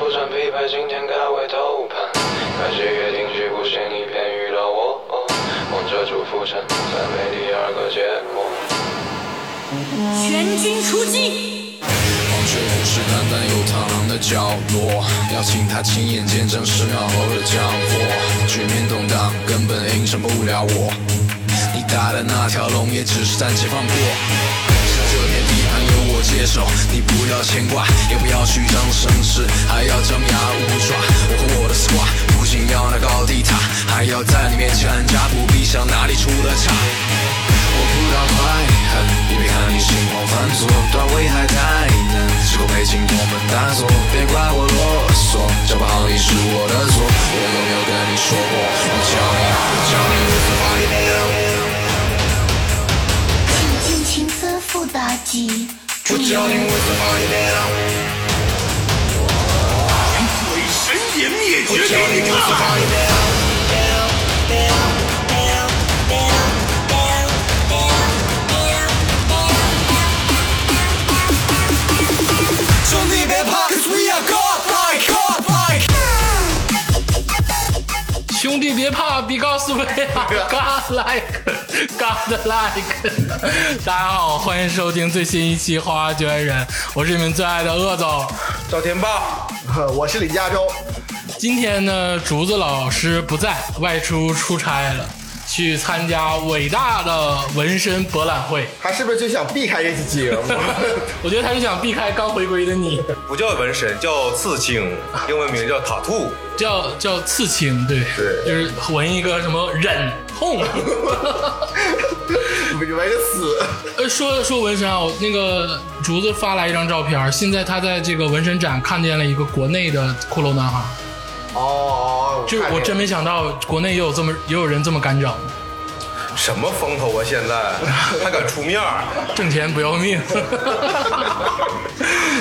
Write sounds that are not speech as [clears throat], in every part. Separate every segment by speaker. Speaker 1: 哦浮沉，再没第二个结果。
Speaker 2: 全军出击！
Speaker 3: 黄泉虎视眈眈有螳螂的角落，邀请他亲眼见证十秒后的降落。局面动荡，根本影响不了我。你打的那条龙也只是暂且放过。这片地盘由我接手，你不要牵挂，也不要虚张声势，还要张牙舞爪。我和我的 squad 不仅要拿高地塔，还要在你面前安家，不必想哪里出了岔。我不当坏汉，也别看你心慌犯错，段位还太难，只够被请多门大锁。别怪我啰嗦，教不好你是我的错。我有没有跟你说过，我教你，我教你，我把你
Speaker 4: 尽情自负打击，
Speaker 3: 我教你，我怎么
Speaker 5: 鬼神也灭绝给你看。
Speaker 3: 兄弟别怕，Cause we are God like God like。
Speaker 6: 兄弟别怕，because we are God like God like。大 [laughs] 家好，欢迎收听最新一期《花花局外人》，我是你们最爱的鄂总。
Speaker 7: 赵天霸， [laughs] 我是李佳洲。
Speaker 6: 今天呢，竹子老师不在，外出出差了，去参加伟大的纹身博览会。 [laughs]
Speaker 7: 他是不是就想避开这期节目？ [laughs]
Speaker 6: 我觉得他是想避开刚回归的你，
Speaker 5: 不叫纹身，叫刺青，英文名叫塔兔。
Speaker 6: 叫叫刺青，对，
Speaker 5: 对
Speaker 6: 就是纹一个什么忍痛。
Speaker 7: 你们这死！
Speaker 6: 呃，说说纹身啊，我那个竹子发来一张照片儿，现在他在这个纹身展看见了一个国内的骷髅男孩儿，
Speaker 7: 哦，
Speaker 6: 就是我真没想到国内也有这么也有人这么敢整，
Speaker 5: 什么风头啊？现在还敢出面儿？
Speaker 6: 挣钱不要命。 [laughs]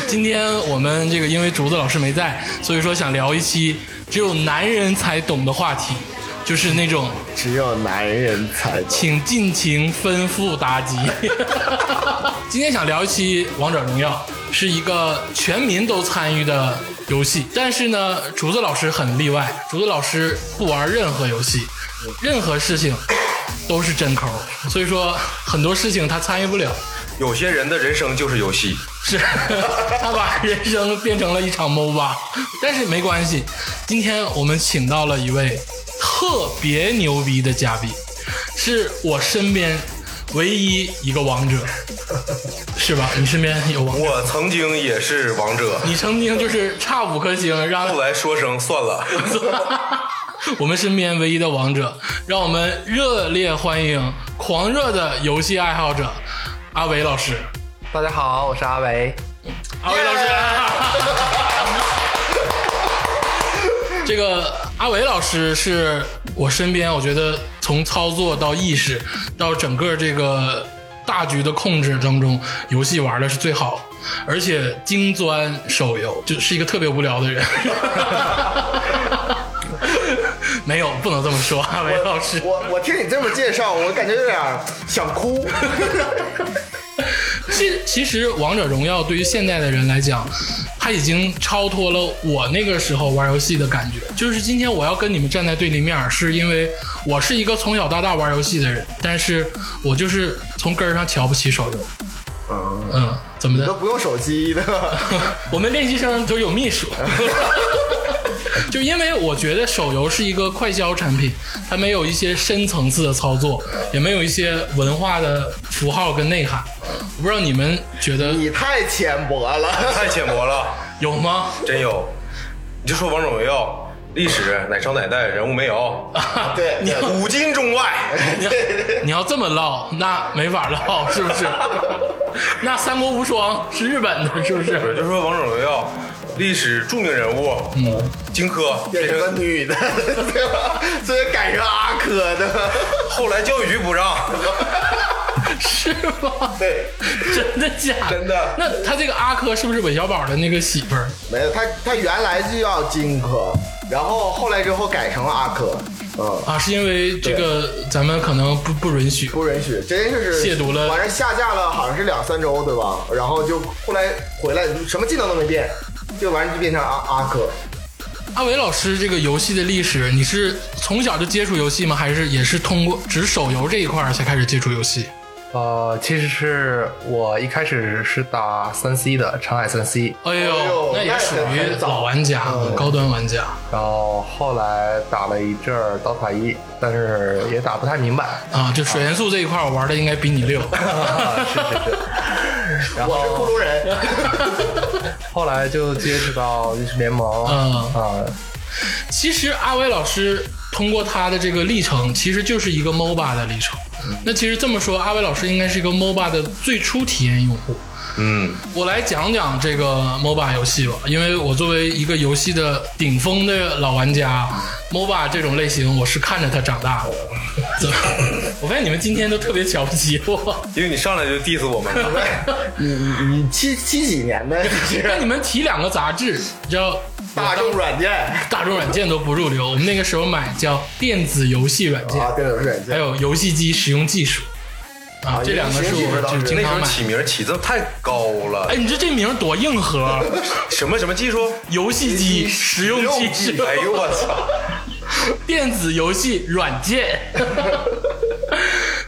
Speaker 6: 今天我们这个因为竹子老师没在，所以说想聊一期只有男人才懂的话题，就是那种
Speaker 7: 只有男人才
Speaker 6: 请尽情吩咐妲己。今天想聊一期《王者荣耀》，是一个全民都参与的游戏，但是呢，竹子老师很例外，竹子老师不玩任何游戏，任何事情都是真抠，所以说很多事情他参与不了。
Speaker 5: 有些人的人生就是游戏，
Speaker 6: 是 [laughs] 他把人生变成了一场 MOBA，但是没关系，今天我们请到了一位特别牛逼的嘉宾，是我身边唯一一个王者，是吧？你身边有王者？
Speaker 5: 我曾经也是王者。
Speaker 6: 你曾经就是差五颗星，让 [laughs]
Speaker 5: 后来说声算了，
Speaker 6: 我们身边唯一的王者，让我们热烈欢迎狂热的游戏爱好者阿伟老师。
Speaker 8: 大家好，我是阿维。
Speaker 6: 阿伟老师。 [laughs] 这个阿伟老师是我身边，我觉得从操作到意识，到整个这个大局的控制当中，游戏玩的是最好，而且精钻手游，就是一个特别无聊的人。 [laughs] 没有，不能这么说，阿伟老师。
Speaker 7: 我我听你这么介绍，我感觉有点想哭。 [laughs]
Speaker 6: 其其实《王者荣耀》对于现代的人来讲，它已经超脱了我那个时候玩游戏的感觉。就是今天我要跟你们站在对立面儿，是因为我是一个从小到大玩游戏的人，但是我就是从根儿上瞧不起手游。嗯，怎么
Speaker 7: 都
Speaker 6: 的？
Speaker 7: 不用手机的，
Speaker 6: 我们练习生都有秘书。 [laughs] 就因为我觉得手游是一个快消产品，它没有一些深层次的操作，也没有一些文化的符号跟内涵。我不知道你们觉得
Speaker 7: 你太浅薄了。
Speaker 5: 太浅薄了，
Speaker 6: 有吗？
Speaker 5: 真有。你就说王者荣耀历史哪朝哪代人物没有，
Speaker 7: 对，你
Speaker 5: 古今中外，
Speaker 6: [laughs] 你要你要这么唠，那没法唠，是不是？那三国无双是日本的，是不
Speaker 5: 我
Speaker 6: 是？
Speaker 5: 就说王者荣耀历史著名人物，嗯，荆轲
Speaker 7: 变
Speaker 5: 变
Speaker 7: 成个
Speaker 5: 成
Speaker 7: 女的，对吧？所以改成阿珂的。
Speaker 5: 后来教育局不让，
Speaker 6: 是吗？
Speaker 7: 对，
Speaker 6: 真的假的？
Speaker 5: 真的
Speaker 6: 那他这个阿珂是不是韦小宝的那个媳妇儿？
Speaker 7: 没有他，他原来就叫荆轲，然后后来之后改成了阿珂。嗯。
Speaker 6: 啊，是因为这个咱们可能不不允许。
Speaker 7: 不允许，真是
Speaker 6: 亵渎了
Speaker 7: 完事下架了，好像是两三周对吧？然后就后来回来，什么技能都没变，就完就变成阿阿珂。
Speaker 6: 阿伟老师，这个游戏的历史，你是从小就接触游戏吗？还是也是通过只手游这一块儿才开始接触游戏？
Speaker 8: 呃，其实是我一开始是打三 C 的，长海三 C，
Speaker 6: 哎
Speaker 7: 哎
Speaker 6: 呦
Speaker 7: 呦，
Speaker 6: 那也属于老玩家、
Speaker 7: 嗯
Speaker 6: 高端玩家
Speaker 8: 然后后来打了一阵儿 DOTA 一，但是也打不
Speaker 6: [laughs]
Speaker 8: 太明白。
Speaker 6: 啊。就水元素这一块，我玩的应该比你溜。
Speaker 8: [laughs] 啊，是是是。然
Speaker 7: 我是
Speaker 8: 后
Speaker 7: 库
Speaker 6: 哦
Speaker 7: 鲁人，
Speaker 8: 后来就接触到英雄联盟，
Speaker 6: 嗯
Speaker 8: 啊，
Speaker 6: [laughs] 其实阿伟老师通过他的这个历程，其实就是一个 MOBA 的历程。
Speaker 8: 嗯
Speaker 6: 那其实这么说，阿伟老师应该是一个 MOBA 的最初体验用户。
Speaker 5: 嗯，
Speaker 6: 我来讲讲这个 MOBA 游戏吧，因为我作为一个游戏的顶峰的老玩家，MOBA 这种类型我是看着它长大的。 [laughs] 怎么我发现你们今天都特别瞧不起我，
Speaker 5: 因为你上来就 diss 我
Speaker 6: [laughs]
Speaker 5: 们了。
Speaker 7: [laughs] 你你你七七几年的？你
Speaker 8: 啊
Speaker 6: 那
Speaker 7: 是
Speaker 6: 你们提两个杂志，你知道
Speaker 7: 大众
Speaker 6: [laughs]
Speaker 7: 软件
Speaker 6: 大众软件都不入流，我们那个时候买叫电子游戏软件，
Speaker 7: 啊，电子软
Speaker 6: 还
Speaker 7: 件。
Speaker 6: 有游戏机使用技术啊
Speaker 7: 啊，
Speaker 6: 这两个是
Speaker 7: 游戏机
Speaker 6: 我
Speaker 7: 知道
Speaker 6: 就是
Speaker 5: 那
Speaker 6: 经
Speaker 5: 时
Speaker 6: 常
Speaker 5: 候
Speaker 6: 买。
Speaker 5: 起名起这太高了
Speaker 6: 哎，，你这这名儿多硬核，啊
Speaker 5: 什么什么技术？
Speaker 6: 游戏机使用技
Speaker 5: [laughs]
Speaker 6: 术。
Speaker 5: 哎呦我操！
Speaker 6: 电子游戏软件。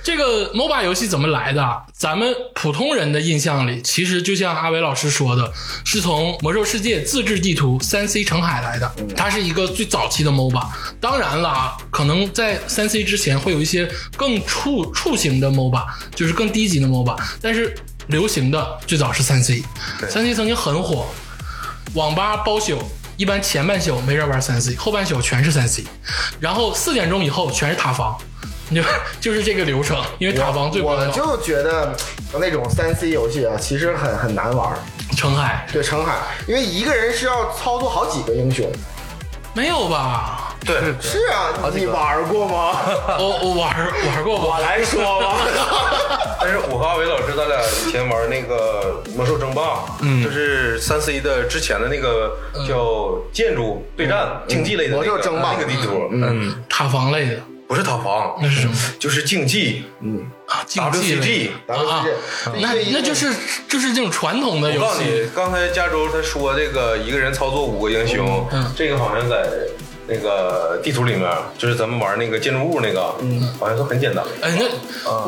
Speaker 6: 这个 MOBA 游戏怎么来的啊？咱们普通人的印象里，其实就像阿伟老师说的，是从《魔兽世界》自制地图三 C 澄海来的，它是一个最早期的 MOBA。当然了啊，可能在三 C 之前会有一些更触触型的 MOBA，就是更低级的 MOBA，但是流行的最早是三 C，三 C 曾经很火，网吧包宿，一般前半宿没人玩三 C，后半宿全是三 C，然后四点钟以后全是塔防，就 [laughs] 就是这个流程，因为塔防最
Speaker 7: 我
Speaker 6: 关键。
Speaker 7: 就觉得那种三 C 游戏啊，其实很很难玩。
Speaker 6: 澄海
Speaker 7: 对，澄海，因为一个人是要操作好几个英雄。
Speaker 6: 没有吧？
Speaker 5: 对，
Speaker 7: 是啊，你玩
Speaker 6: [laughs]
Speaker 7: 过吗？
Speaker 6: 我我玩玩过吧？
Speaker 7: 来说吧。
Speaker 5: 但是我和阿伟老师，咱俩以前玩那个《魔兽争霸》，嗯，就是三 C 的之前的那个叫建筑对战、竞技类的、那个
Speaker 7: 魔兽争霸
Speaker 5: 那个地图，嗯，
Speaker 6: 塔防类的
Speaker 5: 不是塔防，
Speaker 6: 那是什么
Speaker 5: 就是竞技
Speaker 6: 啊？竞技类
Speaker 5: WCG
Speaker 6: 的。
Speaker 7: 咱们
Speaker 6: 啊
Speaker 7: 是
Speaker 6: 那那就是就是这种传统的
Speaker 5: 我
Speaker 6: 游
Speaker 5: 告诉你
Speaker 6: 戏，，
Speaker 5: 刚才加州他说这个一个人操作五个英雄，这个好像在那个地图里面，就是咱们玩那个建筑物那个，好像都很简单。
Speaker 6: 哎，那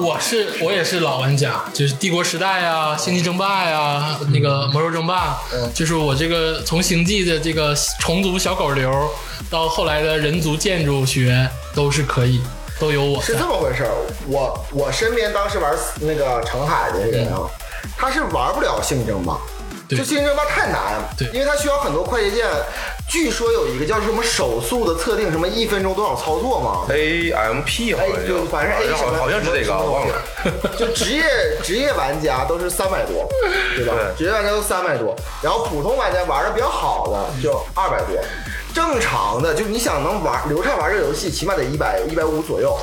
Speaker 6: 我是我也是老玩家，就是帝国时代啊、星际争霸呀、那个魔兽争霸，就是我这个从星际的这个虫族小狗流到后来的人族建筑学都是可以，都有我
Speaker 7: 是这么回事儿。我我身边当时玩那个澄海的人啊，他是玩不了性争霸。
Speaker 6: 嗯对
Speaker 7: 就性争霸太难，
Speaker 6: 对
Speaker 7: 因为它需要很多快捷键。据说有一个叫什么手速的测定，什么一分钟多少操作嘛，
Speaker 5: AMP 好
Speaker 7: 哎
Speaker 5: 像，
Speaker 7: 就
Speaker 5: 叫，
Speaker 7: 反正 A 什
Speaker 5: 好
Speaker 7: 么
Speaker 5: 像好像是这个，啊忘了。。 [laughs]
Speaker 7: 就职业职业玩家都是三百多，对吧？
Speaker 5: 对
Speaker 7: 职业玩家都三百多，然后普通玩家玩的比较好的就二百多，正常的就你想能玩流畅玩这个游戏，起码得一百一百五左右。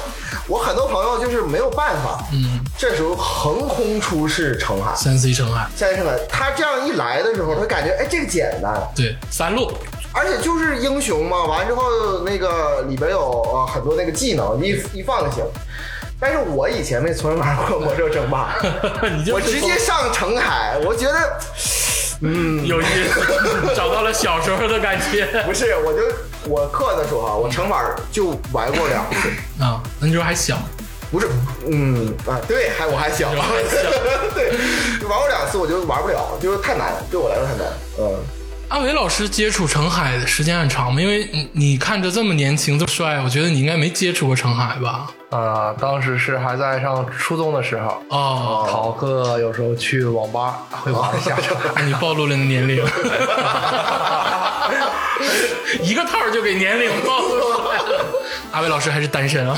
Speaker 7: 我很多朋友就是没有办法，嗯，这时候横空出世澄海。
Speaker 6: 三 C 生海，
Speaker 7: 先生们，他这样一来的时候，他感觉哎，这个简单，
Speaker 6: 对三路，
Speaker 7: 而且就是英雄嘛，完之后那个里边有呃很多那个技能，一一放就行。但是我以前没从来玩过魔兽争霸，
Speaker 6: [laughs] 你就
Speaker 7: 我直接上澄海，我觉得嗯
Speaker 6: 有意思，找到了小时候的感觉
Speaker 7: 不是，我就我客观的说哈，我城板就玩过两次，
Speaker 6: 啊。那你说还小，
Speaker 7: 不是，嗯啊，对，还我还小，
Speaker 6: 我还小
Speaker 7: [laughs] 对，就玩过两次我就玩不了，就是太难，对我来说太难，嗯。
Speaker 6: 阿伟老师接触澄海的时间很长吗？因为你你看着这么年轻这么帅，我觉得你应该没接触过澄海吧？
Speaker 8: 啊，当时是还在上初中的时候，
Speaker 6: 哦，
Speaker 8: 逃课有时候去网吧会玩
Speaker 6: [laughs]
Speaker 8: 一下。
Speaker 6: 那啊你暴露了你的年龄，一个套儿就给年龄暴露出来了。阿伟老师还是单身啊。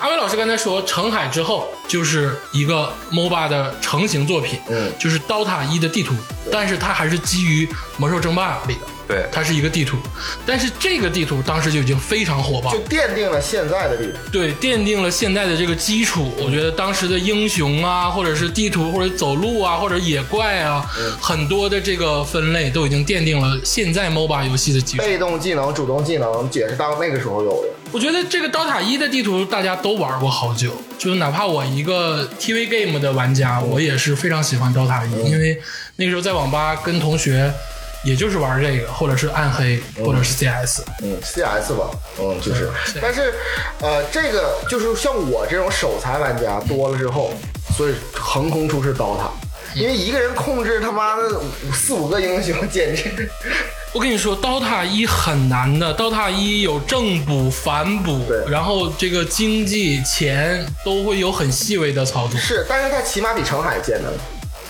Speaker 6: 阿伟老师刚才说，澄海之后就是一个 MOBA 的成型作品，
Speaker 7: 嗯
Speaker 6: 就是 DOTA 一的地图，但是它还是基于魔兽争霸里的，
Speaker 5: 对
Speaker 6: 它是一个地图，但是这个地图当时就已经非常火爆
Speaker 7: 就，奠定了现在的地图，
Speaker 6: 对，奠定了现代的这个基础。我觉得当时的英雄啊，或者是地图，或者走路啊，或者野怪啊，很多的这个分类都已经奠定了现在 MOBA 游戏的基础。
Speaker 7: 被动技能、主动技能也是当那个时候有的。
Speaker 6: 我觉得这个《刀塔一》的地图大家都玩过好久，就是哪怕我一个 TV game 的玩家，我也是非常喜欢《刀塔一》，因为那个时候在网吧跟同学也就是玩这个，或者是暗黑，或者是 CS。
Speaker 7: 嗯，CS 吧，嗯，就是，但是，呃，这个就是像我这种手残玩家多了之后，所以横空出世刀塔，因为一个人控制他妈的五四五个英雄，简直，
Speaker 6: 我跟你说，DOTA 一很难的，DOTA 一有正补、反补
Speaker 7: 对，
Speaker 6: 然后这个经济、钱都会有很细微的操作，
Speaker 7: 是，但是他起码比城海简单，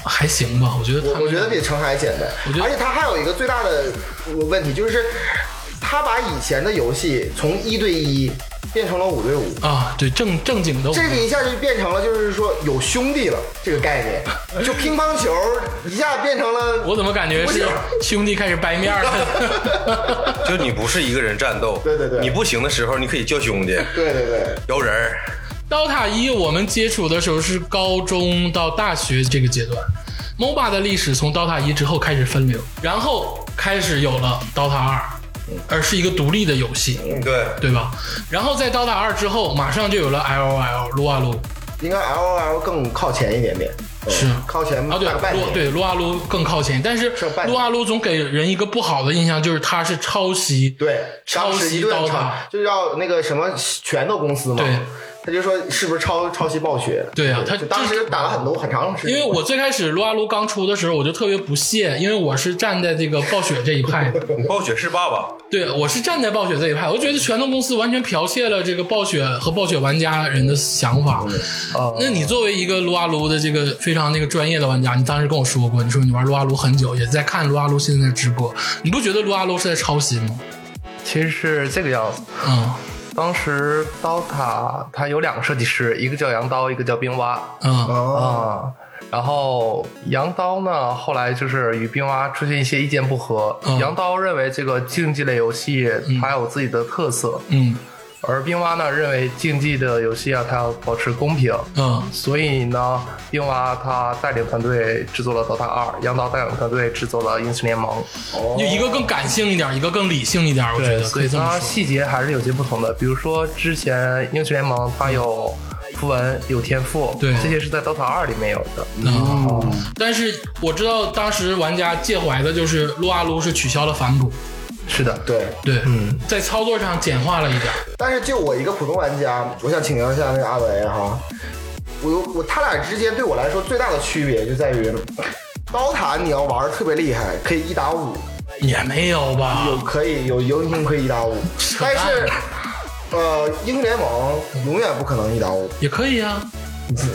Speaker 6: 还行吧？我觉得他
Speaker 7: 我
Speaker 6: 们
Speaker 7: 我觉得比城海简单
Speaker 6: 我觉，得
Speaker 7: 而且他还有一个最大的问题就是，他把以前的游戏从一对一变成了五对五。
Speaker 6: 啊，对正正经的我，
Speaker 7: 这个一下就变成了，就是说有兄弟了这个概念，就乒乓球一下变成了
Speaker 6: 我怎么感觉是
Speaker 7: 不
Speaker 6: 兄弟开始掰面了？ [laughs]
Speaker 5: 就你不是一个人战斗，
Speaker 7: 对对对
Speaker 5: 你不行的时候你可以叫兄弟，
Speaker 7: 对对对，
Speaker 5: 摇人儿，
Speaker 6: DOTA 一我们接触的时候是高中到大学这个阶段，MOBA 的历史从 DOTA 一之后开始分流，然后开始有了 DOTA 二，而是一个独立的游戏，
Speaker 7: 嗯
Speaker 5: 对，
Speaker 6: 对吧？然后在 DOTA 二之后，马上就有了 LOL 撸啊撸，
Speaker 7: 应该 L O L 更靠前一点点，嗯
Speaker 6: 是
Speaker 7: 靠前
Speaker 6: 啊
Speaker 7: 大
Speaker 6: 对
Speaker 7: 概半
Speaker 6: 撸
Speaker 7: 年。
Speaker 6: 对撸啊撸更靠前，但是
Speaker 7: 这半年
Speaker 6: 撸啊撸总给人一个不好的印象，就是它是抄袭，
Speaker 7: 对
Speaker 6: 抄
Speaker 7: 当时一
Speaker 6: 袭
Speaker 7: 顿
Speaker 6: 刀
Speaker 7: 吵
Speaker 6: 塔，
Speaker 7: 就叫那个什么拳头公司嘛
Speaker 6: 对，
Speaker 7: 他就说是不是抄抄袭暴雪？
Speaker 6: 对啊他
Speaker 7: 就当时打了很多很长时间，
Speaker 6: 因为我最开始撸啊撸刚出的时候，我就特别不屑，因为我是站在这个暴雪这一派的，
Speaker 5: 暴雪是爸爸，
Speaker 6: 对我是站在暴雪这一派，我觉得拳头公司完全剽窃了这个暴雪和暴雪玩家人的想法。那你作为一个撸啊撸的这个非常那个专业的玩家，你当时跟我说过，你说你玩撸啊撸很久，也在看撸啊撸现在的直播，你不觉得撸啊撸是在抄袭吗？
Speaker 8: 其实是这个样子。
Speaker 6: 嗯
Speaker 8: 当时 DOTA 它有两个设计师，一个叫杨刀，一个叫冰蛙
Speaker 6: 嗯
Speaker 7: 哦，
Speaker 8: 啊。然后杨刀呢，后来就是与冰蛙出现一些意见不合。
Speaker 6: 嗯
Speaker 8: 杨刀认为这个竞技类游戏它有自己的特色，
Speaker 6: 嗯
Speaker 8: 而冰蛙呢认为竞技的游戏啊，它要保持公平。
Speaker 6: 嗯
Speaker 8: 所以呢，冰蛙他带领团队制作了《DOTA 二》，杨刀带领团队制作了《英雄联盟》。
Speaker 6: 就一个更感性一点，一个更理性一点，我觉得呃可
Speaker 8: 所
Speaker 6: 以
Speaker 8: 以
Speaker 6: 这么
Speaker 8: 它
Speaker 6: 说。嗯
Speaker 8: 细节还是有些不同的。比如说之前《英雄联盟》它有符文、有天赋，
Speaker 6: 对
Speaker 8: 这些是在《DOTA 二》里面有的。哦
Speaker 6: 嗯，但是我知道当时玩家介怀的就是撸啊撸是取消了反补，
Speaker 8: 是的，
Speaker 7: 对。
Speaker 6: 对，
Speaker 8: 嗯
Speaker 6: 在操作上简化了一点。
Speaker 7: 但是就我一个普通玩家，我想请教一下那个阿维哈，我我他俩之间对我来说最大的区别就在于，刀塔你要玩得特别厉害，可以一打五，
Speaker 6: 也没有吧？
Speaker 7: 有可以有英雄可以一打五，但是。呃，英雄联盟永远不可能一打五，
Speaker 6: 也可以啊。 [laughs]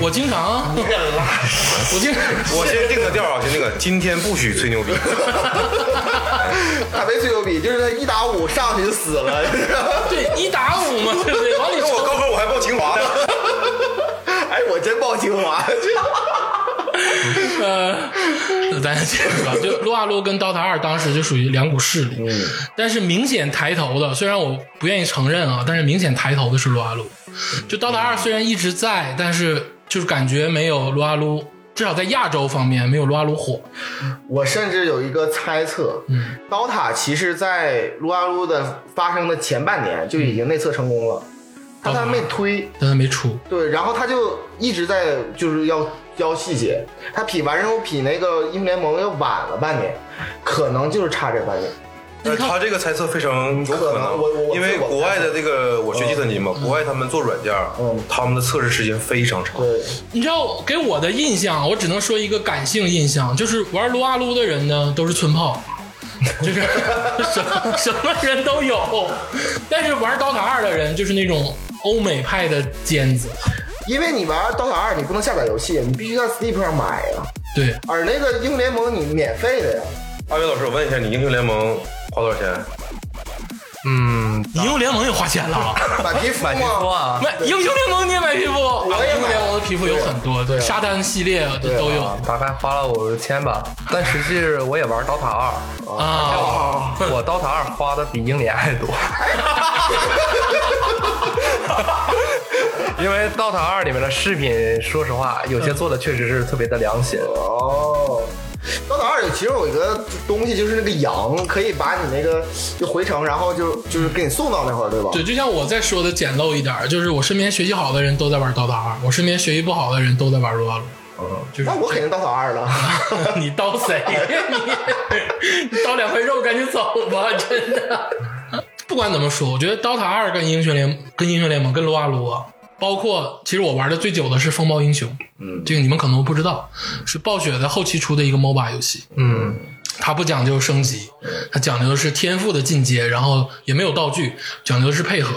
Speaker 6: 我经常 [laughs] 啊，我经
Speaker 5: 我先定个调啊，先定个，今天不许吹牛逼， [laughs]
Speaker 7: 他没吹牛逼，就是他一打五上去就死了。 [laughs]
Speaker 6: 对一打五 [laughs] 嘛，对不对？往里
Speaker 5: 我
Speaker 6: 抽。
Speaker 5: 高考我还报清华呢，
Speaker 7: 哎，我真爆清华， [laughs]
Speaker 6: 呃，咱先接着说，就撸啊撸跟 DOTA 二当时就属于两股势力，但是明显抬头的，虽然我不愿意承认啊，但是明显抬头的是撸啊撸。就 DOTA 二虽然一直在，但是就是感觉没有撸啊撸，至少在亚洲方面没有撸啊撸火。
Speaker 7: 我甚至有一个猜测，
Speaker 6: 嗯，
Speaker 7: 刀塔其实在撸啊撸的发生的前半年就已经内测成功了，但他没推，
Speaker 6: 但它没出，
Speaker 7: 对，然后他就一直在就是要要细节，他比完任务比那个英雄联盟要晚了半年，可能就是差这半年。
Speaker 5: 呃他这个猜测非常有
Speaker 7: 可能我我
Speaker 5: 因为国外的这个我学计算机嘛，国外他们做软件，
Speaker 7: 嗯
Speaker 5: 他们的测试时间非常长，
Speaker 7: 对，
Speaker 6: 你知道给我的印象，我只能说一个感性印象，就是玩撸啊撸的人呢都是村
Speaker 7: [laughs]
Speaker 6: 炮，就是什么什么人都有，但是玩刀塔二的人就是那种欧美派的尖子，
Speaker 7: 因为你玩刀塔二，你不能下载游戏，你必须在 Steam 上买呀、
Speaker 6: 对，
Speaker 7: 而那个英雄联盟你免费的呀，
Speaker 5: 阿伟老师，我问一下，你英雄联盟花多少钱？
Speaker 8: 嗯，
Speaker 6: 英雄联盟也花钱
Speaker 7: [laughs]
Speaker 6: 了，
Speaker 7: 买皮肤吗？
Speaker 8: 哇，
Speaker 6: 买英雄联盟你也买皮肤，啊
Speaker 7: 我也买啊
Speaker 6: 英雄联盟的皮肤有很多，对，沙滩系列的都有
Speaker 8: 大概花了五六千吧，但实际我也玩《DOTA 二
Speaker 6: 啊。》，
Speaker 8: 我《DOTA 二》花的比英联还多。 [laughs] 因为《DOTA 二》里面的饰品，说实话，有些做的确实是特别的良心。
Speaker 7: 哦。刀塔二其实有一个东西，就是那个羊可以把你那个就回城，然后就就是给你送到那块儿，对吧？
Speaker 6: 对，就像我再说的简陋一点儿，就是我身边学习好的人都在玩刀塔二，我身边学习不好的人都在玩撸啊撸。 [laughs]
Speaker 7: 那我肯定刀塔二了。
Speaker 6: 你刀谁呀你？刀两块肉，赶紧走吧，真的。不管怎么说，我觉得《刀塔二》跟《英雄联盟》、跟《英雄联盟》、跟《撸啊撸》，啊，包括其实我玩的最久的是《风暴英雄》，嗯，这个你们可能不知道，是暴雪在后期出的一个 MOBA 游戏，
Speaker 8: 嗯，
Speaker 6: 它不讲究升级，它讲究的是天赋的进阶，然后也没有道具，讲究的是配合，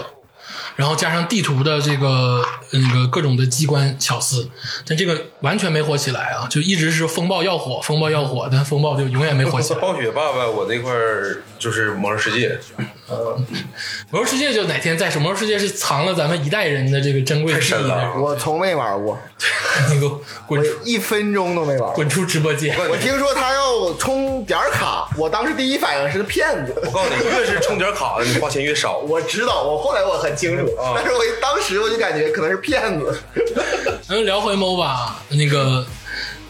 Speaker 6: 然后加上地图的这个那个各种的机关巧思，但这个完全没火起来啊，就一直是风暴要火，风暴要火，但风暴就永远没火起
Speaker 5: [laughs]
Speaker 6: 来。
Speaker 5: 暴雪爸爸，我那块儿就是《魔兽世界》，
Speaker 6: 魔兽世界就哪天再说，魔兽世界是藏了咱们一代人的这个珍贵的记忆
Speaker 5: 深了
Speaker 6: 的
Speaker 5: 啊，
Speaker 7: 我从没玩过，
Speaker 6: 你给我滚
Speaker 7: 我
Speaker 6: 出
Speaker 7: 一分钟都没玩过。
Speaker 6: 滚出直播间！
Speaker 7: 我听说他要充点儿卡，我当时第一反应是骗子。
Speaker 5: 我告诉你，越是充点卡，你花钱越少。
Speaker 7: 我知道，我后来我很清楚，
Speaker 6: 哦
Speaker 7: 但是我一当时我就感觉可能是骗子。
Speaker 6: 咱们聊回 MOBA，那个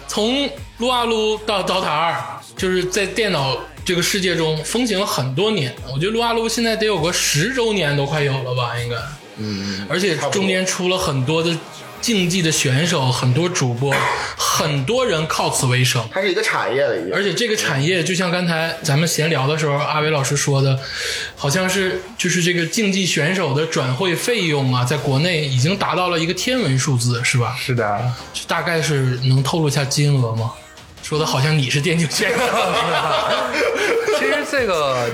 Speaker 6: 从撸啊撸到 DOTA 二，就是在电脑这个世界中风行了很多年。我觉得撸啊撸现在得有个十周年都快有了吧，应该。嗯。而且中间出了很多的竞技的选手，很多主播，很多人靠此为生。
Speaker 7: 它是一个产业了，已经。
Speaker 6: 而且这个产业，就像刚才咱们闲聊的时候，阿伟老师说的，好像是就是这个竞技选手的转会费用啊，在国内已经达到了一个天文数字，是吧？
Speaker 8: 是的，
Speaker 6: 就大概是能透露一下金额吗？说的好像你是电竞选手， [laughs]
Speaker 8: 其实这个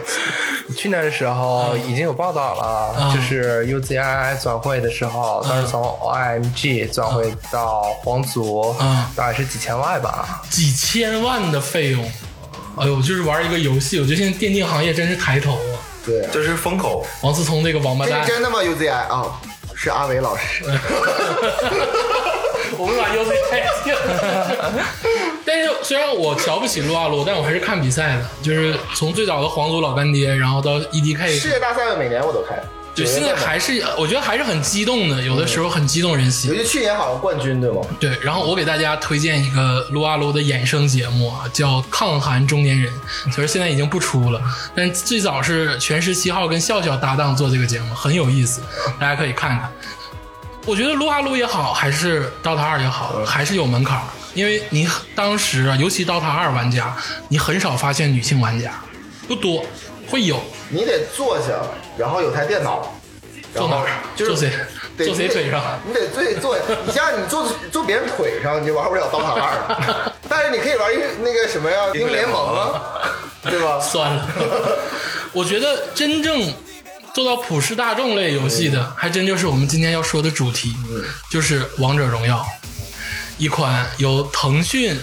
Speaker 8: 去年的时候已经有报道了，
Speaker 6: 嗯
Speaker 8: 就是 UZI 转会的时候，当时从 OMG 转会到皇族
Speaker 6: 嗯，
Speaker 8: 大概是几千万吧。
Speaker 6: 几千万的费用。哎呦，就是玩一个游戏，我觉得现在电竞行业真是抬头啊！
Speaker 7: 对，
Speaker 5: 这是风口，
Speaker 6: 王思聪这个王八
Speaker 7: 这
Speaker 6: 蛋
Speaker 7: 是，真的吗？UZI 啊，是阿伟老师。
Speaker 6: [laughs] 我们把 U C 开净。但是虽然我瞧不起撸啊撸，但我还是看比赛的，就是从最早的皇族老干爹，然后到 E D
Speaker 7: 世
Speaker 6: K，
Speaker 7: 界大赛每年我都看，
Speaker 6: 就现在还是我觉得还是很激动的，有的时候很激动人
Speaker 7: 尤
Speaker 6: 心。
Speaker 7: 其去年好像冠军对吗？
Speaker 6: 对，然后我给大家推荐一个撸啊撸的衍生节目啊，叫《抗韩中年人》，其实现在已经不出了，但最早是全十七号跟笑笑搭档做这个节目，很有意思，大家可以看看。我觉得撸啊撸也好，还是 DOTA 二也好，还是有门槛儿，因为你很当时啊，尤其 DOTA 二玩家，你很少发现女性玩家，不多，会有
Speaker 7: 你得坐下，然后有台电脑，然
Speaker 6: 坐哪
Speaker 7: 后
Speaker 6: 儿，
Speaker 7: 就是
Speaker 6: 坐谁，
Speaker 7: 得
Speaker 6: 坐谁腿上。
Speaker 7: 你得坐坐，你像你坐坐别人腿上，你就玩不了刀塔
Speaker 6: [laughs]
Speaker 7: 二，但是你可以玩一那个什么呀，英雄联盟啊，对吧？
Speaker 6: 算了，我觉得真正做到普世大众类游戏的，还真就是我们今天要说的主题，就是《王者荣耀》，一款由腾讯、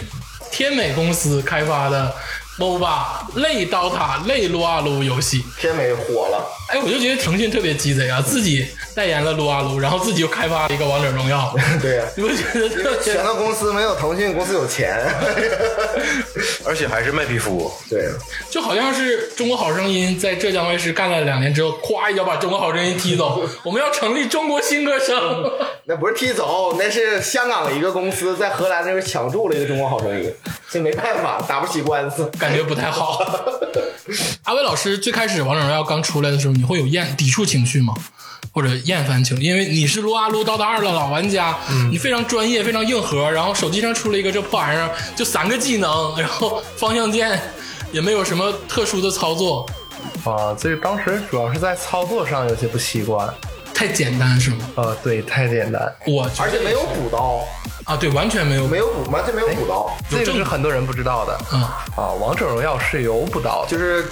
Speaker 6: 天美公司开发的 MOBA 类刀塔类撸啊撸游戏。
Speaker 7: [laughs] 天美火了，，
Speaker 6: 哎，我就觉得腾讯特别鸡贼啊，自己代言了撸啊撸，然后自己又开发了一个《王者荣耀》[laughs]
Speaker 7: 对呀、
Speaker 6: 你不觉得
Speaker 7: 因为
Speaker 6: 特
Speaker 7: 拳头公司没有腾讯公司有钱， [laughs]
Speaker 5: 而且还是卖皮肤。
Speaker 7: 对，
Speaker 6: 就好像是中国好声音在浙江卫视干了两年之后，咵一脚把中国好声音踢走，我们要成立中国新歌声。
Speaker 7: 那不是踢走，那是香港一个公司在荷兰那边抢注了一个中国好声音，这没办法，打不起官司。
Speaker 6: 感觉不太好。 [laughs] 阿威老师最开始《王者荣耀》刚出来的时候，你会有厌抵触情绪吗？或者厌烦情绪？因为你是撸啊撸、DOTA 二的老玩家，你非常专业、非常硬核。然后手机上出了一个这破玩意儿，就三个技能，然后方向键也没有什么特殊的操作，
Speaker 8: 啊，这个当时主要是在操作上有些不习惯，
Speaker 6: 太简单是吗？
Speaker 8: 呃，对，太简单，
Speaker 6: 我觉
Speaker 7: [laughs] 而
Speaker 6: 得
Speaker 7: 且没有补刀，
Speaker 6: 啊，对，完全没有
Speaker 7: 没有补，完全没有补刀，
Speaker 8: 这个
Speaker 6: 正
Speaker 8: 是很多人不知道的
Speaker 6: 啊。
Speaker 8: 啊。王者荣耀是游不到，就
Speaker 7: 就是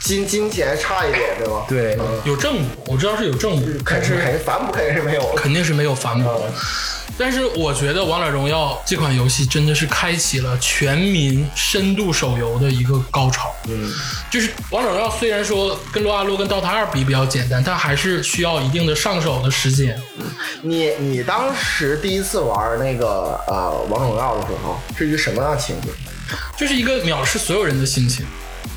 Speaker 7: 金金钱差一点，对吧？
Speaker 8: 对，
Speaker 6: 有正补，我知道是有正补，
Speaker 7: 肯是肯反补肯是没有了。
Speaker 6: 肯定是没有反驳。但是我觉得《王者荣耀》这款游戏真的是开启了全民深度手游的一个高潮。嗯，就是《王者荣耀》虽然说跟撸啊撸跟 DOTA 二比比较简单，但还是需要一定的上手的时间。
Speaker 7: 你你当时第一次玩那个呃王者荣耀的时候，是一个什么样的情景？
Speaker 6: 就是一个藐视所有人的心情。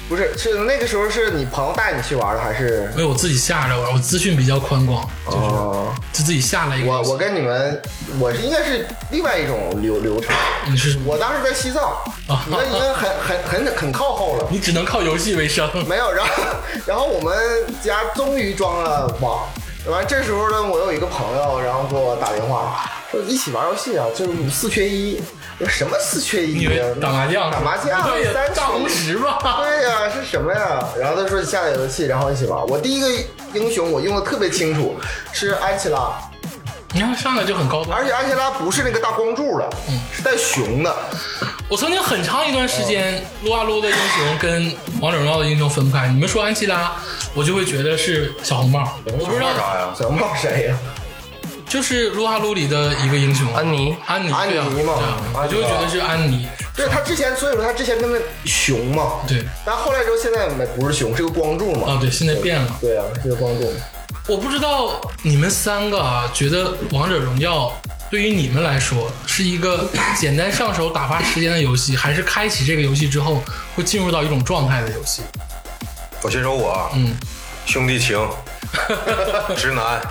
Speaker 7: 不是，是那个时候是你朋友带你去玩的，还是？
Speaker 6: 因为我自己下着玩，我资讯比较宽广，
Speaker 7: 哦、
Speaker 6: 就自己下了一个游
Speaker 7: 我
Speaker 6: 戏。
Speaker 7: 我跟你们，我是应该是另外一种流流程。
Speaker 6: 你是什么？
Speaker 7: 我当时在西藏，你们已经很很很很靠后了。
Speaker 6: 你只能靠游戏为生。 [laughs]
Speaker 7: 没有，然后然后我们家终于装了网。完，这时候呢，我有一个朋友，然后给我打电话，说一起玩游戏啊，就是五四缺一，我说什么四缺一
Speaker 6: 你以
Speaker 7: 呀
Speaker 6: 为？打麻将？
Speaker 7: 打麻将
Speaker 6: 不对呀
Speaker 7: 三，十
Speaker 6: 大红石吧？
Speaker 7: 对呀、是什么呀？然后他说下载游戏，然后一起玩。我第一个英雄我用的特别清楚，是安琪拉，
Speaker 6: 嗯你看上来就很高端。
Speaker 7: 而且安琪拉不是那个大光柱的，
Speaker 6: 嗯
Speaker 7: 是带熊的。
Speaker 6: 我曾经很长一段时间，撸啊撸的英雄跟王者荣耀的英雄分不开。你们说安琪拉，我就会觉得是小红帽。我不知道，
Speaker 5: 啥呀？
Speaker 7: 小帽谁呀、
Speaker 6: 就是撸啊撸里的一个英雄啊
Speaker 8: 安妮，
Speaker 6: 安妮，
Speaker 7: 安妮
Speaker 6: 对啊
Speaker 7: 嘛
Speaker 6: 对啊我就会觉得是安妮。
Speaker 7: 对他之前，所以说他之前跟那熊嘛，
Speaker 6: 对，
Speaker 7: 但后来之后现在没不是熊，是个光柱嘛。
Speaker 6: 啊，对，现在变了。
Speaker 7: 对呀、是个光柱。
Speaker 6: 我不知道你们三个啊，觉得王者荣耀对于你们来说是一个简单上手打发时间的游戏，还是开启这个游戏之后会进入到一种状态的游戏？ [laughs]
Speaker 5: 我先说我啊，
Speaker 6: 嗯，
Speaker 5: 兄弟情， [laughs] 直男，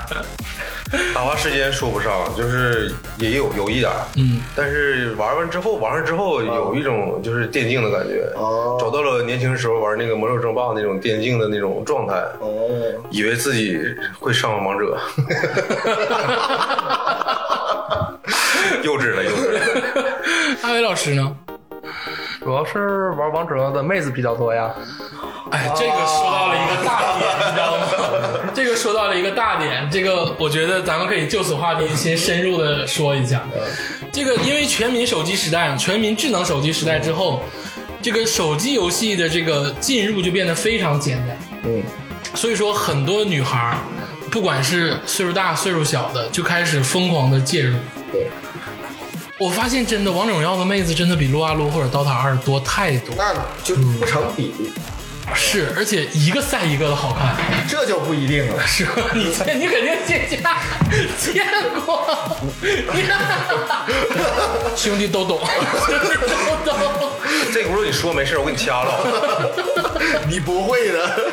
Speaker 5: 打发时间说不上，就是也有有一点，
Speaker 6: 嗯，
Speaker 5: 但是玩完之后，玩完之后有一种就是电竞的感觉，
Speaker 7: 哦
Speaker 5: 找到了年轻时候玩那个魔兽争霸那种电竞的那种状态，
Speaker 7: 哦，
Speaker 5: 以为自己会上王
Speaker 7: [laughs]
Speaker 5: 者， [laughs] 幼稚了，幼稚了。
Speaker 6: 大伟老师呢？
Speaker 8: 主要是玩王者荣耀的妹子比较多呀。
Speaker 6: 哎，这个说到了一个大点，你知道吗？这个说到了一个大点，这个我觉得咱们可以就此话题先深入的说一下。这个因为全民手机时代、全民智能手机时代之后，这个手机游戏的这个进入就变得非常简单。
Speaker 7: 嗯，
Speaker 6: 所以说很多女孩儿，不管是岁数大岁数小的，就开始疯狂的介入。
Speaker 7: 对，
Speaker 6: 我发现真的，王者荣耀的妹子真的比撸啊撸或者 DOTA 二多太多，
Speaker 7: 那就
Speaker 6: 嗯
Speaker 7: 不成比例，
Speaker 6: 是，而且一个赛一个的好看。
Speaker 7: 这就不一定了。
Speaker 6: 是吧？你见你肯定见见见过，兄弟都懂，兄弟都懂。
Speaker 5: 这轱辘你说没事，我给你掐了。
Speaker 7: [laughs]
Speaker 5: [laughs]
Speaker 7: 你不会的，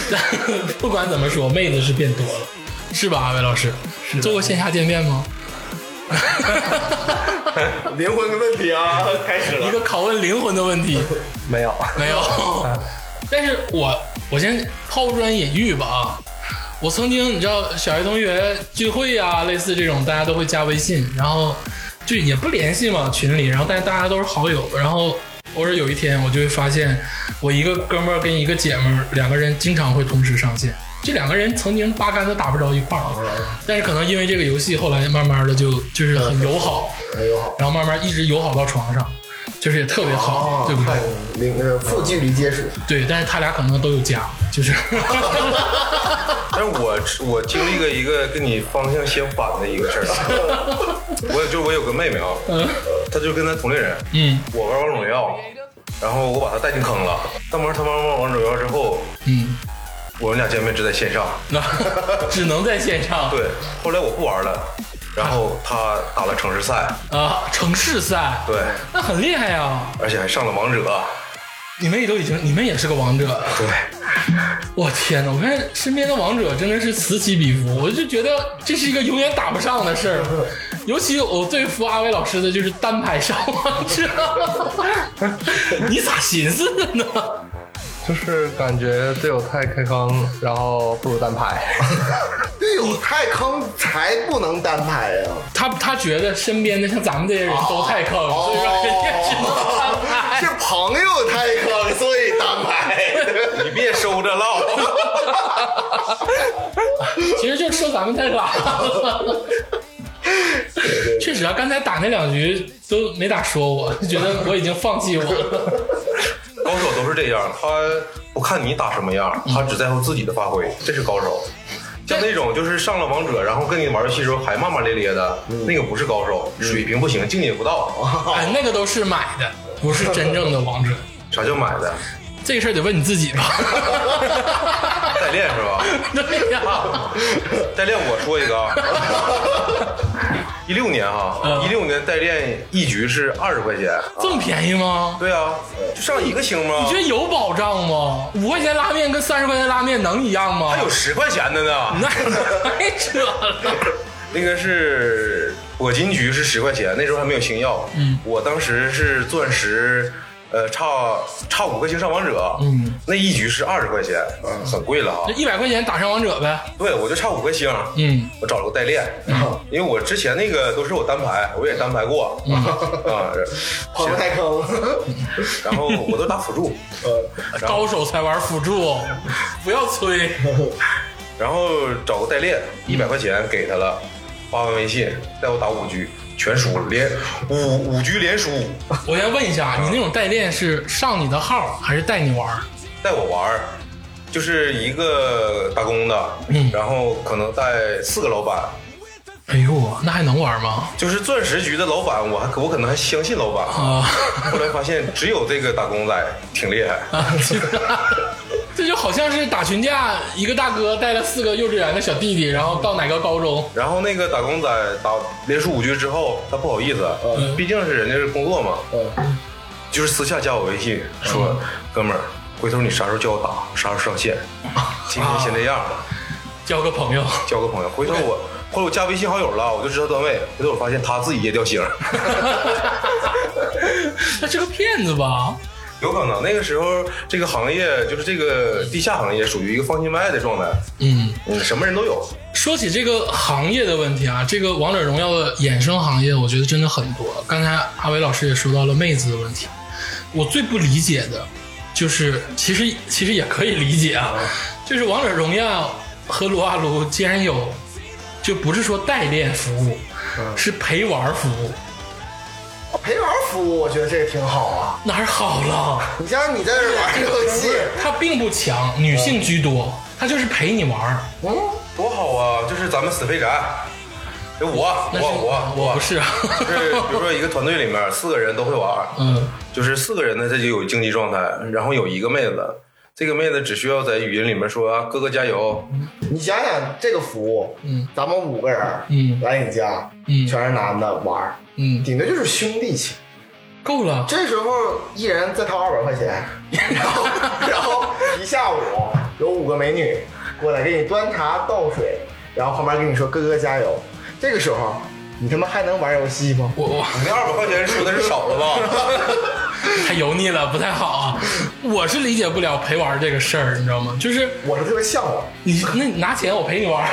Speaker 7: [laughs]
Speaker 6: 不管怎么说，妹子是变多了，是吧？阿伟老师，做过线下见面 [laughs] 吗？
Speaker 7: 灵魂的问题啊，开始
Speaker 6: 一。个拷问灵魂的问题，
Speaker 8: 没有， [laughs]
Speaker 6: 没有。 [laughs] 但是我我先抛砖引玉吧啊。我曾经你知道小学同学聚会啊，类似这种，大家都会加微信，然后就也不联系嘛群里，然后但是大家都是好友，然后偶尔有一天我就会发现，我一个哥们儿跟一个姐们儿两个人经常会同时上线，这两个人曾经八竿子打不着一块儿，啊但是可能因为这个游戏，后来慢慢的就就是很友好，
Speaker 7: 哎呦，
Speaker 6: 然后慢慢一直友好到床上，就是也特别好，对不对？
Speaker 7: 零呃负距离接触，
Speaker 6: 对，但是他俩可能都有家，
Speaker 5: [laughs]
Speaker 6: 就是，
Speaker 5: 但是我我经历过一个跟你方向相反的一个事儿。 [laughs] 我有就是我有个妹妹啊，她就跟她同龄人，
Speaker 6: 嗯
Speaker 5: 我玩王者荣耀，然后我把她带进坑了。但玩她玩玩王者荣耀之后，
Speaker 6: 嗯，
Speaker 5: 我们俩见面只在线上。
Speaker 6: 那只能在线上。
Speaker 5: 对，后来我不玩了，然后她打了城市赛，
Speaker 6: 啊，城市赛，
Speaker 5: 对，
Speaker 6: 那很厉害啊！
Speaker 5: 而且还上了王者。
Speaker 6: 你们也都已经，你们也是个王者。
Speaker 5: 对，
Speaker 6: [laughs] 我天哪，我看身边的王者真的是此起彼伏，我就觉得这是一个永远打不上的事儿。尤其我最服阿威老师的就是单排上
Speaker 5: [laughs]
Speaker 6: 王者，你咋寻思的呢？
Speaker 8: 就是感觉队友太开坑，然后不如单排。 [laughs]
Speaker 7: 队友太坑才不能单啊排呀、
Speaker 6: 他他觉得身边的像咱们这些人都太坑，
Speaker 7: 哦
Speaker 6: 所以说人家只能单排。
Speaker 7: [laughs] 是朋友太坑，所以单 [laughs] 排。
Speaker 5: 你别收着唠。
Speaker 6: [laughs] 其实就说咱们太懒 [laughs] 了。确实啊，刚才打那两局都没打说我，就觉得我已经放弃我了。
Speaker 5: 高手都是这样，他不看你打什么样，他只在乎自己的发挥，这是高手。像那种就是上了王者，然后跟你玩游戏的时候还骂骂咧咧的，那个不是高手，水平不行，境界不到。 [laughs]
Speaker 6: 哎，那个都是买的，不是真正的王者。
Speaker 5: 啥叫买的？
Speaker 6: 这个事儿得问你自己吧。 [laughs]
Speaker 5: 代练是吧？
Speaker 6: 对呀、
Speaker 5: 代练我说一个啊，一六年哈，一六年代练一局是二十块钱。
Speaker 6: 这么便宜吗？
Speaker 5: 对啊，就上一个星吗
Speaker 6: 你觉？得有保障吗？五块钱拉面跟三十块钱拉面能一样吗？
Speaker 5: 还有十块钱的呢。
Speaker 6: 那太扯了。
Speaker 5: 那个是我金局是十块钱，那时候还没有星耀。嗯，我当时是钻石呃，差差五颗星上王者，嗯，那一局是二十块钱，嗯很贵了哈
Speaker 6: 就。一百块钱打上王者呗。
Speaker 5: 对，我就差五颗星，
Speaker 6: 嗯，
Speaker 5: 我找了个代练， [laughs] 因为我之前那个都是我单排，我也单排过
Speaker 6: 嗯
Speaker 5: [laughs] 啊，
Speaker 7: 跑不太坑。 [laughs]
Speaker 5: 然后我都打辅
Speaker 6: [laughs]
Speaker 5: 助，然后
Speaker 6: 呃高手才玩辅助，不要催。
Speaker 5: 然后找个代练，一百块钱给他了，发完微信带我打五局，全输了，连五五局连输，
Speaker 6: 我先问一下，你那种代练是上你的号还是带你玩？
Speaker 5: 带我玩儿，就是一个打工的，
Speaker 6: 嗯
Speaker 5: 然后可能带四个老板，
Speaker 6: 哎呦，那还能玩吗？
Speaker 5: 就是钻石局的老板，我还我可能还相信老板，
Speaker 6: 啊，
Speaker 5: 后来发现只有这个打工仔挺厉害。
Speaker 6: 啊 [laughs] 这就好像是打群架，一个大哥带了四个幼稚园的小弟弟，然后到哪个高中，
Speaker 5: 然后那个打工仔打连输五局之后，他不好意思，
Speaker 6: 嗯
Speaker 5: 毕竟是人家是工作嘛，嗯就是私下加我微信
Speaker 6: 嗯
Speaker 5: 说，哥们儿，回头你啥时候叫我打，啥时候上线，
Speaker 6: 啊
Speaker 5: 今天先这样，
Speaker 6: 交个朋友。 [laughs]
Speaker 5: 交个朋友。回头我后来我加微信好友了，我就知道段位，回头我发现他自己也掉星
Speaker 6: [laughs]
Speaker 5: 儿，
Speaker 6: 那是个骗子吧？
Speaker 5: 有可能那个时候这个行业就是这个地下行业属于一个放心卖的状态，
Speaker 6: 嗯，
Speaker 5: 嗯，什么人都有，
Speaker 6: 说起这个行业的问题啊，这个王者荣耀的衍生行业，我觉得真的很多。刚才阿伟老师也说到了妹子的问题，我最不理解的就是，其实其实也可以理解啊，就是王者荣耀和撸啊撸竟然有，就不是说代练服务，是陪玩服务，
Speaker 7: 陪玩服务，我觉得这个挺好啊。
Speaker 6: 哪儿好了？
Speaker 7: 你像你在这玩游 [laughs] 戏，
Speaker 6: 它并不强，女性居多，它就是陪你玩儿。
Speaker 7: 嗯
Speaker 5: 多好啊！就是咱们死肥宅，就我
Speaker 6: 但
Speaker 5: 我
Speaker 6: 是
Speaker 5: 我
Speaker 6: 我不是啊，
Speaker 5: 就是比如说一个团队里面四个人都会玩，
Speaker 6: 嗯，
Speaker 5: 就是四个人呢，这就有竞技状态，然后有一个妹子，这个妹子只需要在语音里面说啊“哥哥加油
Speaker 7: 你想想这个服务，
Speaker 6: 嗯，
Speaker 7: 咱们五个人，
Speaker 6: 嗯
Speaker 7: 来你家，
Speaker 6: 嗯
Speaker 7: 全是男的玩儿，
Speaker 6: 嗯，
Speaker 7: 顶多就是兄弟情。
Speaker 6: 够了，
Speaker 7: 这时候一人再掏二百块钱， [laughs] 然后然后一下午有五个美女过来给你端茶倒水，然后旁边跟你说哥哥加油。这个时候你他妈还能玩游戏吗？
Speaker 6: 我我”，
Speaker 5: 你那二百块钱输的是少了吧？
Speaker 6: [laughs] 太油腻了，不太好啊。我是理解不了陪玩儿这个事儿，你知道吗？就是
Speaker 7: 我是特别向往，
Speaker 6: 你那你拿钱我陪你玩儿，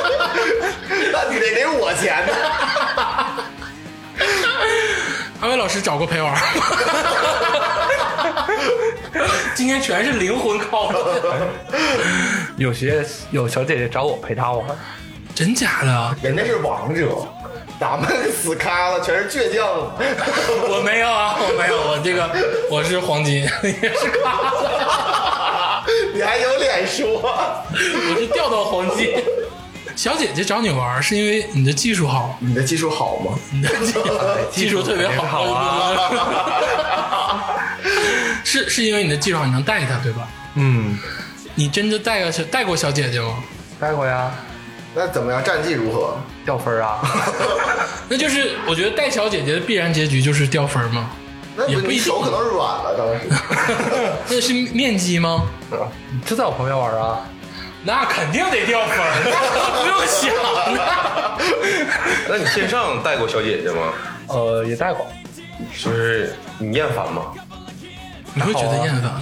Speaker 6: [laughs]
Speaker 7: 那你得给我钱呢。
Speaker 6: 阿伟老师找过陪玩儿， [laughs] 今天全是灵魂拷问， [laughs]
Speaker 8: 有些有小姐姐找我陪她玩，
Speaker 6: 真假的？啊
Speaker 7: 人家是王者，咱们死咖了，全是倔强。 [laughs]
Speaker 6: 我没有啊，我没有，我这个我是黄金， [laughs] 也是咖的，
Speaker 7: 你还有脸说？
Speaker 6: 我是掉到黄金。小姐姐找你玩儿是因为你的技术好，
Speaker 7: 你的技术好吗？
Speaker 6: 技术特别好，
Speaker 8: 好
Speaker 6: 啊、 [laughs] 是是因为你的技术好，你能带她对吧？
Speaker 8: 嗯，
Speaker 6: 你真的带个小带过小姐姐吗？
Speaker 8: 待会呀，
Speaker 7: [laughs] 那怎么样？战绩如 [laughs] 何？
Speaker 8: 掉分啊， [laughs]
Speaker 6: 那就是我觉得带小姐姐的必然结局就是掉分 [laughs] 嘛。
Speaker 7: 那
Speaker 6: 也不一
Speaker 7: 你
Speaker 6: 定
Speaker 7: 手可能软了，当 [laughs] 时。
Speaker 6: 那是面基吗？
Speaker 8: 你就在我旁边玩啊，
Speaker 6: 那肯定得掉分儿，那 [laughs] 不用想 [laughs] 了。
Speaker 5: [laughs] 那你线上带过小姐姐吗？
Speaker 8: 呃，也带过，
Speaker 5: 就是你厌烦吗？
Speaker 6: 你会觉得厌烦？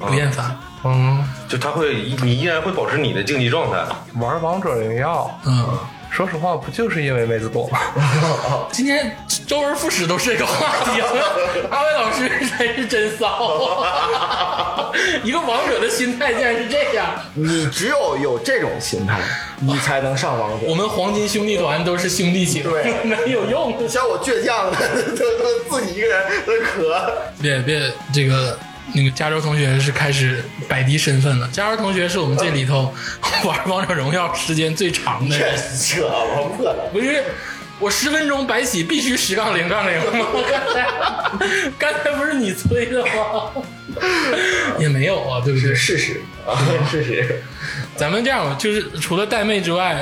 Speaker 6: 不厌烦？
Speaker 8: 嗯，
Speaker 5: 就她会，你依然会保持你的竞技状态。
Speaker 8: 玩王者荣耀，
Speaker 6: 嗯，
Speaker 8: 说实话，不就是因为妹子多吗？ [laughs]
Speaker 6: 今天周而复始都是这个话题，啊 [laughs] 阿伟老师真是真 [laughs] 骚，一个王者的心态竟然是这样。
Speaker 7: 你只有有这种心 [laughs] 态，你才能上王者。
Speaker 6: 我们黄金兄弟团都是兄弟情，
Speaker 7: 对
Speaker 6: [laughs] 没有用。
Speaker 7: 像我倔强的， [laughs] 都都自己一个人在咳。
Speaker 6: 别别，这个那个加州同学是开始摆低身份了。加州同学是我们这里头 [laughs] 玩王者荣耀时间最长的人，
Speaker 7: 哎扯王破 [laughs] 了，
Speaker 6: 不是。我十分钟白起必须十杠零杠零 [laughs] 吗？刚才刚才不是你催的吗？也没有啊，对不对？
Speaker 7: 事实啊，事实。
Speaker 6: 咱们这样吧，就是除了带妹之外，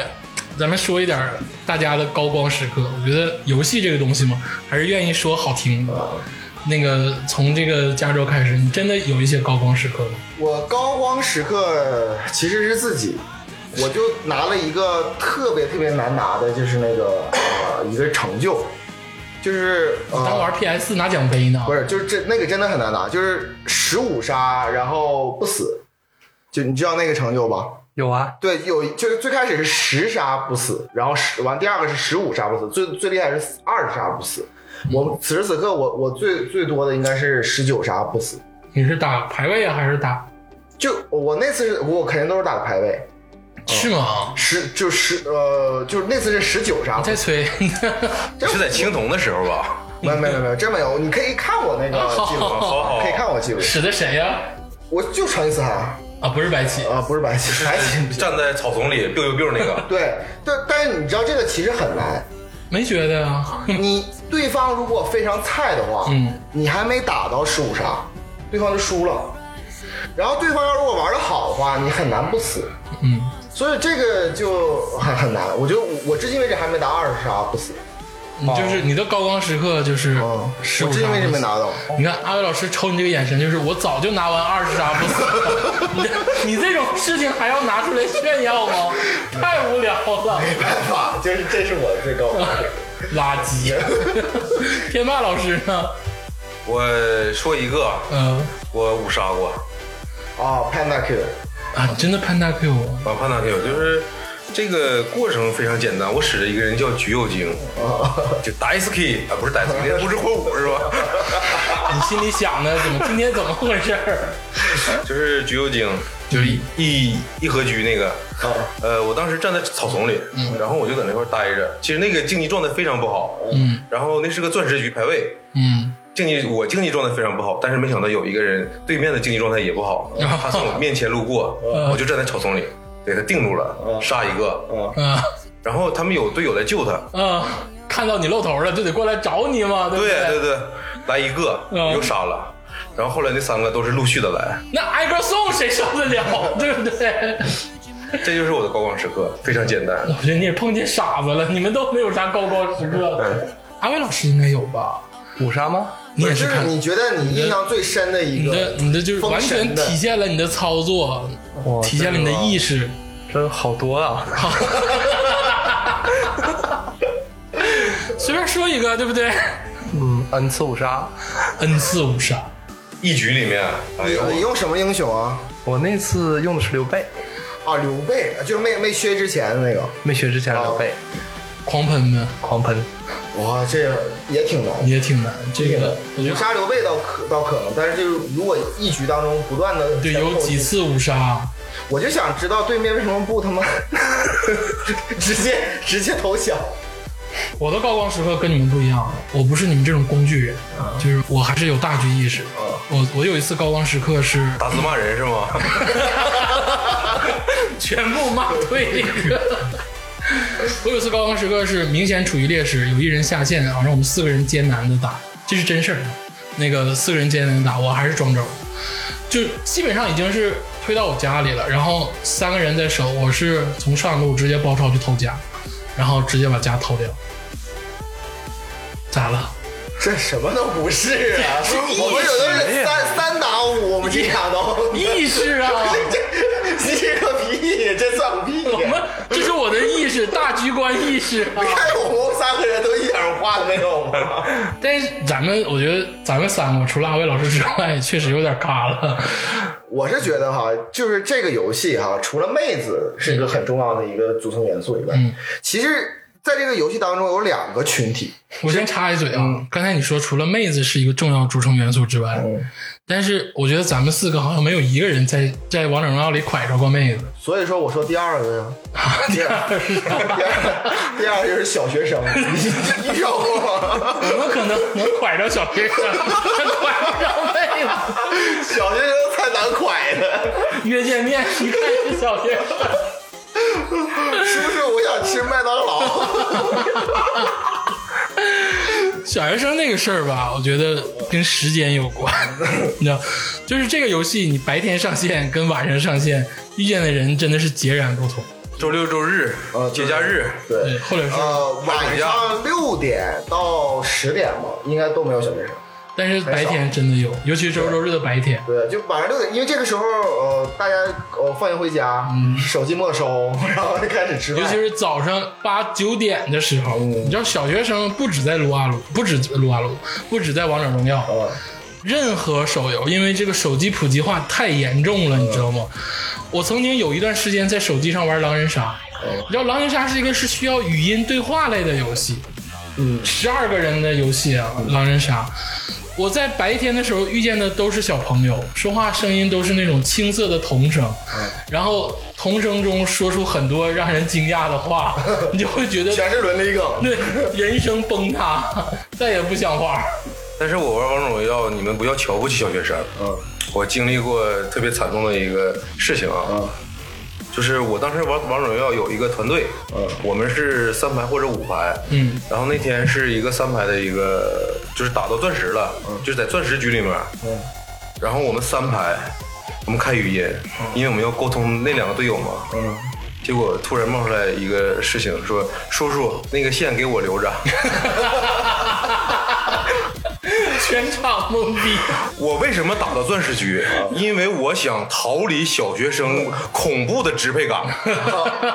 Speaker 6: 咱们说一点大家的高光时刻。我觉得游戏这个东西嘛，还是愿意说好听的。那个从这个加州开始，你真的有一些高光时刻吗？
Speaker 7: 我高光时刻其实是自己，我就拿了一个特别特别难拿的，就是那个、呃、一个成就，就是呃
Speaker 6: 当玩 PS 拿奖杯呢
Speaker 7: 不？是，就是这那个真的很难拿，就是十五杀然后不死，就你知道那个成就吧？
Speaker 8: 有啊，
Speaker 7: 对，有就是最开始是十杀不死，然后十完第二个是十五杀不死，最最厉害是二杀不死。我此时此刻我我最最多的应该是十九杀不死，
Speaker 6: 你是打排位啊，还是打？
Speaker 7: 就我那次是我肯定都是打的排位，
Speaker 6: 是吗？
Speaker 7: 十就十呃就是那次是十九杀
Speaker 6: 你，再催， [laughs]
Speaker 5: 你是在青铜的时候吧？
Speaker 7: 没有没有没有真没有，你可以看我那个记录，
Speaker 5: 哦好好好
Speaker 7: 可以看我记录，
Speaker 6: 使的谁呀、
Speaker 7: 我就穿一次寒
Speaker 6: 啊？不是白起，
Speaker 7: 啊，不是白起，白起。
Speaker 5: 站在草丛里 biu biu biu 那个，
Speaker 7: 对，但但是你知道这个其实很
Speaker 6: [laughs]
Speaker 7: 难，
Speaker 6: 没觉得啊。
Speaker 7: 你对方如果非常菜的话，
Speaker 6: 嗯，
Speaker 7: 你还没打到十五杀，对方就输了。然后对方要如果玩的好的话，你很难不死，
Speaker 6: 嗯，
Speaker 7: 所以这个就很很难。我觉得我我至今为止还没打二十杀不死，
Speaker 6: 你就是你的高光时刻就是
Speaker 7: 嗯，哦我
Speaker 6: 十
Speaker 7: 至
Speaker 6: 五杀
Speaker 7: 今为止没拿到。 [laughs]
Speaker 6: 你看阿伟老师瞅你这个眼神，就是我早就拿完二十杀不死了。你这你这种事情还要拿出来炫耀吗？太无聊了，
Speaker 7: 办法，就是这是我的最高峰。
Speaker 6: [laughs] 垃圾。 [laughs] 天霸老师呢？
Speaker 5: 我说一个，
Speaker 6: 嗯、
Speaker 5: 我五杀过，
Speaker 7: 啊，Panda Q，
Speaker 6: 啊，你真的潘大 Q 我
Speaker 5: 我判断挺有，就是这个过程非常简单。我使的一个人叫橘右京，
Speaker 7: 嗯
Speaker 5: 就 Daisuke 啊，不是 Daisuke，不是火舞是吧？ [laughs]
Speaker 6: 你心里想的怎么今天怎么回事儿？
Speaker 5: 就是橘右京，就是一一一盒橘那个。呃，我当时站在草丛里，然后我就在那块儿待着。其实那个竞技状态非常不好，
Speaker 6: 嗯
Speaker 5: 然后那是个钻石局排位，
Speaker 6: 嗯，
Speaker 5: 竞技我竞技状态非常不好，但是没想到有一个人对面的竞技状态也不好，他从我面前路过，我就站在草丛里给他定住了，杀一个，
Speaker 6: 啊
Speaker 5: 然后他们有队友来救他，
Speaker 6: 啊，看到你露头了就得过来找你嘛，对不
Speaker 5: 对对对，来一个
Speaker 6: 嗯
Speaker 5: 又杀了，然后后来那三个都是陆续的来，
Speaker 6: 那挨个送谁受得了，对不对？
Speaker 5: 这就是我的高光时刻，非常简单。
Speaker 6: 我觉得你也碰见傻子了，你们都没有啥高光时刻。阿伟老师应该有吧？
Speaker 8: 五杀吗？
Speaker 6: [laughs] 你也
Speaker 7: 就是是
Speaker 6: 看，
Speaker 7: 你觉得你印象最深的一
Speaker 6: 你
Speaker 7: 个，
Speaker 6: 的你的就是完全
Speaker 7: 封神的
Speaker 6: 体现了你的操作，
Speaker 8: 哇
Speaker 6: 体现了你的意识。
Speaker 8: 真好多啊！ [laughs]
Speaker 6: [laughs] 随便说一个，对不对
Speaker 8: 嗯，n 次五杀，
Speaker 6: ？N 次五杀，
Speaker 5: 一局里面，哎呦，
Speaker 7: 你你用什么英雄啊？
Speaker 8: 我那次用的是刘备，
Speaker 7: 啊，刘备，就是没没削之前的那个。
Speaker 8: 没学之前的刘备，
Speaker 6: 狂喷的
Speaker 8: 狂喷。
Speaker 7: 哇，这也挺难。
Speaker 6: 也挺难。这个我觉
Speaker 7: 五
Speaker 6: 得
Speaker 7: 杀刘备倒可倒可能，但是就是如果一局当中不断的
Speaker 6: 对，有几，次五杀，
Speaker 7: 我就想知道对面为什么不他妈 [laughs] 直接直接投降？
Speaker 6: 我的高光时刻跟你们不一样，我不是你们这种工具人，
Speaker 7: 嗯
Speaker 6: 就是我还是有大局意识。我我有一次高光时刻是
Speaker 5: 打字骂人是吗？
Speaker 6: 全部骂退那个。我有一次高光时刻是明显处于劣势，有一人下线，然后让我们四个人艰难的打，这是真事儿。那个四个人艰难的打，我还是庄周，就基本上已经是推到我家里了。然后三个人在守，我是从上路直接包抄去偷家，然后直接把家偷掉。咋了？
Speaker 7: 这什么都不是啊！我们有的
Speaker 8: 意识
Speaker 7: 人三三打五，我们这俩都
Speaker 6: 啊意识
Speaker 7: [laughs]
Speaker 6: 啊！
Speaker 7: 这这个屁，这算个屁
Speaker 6: 我
Speaker 7: 呀！
Speaker 6: 们这是我的意识，大局观意识啊！
Speaker 7: 看我们三个人都一点话都没有吗？
Speaker 6: 但是咱们，我觉得咱们三个除了阿威老师之外， [laughs] 确实有点咖了。
Speaker 7: 我是觉得哈，就是这个游戏哈，除了妹子是一个很重要的一个组成元素以外，其实在这个游戏当中有两个群体，
Speaker 6: 我先插一嘴啊，刚才你说除了妹子是一个重要组成元素之外，但是我觉得咱们四个好像没有一个人在在王者荣耀里拐着过妹子。
Speaker 7: 所以说我说第二个呀，第二个，第二 [laughs] 个，第二个就是小学生，你你找过吗？
Speaker 6: 怎么可能能拐着小学生， [laughs] 拐不着妹子？
Speaker 7: 小学生才难拐呢，
Speaker 6: 约见面一看是小学生，
Speaker 7: 是不是？我想吃麦当劳，
Speaker 6: 小学生那个事儿吧，我觉得跟时间有关， [laughs] 你知道，就是这个游戏你白天上线跟晚上上线遇见的人真的是截然不同。
Speaker 5: 周六周日
Speaker 7: 啊，
Speaker 5: 呃节假日，
Speaker 6: 对，
Speaker 7: 对。
Speaker 6: 或者是
Speaker 7: 呃，晚上六点到十点吧，应该都没有小学生。
Speaker 6: 但是白天真的有，尤其是周六周日的白天。
Speaker 7: 对，就晚上六点，因为这个时候呃，大家呃放学回家，手机没收， [laughs] 然后就开始吃
Speaker 6: 嗯
Speaker 7: 饭。
Speaker 6: 尤其是早上八九点的时候，你知道小学生不止在撸啊撸，不止撸啊撸，不止在王者荣耀，
Speaker 7: 呃，
Speaker 6: 任何手游，因为这个手机普及化太严重了，你知道吗？我曾经有一段时间在手机上玩狼人杀，你知道狼人杀是一个是需要语音对话类的游戏，
Speaker 7: 嗯
Speaker 6: 十二个人的游戏啊，狼人杀。我在白天的时候遇见的都是小朋友，说话声音都是那种青涩的童声，然后童声中说出很多让人惊讶的话，你就会觉得
Speaker 7: 全是伦理梗。
Speaker 6: 对人生崩塌，再也不想玩儿。
Speaker 5: 但是我玩王者荣耀，你们不要瞧不起小学生。
Speaker 7: 嗯，
Speaker 5: 我经历过特别惨痛的一个事情啊，
Speaker 7: 嗯
Speaker 5: 就是我当时玩王者荣耀有一个团队，
Speaker 7: 嗯
Speaker 5: 我们是三排或者五排，
Speaker 6: 嗯，
Speaker 5: 然后那天是一个三排的一个，就是打到钻石了，就是在钻石局里面，
Speaker 7: 嗯，
Speaker 5: 然后我们三排，我们开语音，因为我们要沟通那两个队友嘛，
Speaker 7: 嗯，
Speaker 5: 结果突然冒出来一个事情，说叔叔那个线给我留
Speaker 7: [laughs]
Speaker 5: 着，
Speaker 6: [laughs] 全场懵逼。
Speaker 5: 我为什么打到钻石局？因为我想逃离小学生恐怖的支配 [laughs] 感。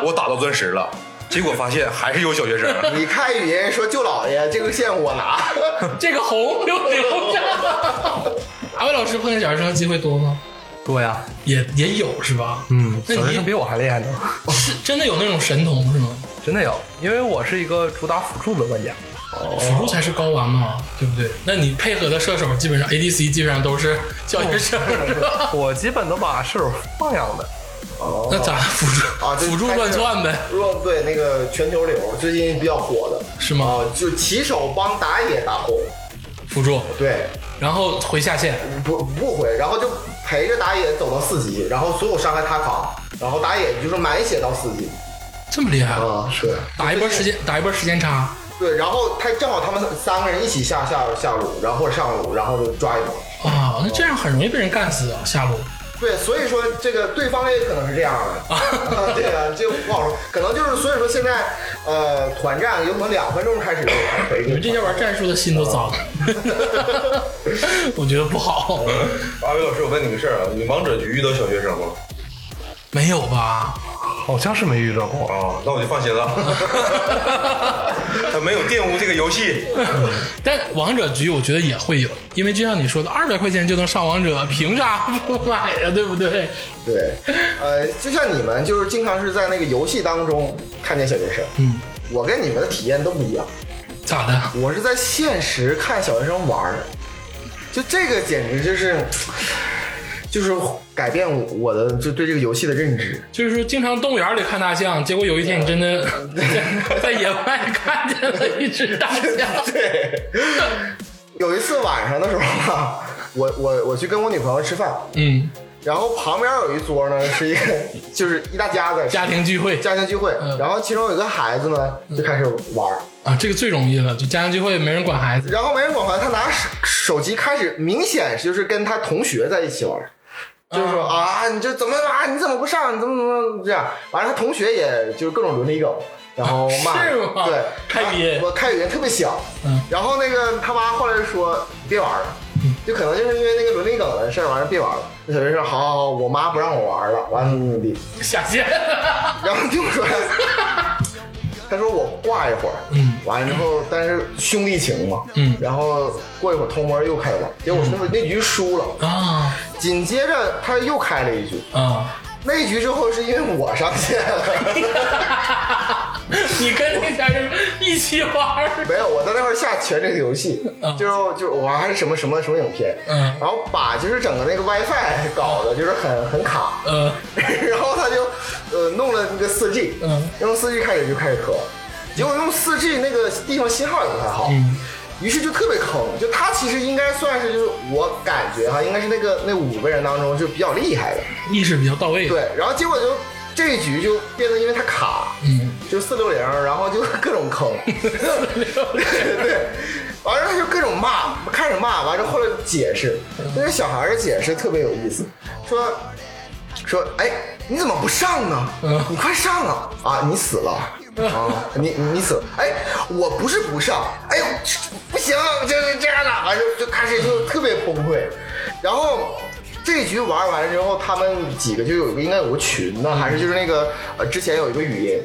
Speaker 5: 我打到钻石了，结果发现还是有小学生。
Speaker 7: 你看语音说舅老爷这个线我拿，
Speaker 6: [laughs] 这个红就留着。阿伟老师碰见小学生的机会多吗？
Speaker 8: 多呀，
Speaker 6: 也也有是吧？
Speaker 8: 啊嗯，
Speaker 6: 那
Speaker 8: 小学
Speaker 6: 你
Speaker 8: 生比我还厉害呢，
Speaker 6: 是真的有那种神童是吗？
Speaker 8: 真的有，因为我是一个主打辅助的玩家，
Speaker 6: 辅助才是高玩嘛，对不对？那你配合的射手基本上 ADC 基本上都是小学生，
Speaker 8: 我基本都把射手放养的，
Speaker 6: [laughs] 那咋辅助
Speaker 7: 哦啊这
Speaker 6: 辅助乱窜呗，
Speaker 7: 若对那个全球流最近比较火的
Speaker 6: 是吗？
Speaker 7: 啊，就骑手帮打野打红，
Speaker 6: 辅助，
Speaker 7: 对，
Speaker 6: 然后回下线，
Speaker 7: 不不回，然后就陪着打野走到四级，然后所有伤害他扛，然后打野就是满血到四级
Speaker 6: 这么厉害，
Speaker 7: 啊，是
Speaker 6: 打一波时间打一波时间差，
Speaker 7: 对，然后他正好他们三个人一起下下下路，然后或者上路，然后就抓一波。
Speaker 6: 啊，那这样很容易被人干死啊，下路。
Speaker 7: 对，所以说这个对方也可能是这样
Speaker 6: [laughs]
Speaker 7: 的，啊对啊，这不好说，可能就是所以说现在呃团战有可能两分钟开始就可以。
Speaker 6: 你们这些玩战术的心都脏，
Speaker 7: [laughs]
Speaker 6: 我觉得不好，
Speaker 5: [laughs] 阿伟老师，我问你个事儿啊，你王者局遇到小学生吗？
Speaker 6: 没有吧？
Speaker 8: 好像是没遇到过。
Speaker 5: 啊，那我就放心了， [laughs] 他没有玷污这个游戏。
Speaker 6: 但王者局我觉得也会有，因为就像你说的，二百块钱就能上王者，凭啥不买呀？对不对？
Speaker 7: 对，呃，就像你们就是经常是在那个游戏当中看见小学生，
Speaker 6: 嗯，
Speaker 7: 我跟你们的体验都不一样，
Speaker 6: 咋的？
Speaker 7: 我是在现实看小学生玩儿，就这个简直就是，就是改变我的就对这个游戏的认知。
Speaker 6: 就是说经常动物园里看大象，结果有一天你真
Speaker 7: [laughs]
Speaker 6: 的在在野外看见了一只大象，
Speaker 7: [laughs] 对，有一次晚上的时候啊，我我我去跟我女朋友吃饭，
Speaker 6: 嗯，
Speaker 7: 然后旁边有一桌呢是一个就是一大家子
Speaker 6: 家庭聚会
Speaker 7: 家庭聚会，
Speaker 6: 嗯
Speaker 7: 然后其中有一个孩子呢就开始玩儿，
Speaker 6: 啊，这个最容易了，就家庭聚会没人管孩子，
Speaker 7: 然后没人管，他拿手手机开始明显就是跟他同学在一起玩。就是
Speaker 6: 嗯
Speaker 7: 说啊，你这怎么啊？你怎么不上？你怎么怎么怎么这样？完了，他同学也就是各种伦理梗，然后
Speaker 6: [laughs]
Speaker 7: 骂。
Speaker 6: 是吗
Speaker 7: 对，啊
Speaker 6: 开语音
Speaker 7: 我开语音特别响。
Speaker 6: 嗯
Speaker 7: 然后那个他妈后来就说别玩了，就可能就是因为那个伦理梗的事儿，完了别玩了。那小学生说好好好，我妈不让我玩了，完了怎么
Speaker 6: [laughs]
Speaker 7: 怎么地。
Speaker 6: 下线。
Speaker 7: 然后就说，他说我挂一会儿，
Speaker 6: 嗯，
Speaker 7: 完了之后，但是兄弟情嘛，
Speaker 6: 嗯
Speaker 7: 然后过一会儿偷摸又开玩，结果那么那局输了，
Speaker 6: 啊
Speaker 7: 紧接着他又开了一局，
Speaker 6: 啊！
Speaker 7: [laughs] 那局之后是因为我上线了。
Speaker 6: [laughs] 你跟那家人一起玩儿
Speaker 7: 没有，我在那块儿下全这个游戏，
Speaker 6: 嗯
Speaker 7: 就是就是我还是什么什么什么影片，
Speaker 6: 嗯
Speaker 7: 然后把就是整个那个 WiFi 搞的就是很很卡，
Speaker 6: 呃，
Speaker 7: [laughs] 然后他就呃弄了那个四 G，
Speaker 6: 嗯
Speaker 7: 用四 G 开始就开始磕，结果用四 G 那个地方信号也不太好，
Speaker 6: 嗯
Speaker 7: 于是就特别坑。就他其实应该算是就是我感觉哈，应该是那个那五个人当中就比较厉害的，
Speaker 6: 意识比较到位。，
Speaker 7: 对。然后结果就这一局就变得因为他卡，
Speaker 6: 嗯，
Speaker 7: 就四六零，然后就各种坑， [laughs] 对，完了他就各种骂，开始骂，完了后来解释，那个小孩儿的解释特别有意思，说说哎你怎么不上呢
Speaker 6: 嗯？
Speaker 7: 你快上啊！啊你死了。啊，你你你死了！哎，我不是不上，哎呦，不行，就是这样的，完就就开始就特别崩溃。然后这局玩完之后，他们几个就有一个应该有个群呢，还是就是那个呃之前有一个语音，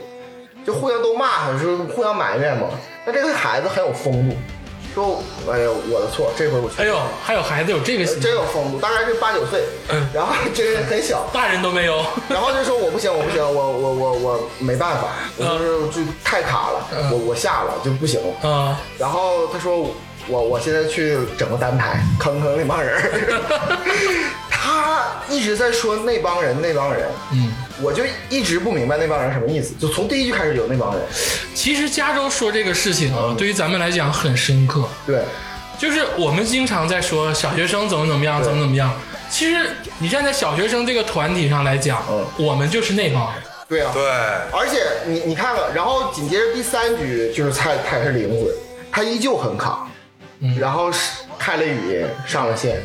Speaker 7: 就互相都骂，就是互相埋怨嘛。那这个孩子很有风度，说哎呀我的错，这回我去。
Speaker 6: 哎呦，还有孩子有这个心，
Speaker 7: 真有风度，当然是八九岁，
Speaker 6: 嗯
Speaker 7: 然后真是很小，
Speaker 6: 大人都没有。
Speaker 7: [laughs] 然后就说我不行，我不行，我我我我没办法，我就是就太卡了，我我下了就不行了。
Speaker 6: 啊、
Speaker 7: 然后他说我我现在去整个单排，坑坑那帮人儿。他一直在说那帮人那帮人，嗯，我就一直不明白那帮人什么意思，就从第一句开始有那帮人，
Speaker 6: 其实加州说这个事情啊，对于咱们来讲很深刻，
Speaker 7: 对
Speaker 6: 就是我们经常在说小学生怎么怎么样，
Speaker 7: 对
Speaker 6: 怎么怎么样。其实你站在小学生这个团体上来讲，
Speaker 7: 嗯
Speaker 6: 我们就是那帮人。
Speaker 7: 对啊，
Speaker 5: 对，
Speaker 7: 而且你你看看，然后紧接着第三局就是蔡蔡是灵魂，他依旧很卡，然后是开了语音上了线，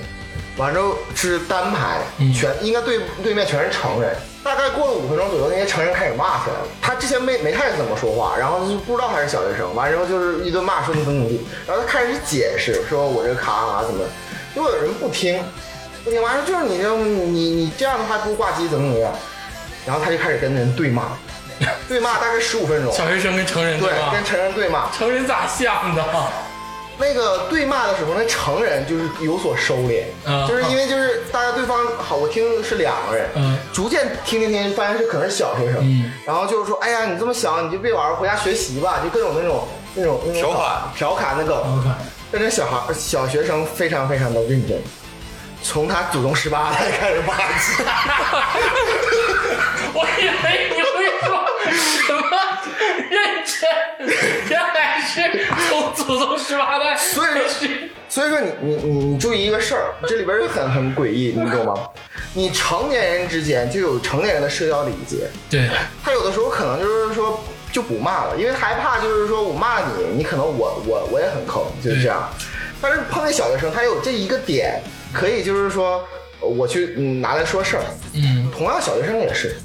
Speaker 7: 完之后是单排，全应该对对面全是成人。大概过了五分钟左右，那些成人开始骂起来了。他之前没没太怎么说话，然后就不知道他是小学生，完之后就是一顿骂，说你怎么怎么地，然后他开始解释，说我这个卡啊怎么，因为有人不听，不听完了就是你这你你这样的话不挂机怎么怎么样，然后他就开始跟人
Speaker 6: [laughs]
Speaker 7: 对骂，对骂大概十五分钟，
Speaker 6: 小学生跟成人
Speaker 7: 对，
Speaker 6: 吧
Speaker 7: 跟？成人对骂。
Speaker 6: 成人咋想的？
Speaker 7: 那个对骂的时候，那成人就是有所收敛，
Speaker 6: 嗯
Speaker 7: 就是因为就是大家对方好，我听是两个人，
Speaker 6: 嗯
Speaker 7: 逐渐听听听，发现是可能是小学生，然后就是说，哎呀，你这么小你就别玩了，回家学习吧，就各种那种那种那种
Speaker 5: 调侃
Speaker 7: 调侃那个，
Speaker 6: 调侃
Speaker 7: 但是小孩小学生非常非常的认真，从他祖宗十八代开始骂
Speaker 6: [laughs]
Speaker 7: 起。
Speaker 6: 我以为你会说什么认真，原来是从祖宗十八代
Speaker 7: 所以
Speaker 6: 开
Speaker 7: 说
Speaker 6: 始。，
Speaker 7: 所以说你你你你注意一个事儿，这里边儿很很诡异，你懂吗？你成年人之间就有成年人的社交礼节，
Speaker 6: 对，
Speaker 7: 他有的时候可能就是说就不骂了，因为害怕就是说我骂你，你可能我我我也很坑，就是这样。但是碰见小学生，他有这一个点，可以就是说呃我去嗯拿来说事儿。
Speaker 6: 嗯，
Speaker 7: 同样，小学生也是，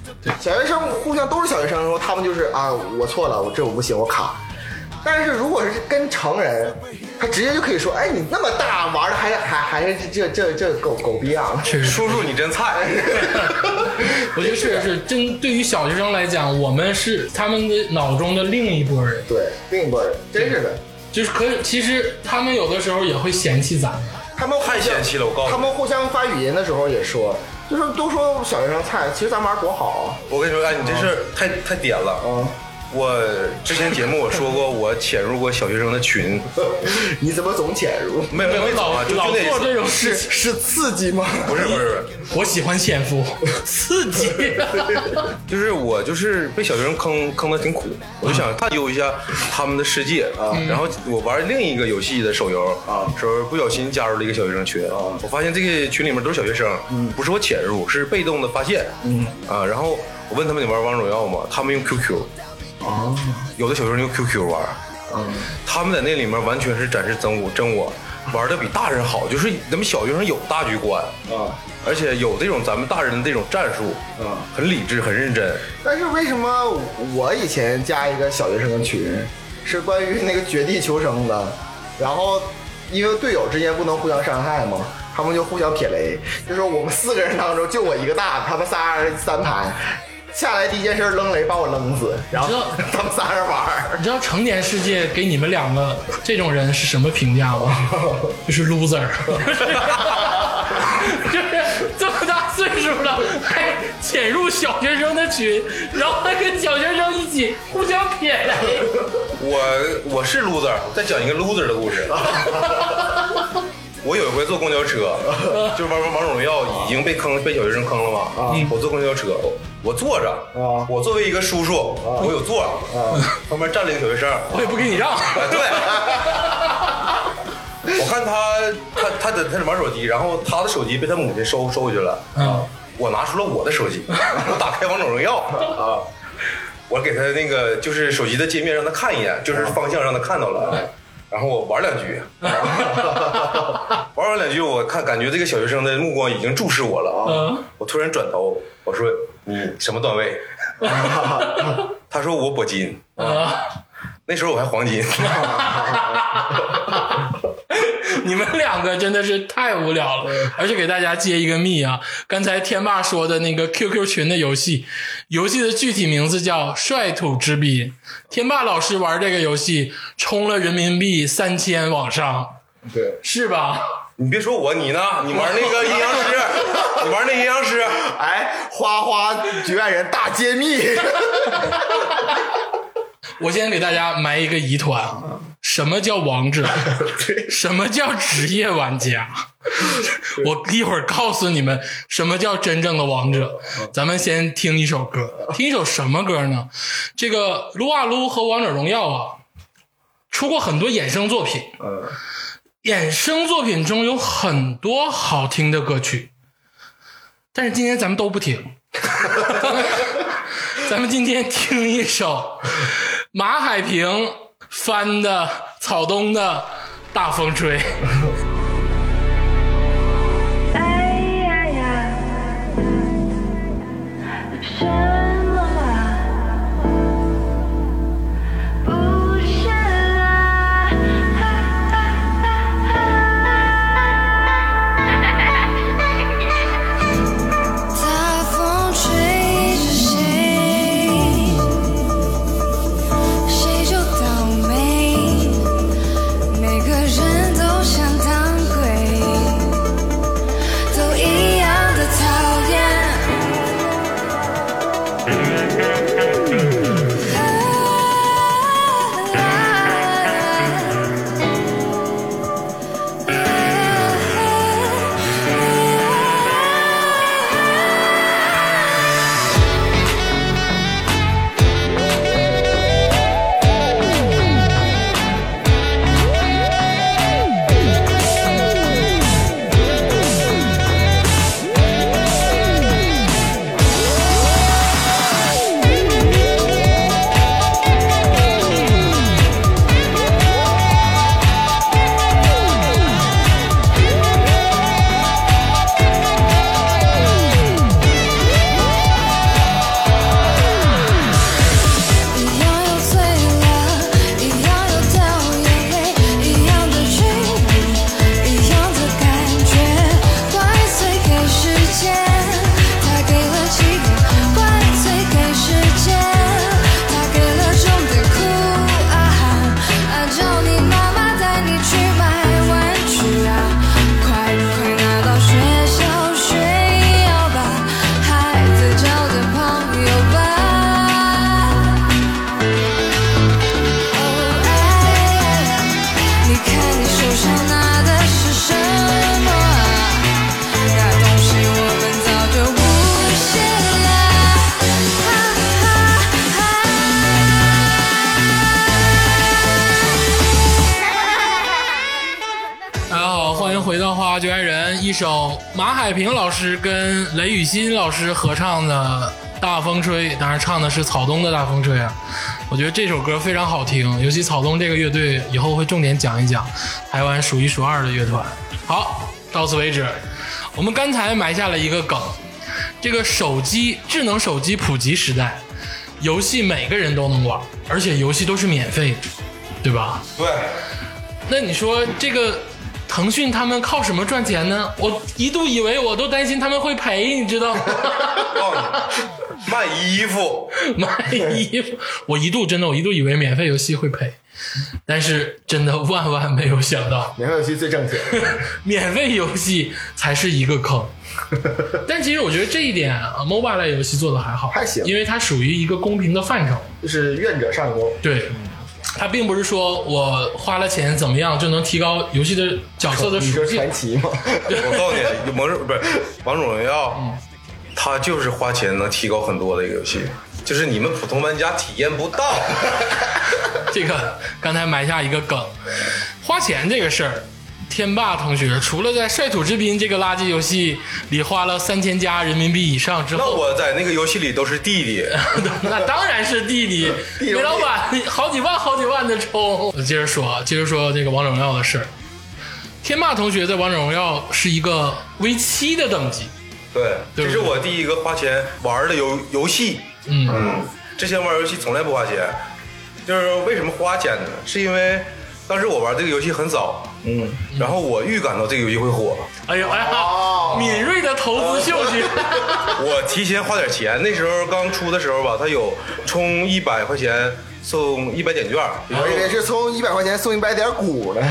Speaker 7: 小学生互相都是小学生的时候，他们就是啊，我错了，我这我不行，我卡。但是如果是跟成人，他直接就可以说，哎，你那么大玩的还还还是这这这狗狗逼啊样，
Speaker 6: 确实。
Speaker 5: 叔叔你真菜， [laughs]
Speaker 6: 我觉得确实是真。对于小学生来讲，我们是他们的脑中的另一拨人，
Speaker 7: 对，另一拨人，真是的，
Speaker 6: 就是可其实他们有的时候也会嫌弃咱们。
Speaker 7: 他们互相
Speaker 5: 太嫌弃了我告诉你
Speaker 7: 他们互相发语音的时候也说，就是都说小学生菜，其实咱玩多好
Speaker 5: 我跟你说，哎，你这事儿太太点了。
Speaker 7: 啊，啊，
Speaker 5: 我之前节目我说过，我潜入过小学生的群，
Speaker 7: [laughs] 你怎么总潜入？
Speaker 5: 没有没有没有
Speaker 6: 老
Speaker 5: 啊，就就
Speaker 6: 老
Speaker 5: 那
Speaker 6: 做这
Speaker 5: 次，
Speaker 6: 种事，
Speaker 7: 是刺激吗？
Speaker 5: 不是不是不是，
Speaker 6: 我喜欢潜伏，刺 [laughs] 激。
Speaker 5: 就是我就是被小学生坑坑的挺苦，我就想探究一下他们的世界啊。然后我玩另一个游戏的手游
Speaker 7: 啊
Speaker 5: 时候不小心加入了一个小学生群啊，我发现这个群里面都是小学生，不是我潜入，是被动的发现，嗯啊，然后我问他们你玩王者荣耀吗？他们用 QQ，有的小学生用 QQ 玩，他们在那里面完全是展示真我真我，玩的比大人好，就是咱们小学生有大局观
Speaker 7: [laughs] 啊，
Speaker 5: 而且有这种咱们大人的这种战术，
Speaker 7: 啊，
Speaker 5: 很理智，很认真。
Speaker 7: 但是为什么我以前加一个小学生的群，是关于那个绝地求生的，然后因为队友之间不能互相伤害嘛，他们就互相撇雷，就是我们四个人当中就我一个大，他们仨人三排。下来第一件事扔雷把我扔死，然后
Speaker 6: 你知道
Speaker 7: 他们仨人玩儿
Speaker 6: 你知道成年世界给你们两个这种人是什么评价 [laughs] 吗？就是 [laughs] loser，就是这么大岁数了还潜入小学生的群，然后还跟小学生一起互相撇雷。
Speaker 5: 我我是 loser，再讲一个 loser 的故
Speaker 7: [laughs]
Speaker 5: 事。我有一回坐公交
Speaker 7: [laughs]
Speaker 5: 车，就是玩玩王者荣耀已经被坑被小学生坑了嘛。我坐公交车，我坐着，
Speaker 7: 啊
Speaker 5: 我作为一个叔叔，我有座，旁边站了一个小学
Speaker 7: [laughs]
Speaker 5: 生，
Speaker 6: 我也不给你让。
Speaker 5: 哎，对。我看他，他他在他在玩手机，然后他的手机被他母亲收收回去了。
Speaker 6: 嗯，
Speaker 5: 我拿出了我的手机， [laughs] 我打开王者荣耀啊，我给他那个就是手机的界面让他看一眼，就是方向让他看到了，啊然后我玩两局，玩完两局我看感觉这个小学生的目光已经注视我了啊
Speaker 6: 嗯，
Speaker 5: 我突然转头我说你什么段位？他说我铂金，
Speaker 6: 啊，
Speaker 5: 那时候我还黄金，
Speaker 6: [laughs] 你们两个真的是太无聊了，而且给大家揭一个密啊！刚才天霸说的那个 QQ 群的游戏，游戏的具体名字叫《率土之滨》。天霸老师玩这个游戏，充了人民币三千往上，
Speaker 7: 对，
Speaker 6: 是吧？
Speaker 5: 你别说我，你呢？你玩那个阴阳师，你玩那阴阳师，
Speaker 7: 哎，花花局外人大揭 [laughs] 秘，
Speaker 6: 我先给大家埋一个疑团啊：什么叫王者？什么叫职业玩家？我一会儿告诉你们什么叫真正的王者。咱们先听一首歌，听一首什么歌呢？这个撸啊撸和王者荣耀啊，出过很多衍生作品。
Speaker 7: 嗯，
Speaker 6: 衍生作品中有很多好听的歌曲，但是今天咱们都不听。 [laughs] 咱们今天听一首马海平翻的草东的《大风吹》。
Speaker 2: 哎呀呀，什么啊？不是啊！哈哈哈哈哈！
Speaker 9: 大风吹着谁，谁就倒霉。每个人都想当鬼，都一样的讨厌。一样又醉了，一样又掉眼泪，一样的距离，一样的感觉。怪罪给时间，他给了起点；怪罪给时间，他给了终点。哭啊！啊，叫你妈妈带你去买玩具啊！快快拿到学校炫耀吧，孩子交点朋友吧。哦哎，你看你手上拿的是什么啊？那东西我们早就不屑了，哈哈
Speaker 6: 大家好，欢迎回到《花花局爱人》，一首马海平老师跟雷雨欣老师合唱的《大风吹》，当然唱的是草东的《大风吹》啊。我觉得这首歌非常好听，尤其草东这个乐队，以后会重点讲一讲台湾数一数二的乐团。好，到此为止。我们刚才埋下了一个梗，这个手机智能手机普及时代，游戏每个人都能玩，而且游戏都是免费的，对吧？
Speaker 5: 对，
Speaker 6: 那你说这个腾讯他们靠什么赚钱呢？我一度以为我都担心他们会赔，你知道吗？
Speaker 5: 告诉你，卖衣服，
Speaker 6: [laughs] 买衣服，我一度真的我一度以为免费游戏会赔，但是真的万万没有想到， [laughs]
Speaker 7: 免费游戏最挣钱，
Speaker 6: 免费游戏才是一个坑。但其实我觉得这一点啊，MOBA 类游戏做的还好，
Speaker 7: 还行
Speaker 6: 因为它属于一个公平的范畴。
Speaker 7: [laughs] 就是愿者上钩。
Speaker 6: 对，它并不是说我花了钱怎么样就能提高游戏的角色的
Speaker 7: 你
Speaker 6: 属
Speaker 7: 说
Speaker 6: 性
Speaker 7: 传。奇吗？
Speaker 5: [laughs] 我告诉你，王者不是王者荣耀，它就是花钱能提高很多的一个游戏，就是你们普通玩家体验不到。 [laughs]
Speaker 6: [laughs] 这个刚才埋下一个梗，花钱这个事儿，天霸同学除了在《率土之滨》这个垃圾游戏里花了三千加人民币以上之
Speaker 5: 那
Speaker 6: 后，
Speaker 5: 我在那个游戏里都是弟弟，
Speaker 6: [laughs] 那当然是弟弟，
Speaker 7: 弟
Speaker 6: 煤老板好几万好几万的充。我接着说啊，接着说这个王者荣耀的事儿。天霸同学在王者荣耀是一个 V 七的等级，
Speaker 5: 对，
Speaker 6: 对
Speaker 5: 这是我第一个花钱玩的游游戏。
Speaker 6: 嗯
Speaker 5: 嗯，之前玩游戏从来不花钱，就是说为什么花钱呢？是因为当时我玩这个游戏很早，嗯，然后我预感到这个游戏会火，
Speaker 6: 哎呦哎呀，敏锐的投资嗅觉，
Speaker 5: 我提前花点钱，那时候刚出的时候吧，它有充一百块钱送一百点券，
Speaker 7: [laughs] 我以为是充一百块钱送一百点股 [laughs] 呢。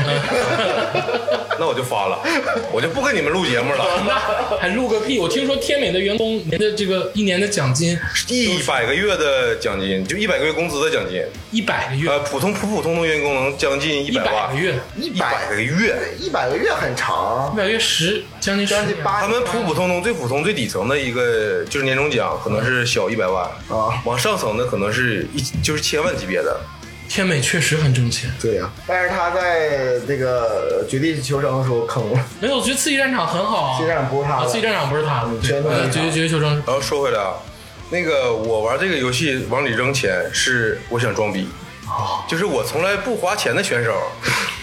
Speaker 5: 那我就发了， [laughs] 我就不跟你们录节目了。
Speaker 6: [laughs] 那还录个屁！我听说天美的员工年的这个一年的奖金
Speaker 5: 一百个月的奖金，就一百个月工资的奖金，
Speaker 6: 一百个月，
Speaker 5: 呃，普通普普通通员工能将近一
Speaker 6: 一
Speaker 5: 百
Speaker 6: 百
Speaker 5: 万
Speaker 6: 个，月，
Speaker 5: 一百个月。
Speaker 7: 一百个月很长
Speaker 6: 一，百个月十将近十
Speaker 7: 将
Speaker 6: 年
Speaker 7: 近八
Speaker 5: 他们普普通通、最普通、最底层的一个就是年终奖，可能是小一百万
Speaker 7: 啊
Speaker 5: 往上层的可能是一就是千万级别的。
Speaker 6: 天美确实很挣钱。
Speaker 7: 对呀、但是他在这个绝地求生的时候 [laughs] 坑了，
Speaker 6: 没哎有，我觉得刺激战场很好啊。
Speaker 7: 这样不是他
Speaker 6: 啊，
Speaker 7: 的。嗯
Speaker 6: 刺激战场不是他的，对
Speaker 7: 真的
Speaker 6: 呃
Speaker 7: 没
Speaker 6: 绝
Speaker 7: 他
Speaker 6: 绝绝求生
Speaker 5: 然后说回来啊，那个我玩这个游戏往里扔钱是我想装逼，
Speaker 6: 哦
Speaker 5: 就是我从来不花钱的选手，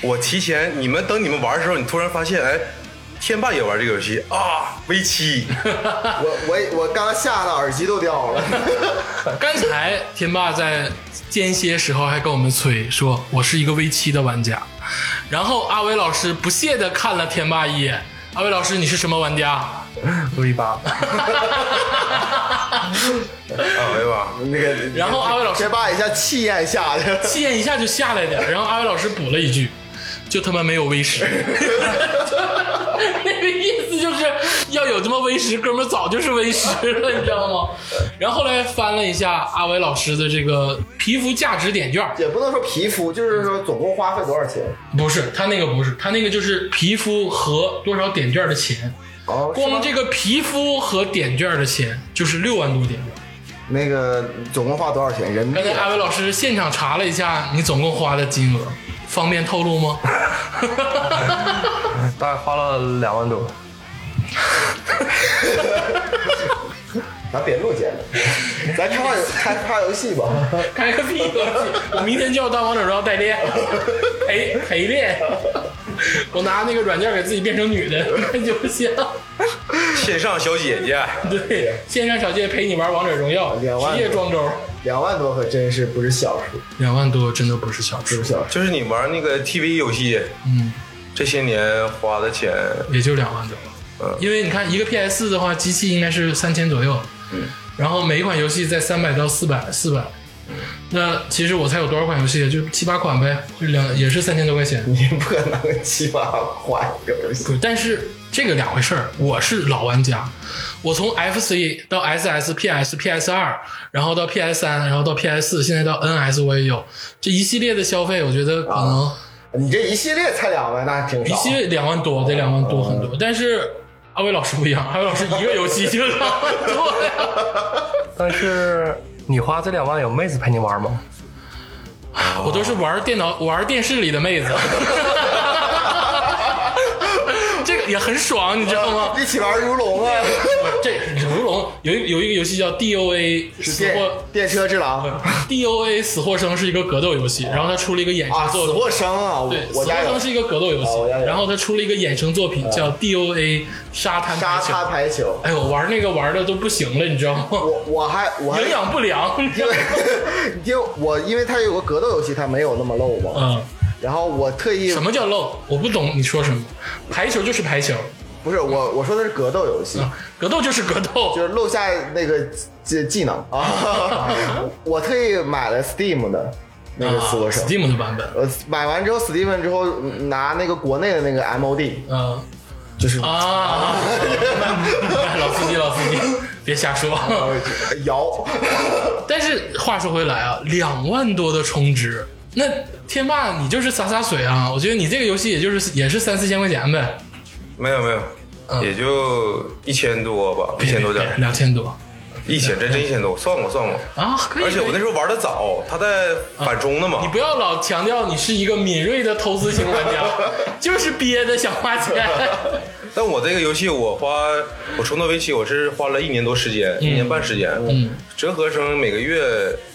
Speaker 5: 我提前你们等你们玩的时候，你突然发现哎。天霸也玩这个游戏啊，V 七，
Speaker 7: 我我我刚吓得耳机都掉了。
Speaker 6: 刚才天霸在间歇时候还跟我们催说，我是一个 V 七的玩家。然后阿伟老师不屑的看了天霸一眼，阿伟老师你是什么玩家？
Speaker 8: 路易八，
Speaker 5: 啊，没吧？
Speaker 7: [laughs] 那 [laughs] 个，
Speaker 6: 然后阿伟老师
Speaker 7: 先把一下气焰吓的，
Speaker 6: 气焰一下就下来了。然后阿伟老师补了一句：“就他妈没有 V 十。” [laughs] 那个意思就是要有他妈 V 十，哥们儿早就是 V 十了，你知道吗？然后后来翻了一下阿伟老师的这个皮肤价值点券，
Speaker 7: 也不能说皮肤，就是说总共花费多少钱。
Speaker 6: 不是他那个不是他那个就是皮肤和多少点券的钱，
Speaker 7: 哦，是吗
Speaker 6: 光这个皮肤和点券的钱就是六万多点券。
Speaker 7: 那个总共花多少钱？人民
Speaker 6: 刚
Speaker 7: 币啊
Speaker 6: 才阿伟老师现场查了一下你总共花的金额，方便透露吗？
Speaker 8: 大概花了两万多。
Speaker 7: 咱别录节
Speaker 6: [laughs]
Speaker 7: 目，咱开发游开发游戏吧。
Speaker 6: 开个屁关系！我明天就要当王者荣耀代
Speaker 7: [laughs]
Speaker 6: 练，陪陪练。 [laughs] 我拿那个软件给自己变成女的， [laughs] 那就
Speaker 7: [laughs]
Speaker 6: 像
Speaker 5: 线上小姐姐，
Speaker 6: 对线上小姐陪你玩王者荣耀，
Speaker 7: 两万
Speaker 6: 职业庄周，
Speaker 7: 两万多可真是不是小数，
Speaker 6: 两万多真的不是小
Speaker 7: 不
Speaker 6: 数
Speaker 7: 是，小数。
Speaker 5: 就是你玩那个 TV 游戏，
Speaker 6: 嗯，
Speaker 5: 这些年花的钱，
Speaker 6: 也就两万多
Speaker 5: 嗯。
Speaker 6: 因为你看一个 PS 的话，机器应该是三千左右，
Speaker 7: 嗯
Speaker 6: 然后每一款游戏在三百到四百四百。
Speaker 7: 嗯
Speaker 6: 那其实我才有多少款游戏，就七八款呗，就两也是三千多块钱。
Speaker 7: 你不可能七八花一个游戏，
Speaker 6: 不，但是这个两回事儿。我是老玩家，我从 FC 到 SS、PS、PS 二，然后到 PS 三，然后到 PS 四，现在到 NS 我也有。这一系列的消费，我觉得可能
Speaker 7: 你这一系列才两万，那还挺
Speaker 6: 一
Speaker 7: 少。啊
Speaker 6: 系列两万多，得两万多很多。但是阿伟老师不一样，阿伟老师一个游戏就两万多呀。
Speaker 8: 但是你花这两万有妹子陪你玩吗？
Speaker 6: 我都是玩电脑、玩电视里的妹子，这个也很爽，你知道吗？
Speaker 7: 一起玩如
Speaker 6: [laughs]
Speaker 7: 龙啊，
Speaker 6: 这如龙有一有一个游戏叫 DOA 死嗯
Speaker 7: 电
Speaker 6: 或
Speaker 7: 电车之狼
Speaker 6: [laughs] DOA 死或生是一个格斗游戏，然后它出了一个衍
Speaker 7: 啊，
Speaker 6: 生
Speaker 7: 死
Speaker 6: 作品。
Speaker 7: 或生啊，我
Speaker 6: 对，死
Speaker 7: 我
Speaker 6: 或
Speaker 7: 家有
Speaker 6: 生是一个格斗游
Speaker 7: 啊我
Speaker 6: 戏
Speaker 7: 家，有嗯
Speaker 6: 然后它出了一个衍生作品叫 DOA 沙滩
Speaker 7: 沙
Speaker 6: 排球。
Speaker 7: 滩排球，
Speaker 6: 哎呦，玩那个玩的都不行了，你知道吗？
Speaker 7: 我我还我还
Speaker 6: 营养不良。你知
Speaker 7: [laughs] 因
Speaker 6: 道
Speaker 7: 为
Speaker 6: 吗
Speaker 7: 因为我因为它有个格斗游戏，它没有那么露嘛。
Speaker 6: 嗯，
Speaker 7: 然后我特意
Speaker 6: 什么叫漏？我不懂你说什么。排球就是排球，啊
Speaker 7: 不是我我说的是格斗游戏，
Speaker 6: 格斗就是格斗啊
Speaker 7: 就。是露下那个技技能啊。我特意买了 Steam 的那个死
Speaker 6: 啊
Speaker 7: 活生，
Speaker 6: Steam 的版本。
Speaker 7: 呃，买完之后 Steam 之后嗯拿那个国内的那个 MOD，
Speaker 6: 嗯
Speaker 7: 就是 [laughs]
Speaker 6: 啊，老司机，老司机，别瞎说。
Speaker 7: 啊 [laughs] 摇。
Speaker 6: 但是话说回来啊，两万多的充值，那天霸你就是洒洒水啊！我觉得你这个游戏也就是也是三四千块钱呗，
Speaker 5: 没有没有，
Speaker 6: 嗯
Speaker 5: 也就一千多吧，一千多点儿，
Speaker 6: 两千多
Speaker 5: 一千真真一千多，算过算过。
Speaker 6: 啊，可以。
Speaker 5: 而且我那时候玩的早，他在反中呢嘛
Speaker 6: 啊你，不要老强调你是一个敏锐的投资型玩
Speaker 5: [laughs]
Speaker 6: 家，就是憋的想花钱。
Speaker 5: 但我这个游戏我花我重到微期，我是花了一年多时间，
Speaker 6: 嗯
Speaker 5: 一年半时间，折合成每个月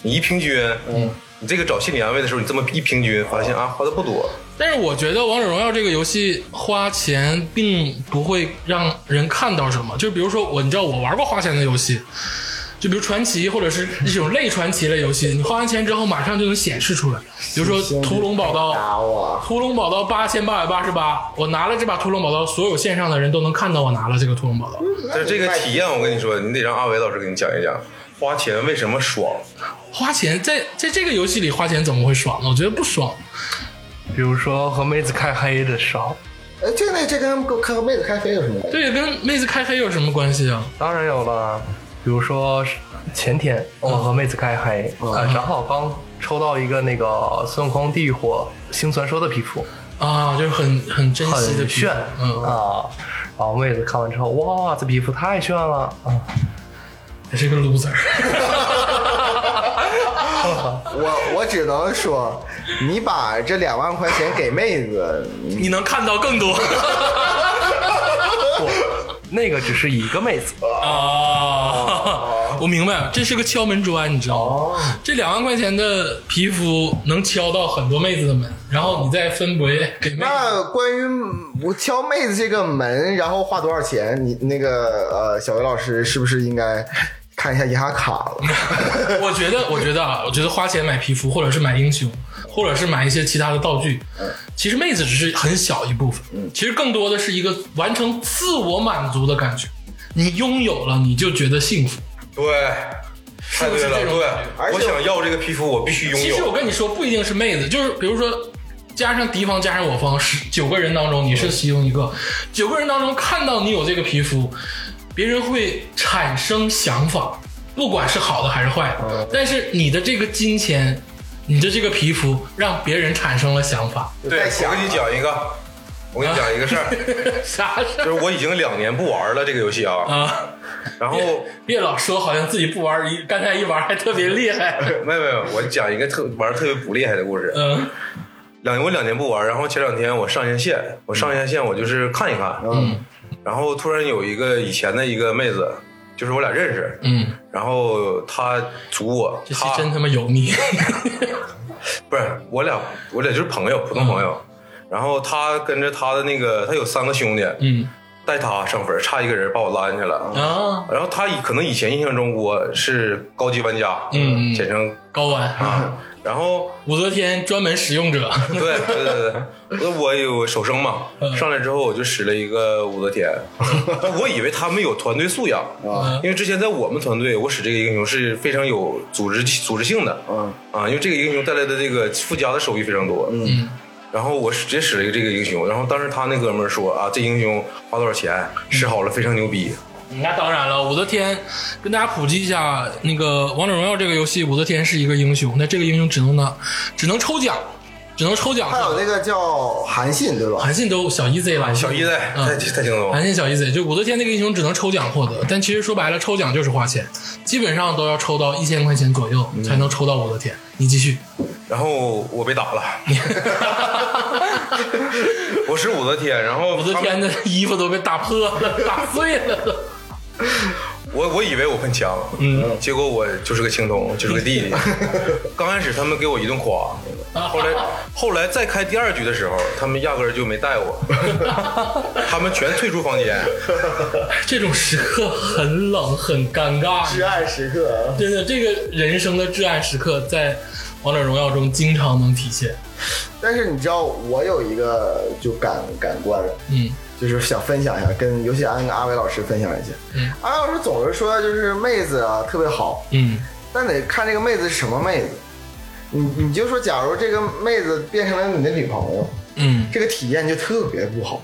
Speaker 5: 你一平均，
Speaker 6: 嗯
Speaker 5: 你这个找心理安慰的时候，你这么一平均，发现啊花的不多，
Speaker 6: 但是我觉得《王者荣耀》这个游戏花钱并不会让人看到什么，就比如说我，你知道我玩过花钱的游戏，就比如传奇或者是一种类传奇类游戏，你花完钱之后马上就能显示出来。比如说《屠龙宝刀》，
Speaker 7: 打我
Speaker 6: 《屠龙宝刀》八千八百八十八，我拿了这把屠龙宝刀，所有线上的人都能看到我拿了这个屠龙宝刀。
Speaker 5: 但是这个体验，我跟你说，你得让阿伟老师给你讲一讲，花钱为什么爽？
Speaker 6: 花钱在在这个游戏里花钱怎么会爽呢？我觉得不爽。
Speaker 8: 比如说和妹子看黑的时候，
Speaker 7: 哎，这那这跟跟和妹子开飞有什么关系？
Speaker 6: 对，跟妹子开黑有什么关系啊？
Speaker 8: 当然有了。比如说前天我和妹子开黑，呃，正好刚抽到一个那个孙悟空地狱火星传说的皮肤，
Speaker 6: 啊，就是很很珍惜的
Speaker 8: 很
Speaker 6: 皮肤
Speaker 8: 炫，
Speaker 6: 嗯，
Speaker 8: 啊。然后妹子看完之后，哇，这皮肤太炫了啊！
Speaker 6: 也是个 loser。
Speaker 8: [laughs]
Speaker 7: 我我只能说，你把这两万块钱给妹子，
Speaker 6: 你能看到更多 [laughs]
Speaker 8: 那个只是一个妹子，
Speaker 6: 啊！ [laughs] 我明白了，这是个敲门砖，你知道吗？这两万块钱的皮肤能敲到很多妹子的门，然后你再分别给妹子。
Speaker 7: 那关于我敲妹子这个门，然后花多少钱？你那个呃，小维老师是不是应该看一下银行卡了？
Speaker 6: [laughs] 我觉得，我觉得啊，我觉得花钱买皮肤，或者是买英雄，或者是买一些其他的道具，其实妹子只是很小一部分，其实更多的是一个完成自我满足的感觉。你拥有了，你就觉得幸福。
Speaker 5: 对，太对
Speaker 6: 是
Speaker 5: 了，
Speaker 6: 这种
Speaker 5: 对
Speaker 6: 感觉，
Speaker 7: 而且
Speaker 5: 我想要这个皮肤，我必须拥
Speaker 6: 其实我
Speaker 5: 有。
Speaker 6: 跟你说，不一定是妹子，就是比如说，加上敌方加上我方十九个人当中，你是其中一个，九个人当中看到你有这个皮肤，别人会产生想法，不管是好的还是坏的。但是你的这个金钱，你的这个皮肤，让别人产生了想啊法，
Speaker 7: 就
Speaker 5: 对，
Speaker 7: 在
Speaker 5: 我
Speaker 7: 想啊
Speaker 5: 给你讲一个，我给你讲一个事儿，
Speaker 6: 啥事
Speaker 5: [laughs] 就
Speaker 6: 儿
Speaker 5: 是我已经两年不玩了这个游戏啊，
Speaker 6: 啊？
Speaker 5: 然后。
Speaker 6: 别老说好像自己不玩儿，一刚才一玩儿还特别厉害。 [laughs]
Speaker 5: 没有没有，我讲一个特玩儿特别不厉害的故事。
Speaker 6: 嗯
Speaker 5: 两我两年不玩，然后前两天我上下线，我上下线我就是看一看，
Speaker 6: 嗯
Speaker 5: 然后突然有一个以前的一个妹子，就是我俩认识，
Speaker 6: 嗯，
Speaker 5: 然后她组我，
Speaker 6: 这期
Speaker 5: 她
Speaker 6: 真他妈油腻。
Speaker 5: 不是我俩，我俩就是朋友，普通朋友。然后她跟着她的那个，她有三个兄弟，
Speaker 6: [laughs] 嗯
Speaker 5: 带她上分，差一个人把我拉进去了。
Speaker 6: 啊，
Speaker 5: 然后她以可能以前印象中我是高级玩家，
Speaker 6: 嗯嗯
Speaker 5: 简称
Speaker 6: 高玩
Speaker 5: 啊。然后
Speaker 6: 武则天专门使用 [laughs] 者。
Speaker 5: [laughs] 对对对对对，我有手生嘛，
Speaker 6: 嗯
Speaker 5: 上来之后我就使了一个武则
Speaker 6: [laughs]
Speaker 5: 天，但我以为他们有团队素养，
Speaker 6: 嗯
Speaker 5: 因为之前在我们团队，我使这个英雄是非常有组织组织性的，
Speaker 7: 嗯
Speaker 5: 啊，因为这个英雄带来的这个附加的收益非常多，
Speaker 6: 嗯
Speaker 5: 然后我直接使了一个这个英雄，然后当时他那哥们儿说啊，这英雄花多少钱，
Speaker 6: 嗯
Speaker 5: 使好了非常牛逼，
Speaker 6: 那当然了，武则天跟大家普及一下，那个《王者荣耀》这个游戏，武则天是一个英雄，那这个英雄只能拿，只能抽奖，只能抽奖
Speaker 7: 还。有那个叫韩信，对吧？
Speaker 6: 韩信都小 easy 了，
Speaker 5: 小姨子
Speaker 6: 嗯
Speaker 5: 太太轻松
Speaker 6: 韩
Speaker 5: 了，
Speaker 6: 信小 easy，就武则天那个英雄只能抽奖获得，但其实说白了，抽奖就是花钱，基本上都要抽到一千块钱左右才能抽到武则天。你继续， [laughs]
Speaker 5: 然后我被打了，我使武则天，然后
Speaker 6: 武则
Speaker 5: 他们
Speaker 6: 天的衣服都被打破了，打碎了都。
Speaker 5: 我我以为我很强，嗯，结果我就是个青铜，就是个弟弟。刚开始他们给我一顿夸，后来后来再开第二局的时候，他们压根儿就没带我，他们全退出房间。
Speaker 6: 这种时刻很冷，很尴尬。
Speaker 7: 至暗时刻，
Speaker 6: 真的，这个人生的至暗时刻在《王者荣耀》中经常能体现。
Speaker 7: 但是你知道，我有一个就感感官，
Speaker 6: 嗯
Speaker 7: 就是想分享一下，跟尤其安跟阿伟老师分享一下。
Speaker 6: 嗯
Speaker 7: 阿伟老师总是说，就是妹子啊特别好，
Speaker 6: 嗯
Speaker 7: 但得看这个妹子是什么妹子。你你就说，假如这个妹子变成了你的女朋友，
Speaker 6: 嗯
Speaker 7: 这个体验就特别不好。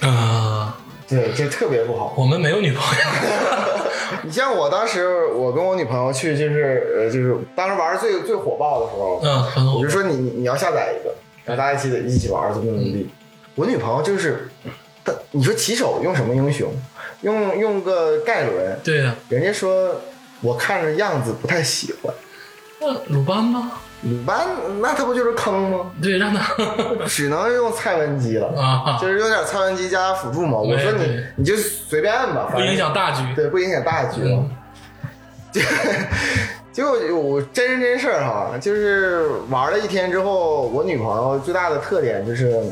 Speaker 6: 啊、
Speaker 7: 对，就特别不好。
Speaker 6: 我们没有女朋友。
Speaker 7: 你像我当时，我跟我女朋友去，就是呃，就是当时玩的最最火爆的时候，
Speaker 6: 嗯，很好
Speaker 7: 我就。说你你你要下载一个，然后大家一起一起玩，怎么怎么
Speaker 6: 嗯
Speaker 7: 地。我女朋友就是，她你说起手用什么英雄？用用个盖伦，
Speaker 6: 对呀、
Speaker 7: 人家说我看着样子不太喜欢。
Speaker 6: 那鲁班吗？
Speaker 7: 鲁班那他不就是坑吗？
Speaker 6: 对，让他 [laughs]
Speaker 7: 只能用蔡文姬了，
Speaker 6: 啊，
Speaker 7: 就是有点蔡文姬加辅助嘛。我说
Speaker 6: 对
Speaker 7: 你
Speaker 6: 对
Speaker 7: 你就随便按吧，
Speaker 6: 不
Speaker 7: 反正
Speaker 6: 影响大局。
Speaker 7: 对，不影响大局嘛。 [laughs] 结果我真人真事儿哈，就是玩了一天之后，我女朋友最大的特点就是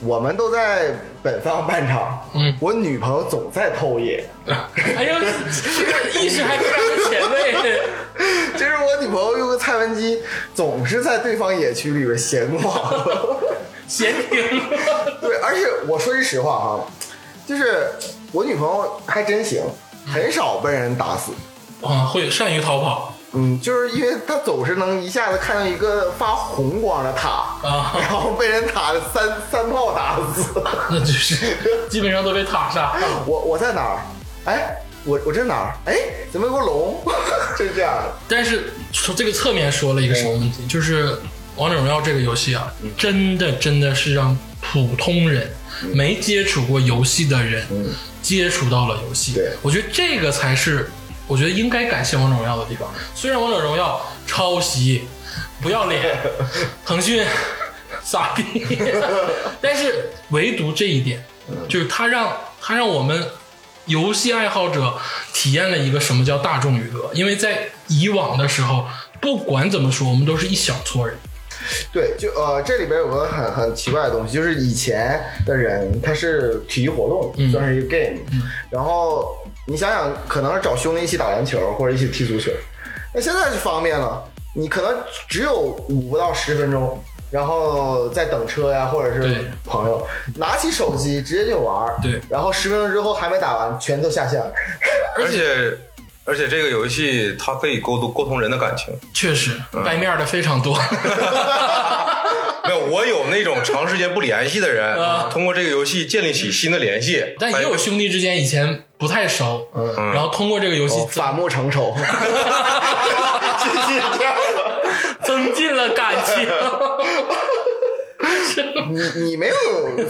Speaker 7: 我们都在本方办厂，
Speaker 6: 嗯
Speaker 7: 我女朋友总在偷野， [laughs]
Speaker 6: 哎呦，这意识还非常前卫。
Speaker 7: 就是我女朋友用个蔡文姬，总是在对方野区里边闲逛。 [laughs]
Speaker 6: 闲庭， [laughs]
Speaker 7: 对，而且我说句实话哈，就是我女朋友还真行，很少被人打死。
Speaker 6: 啊，会善于逃跑
Speaker 7: 嗯，就是因为她总是能一下子看到一个发红光的
Speaker 6: [laughs]
Speaker 7: 塔，
Speaker 6: 啊
Speaker 7: 然后被人打了三三炮打死。
Speaker 6: 那就是基本上都被塔杀。
Speaker 7: 我我在哪儿？哎，我我这哪儿？哎，怎么有个龙？ [laughs] 就是这样的。
Speaker 6: 但是从这个侧面说了一个什么问题，就是《王者荣耀》这个游戏啊，真的真的是让普通人没接触过游戏的人接触到了游戏。
Speaker 7: 对
Speaker 6: 我觉得这个才是我觉得应该感谢《王者荣耀》的地方。虽然《王者荣耀》抄袭、不要脸、腾讯 [laughs] 傻逼，但是唯独这一点，就是它让它让我们游戏爱好者体验了一个什么叫大众娱乐，因为在以往的时候，不管怎么说，我们都是一小撮人。
Speaker 7: 对，就呃，这里边有个很很奇怪的东西，就是以前的人他是体育活动，
Speaker 6: 嗯
Speaker 7: 算是一个 game，、然后你想想，可能是找兄弟一起打篮球或者一起踢足球，那现在就方便了，你可能只有五到十分钟，然后再等车呀，或者
Speaker 6: 对
Speaker 7: 是朋友拿起手机直接就玩儿，
Speaker 6: 对
Speaker 7: 然后十分钟之后还没打完，全都下线了，
Speaker 5: 而且而且这个游戏它可以沟通沟通人的感情。
Speaker 6: 确实，掰面的非常多。 [laughs]
Speaker 5: 没有，我有那种长时间不联系的人，通过这个游戏建立起新的联系。
Speaker 6: 但也有兄弟之间以前不太熟，然后通过这个游戏
Speaker 7: 哦反目成仇， [laughs] 就是这样的。
Speaker 6: [laughs] 增进了感情。 [laughs]
Speaker 7: 你你没有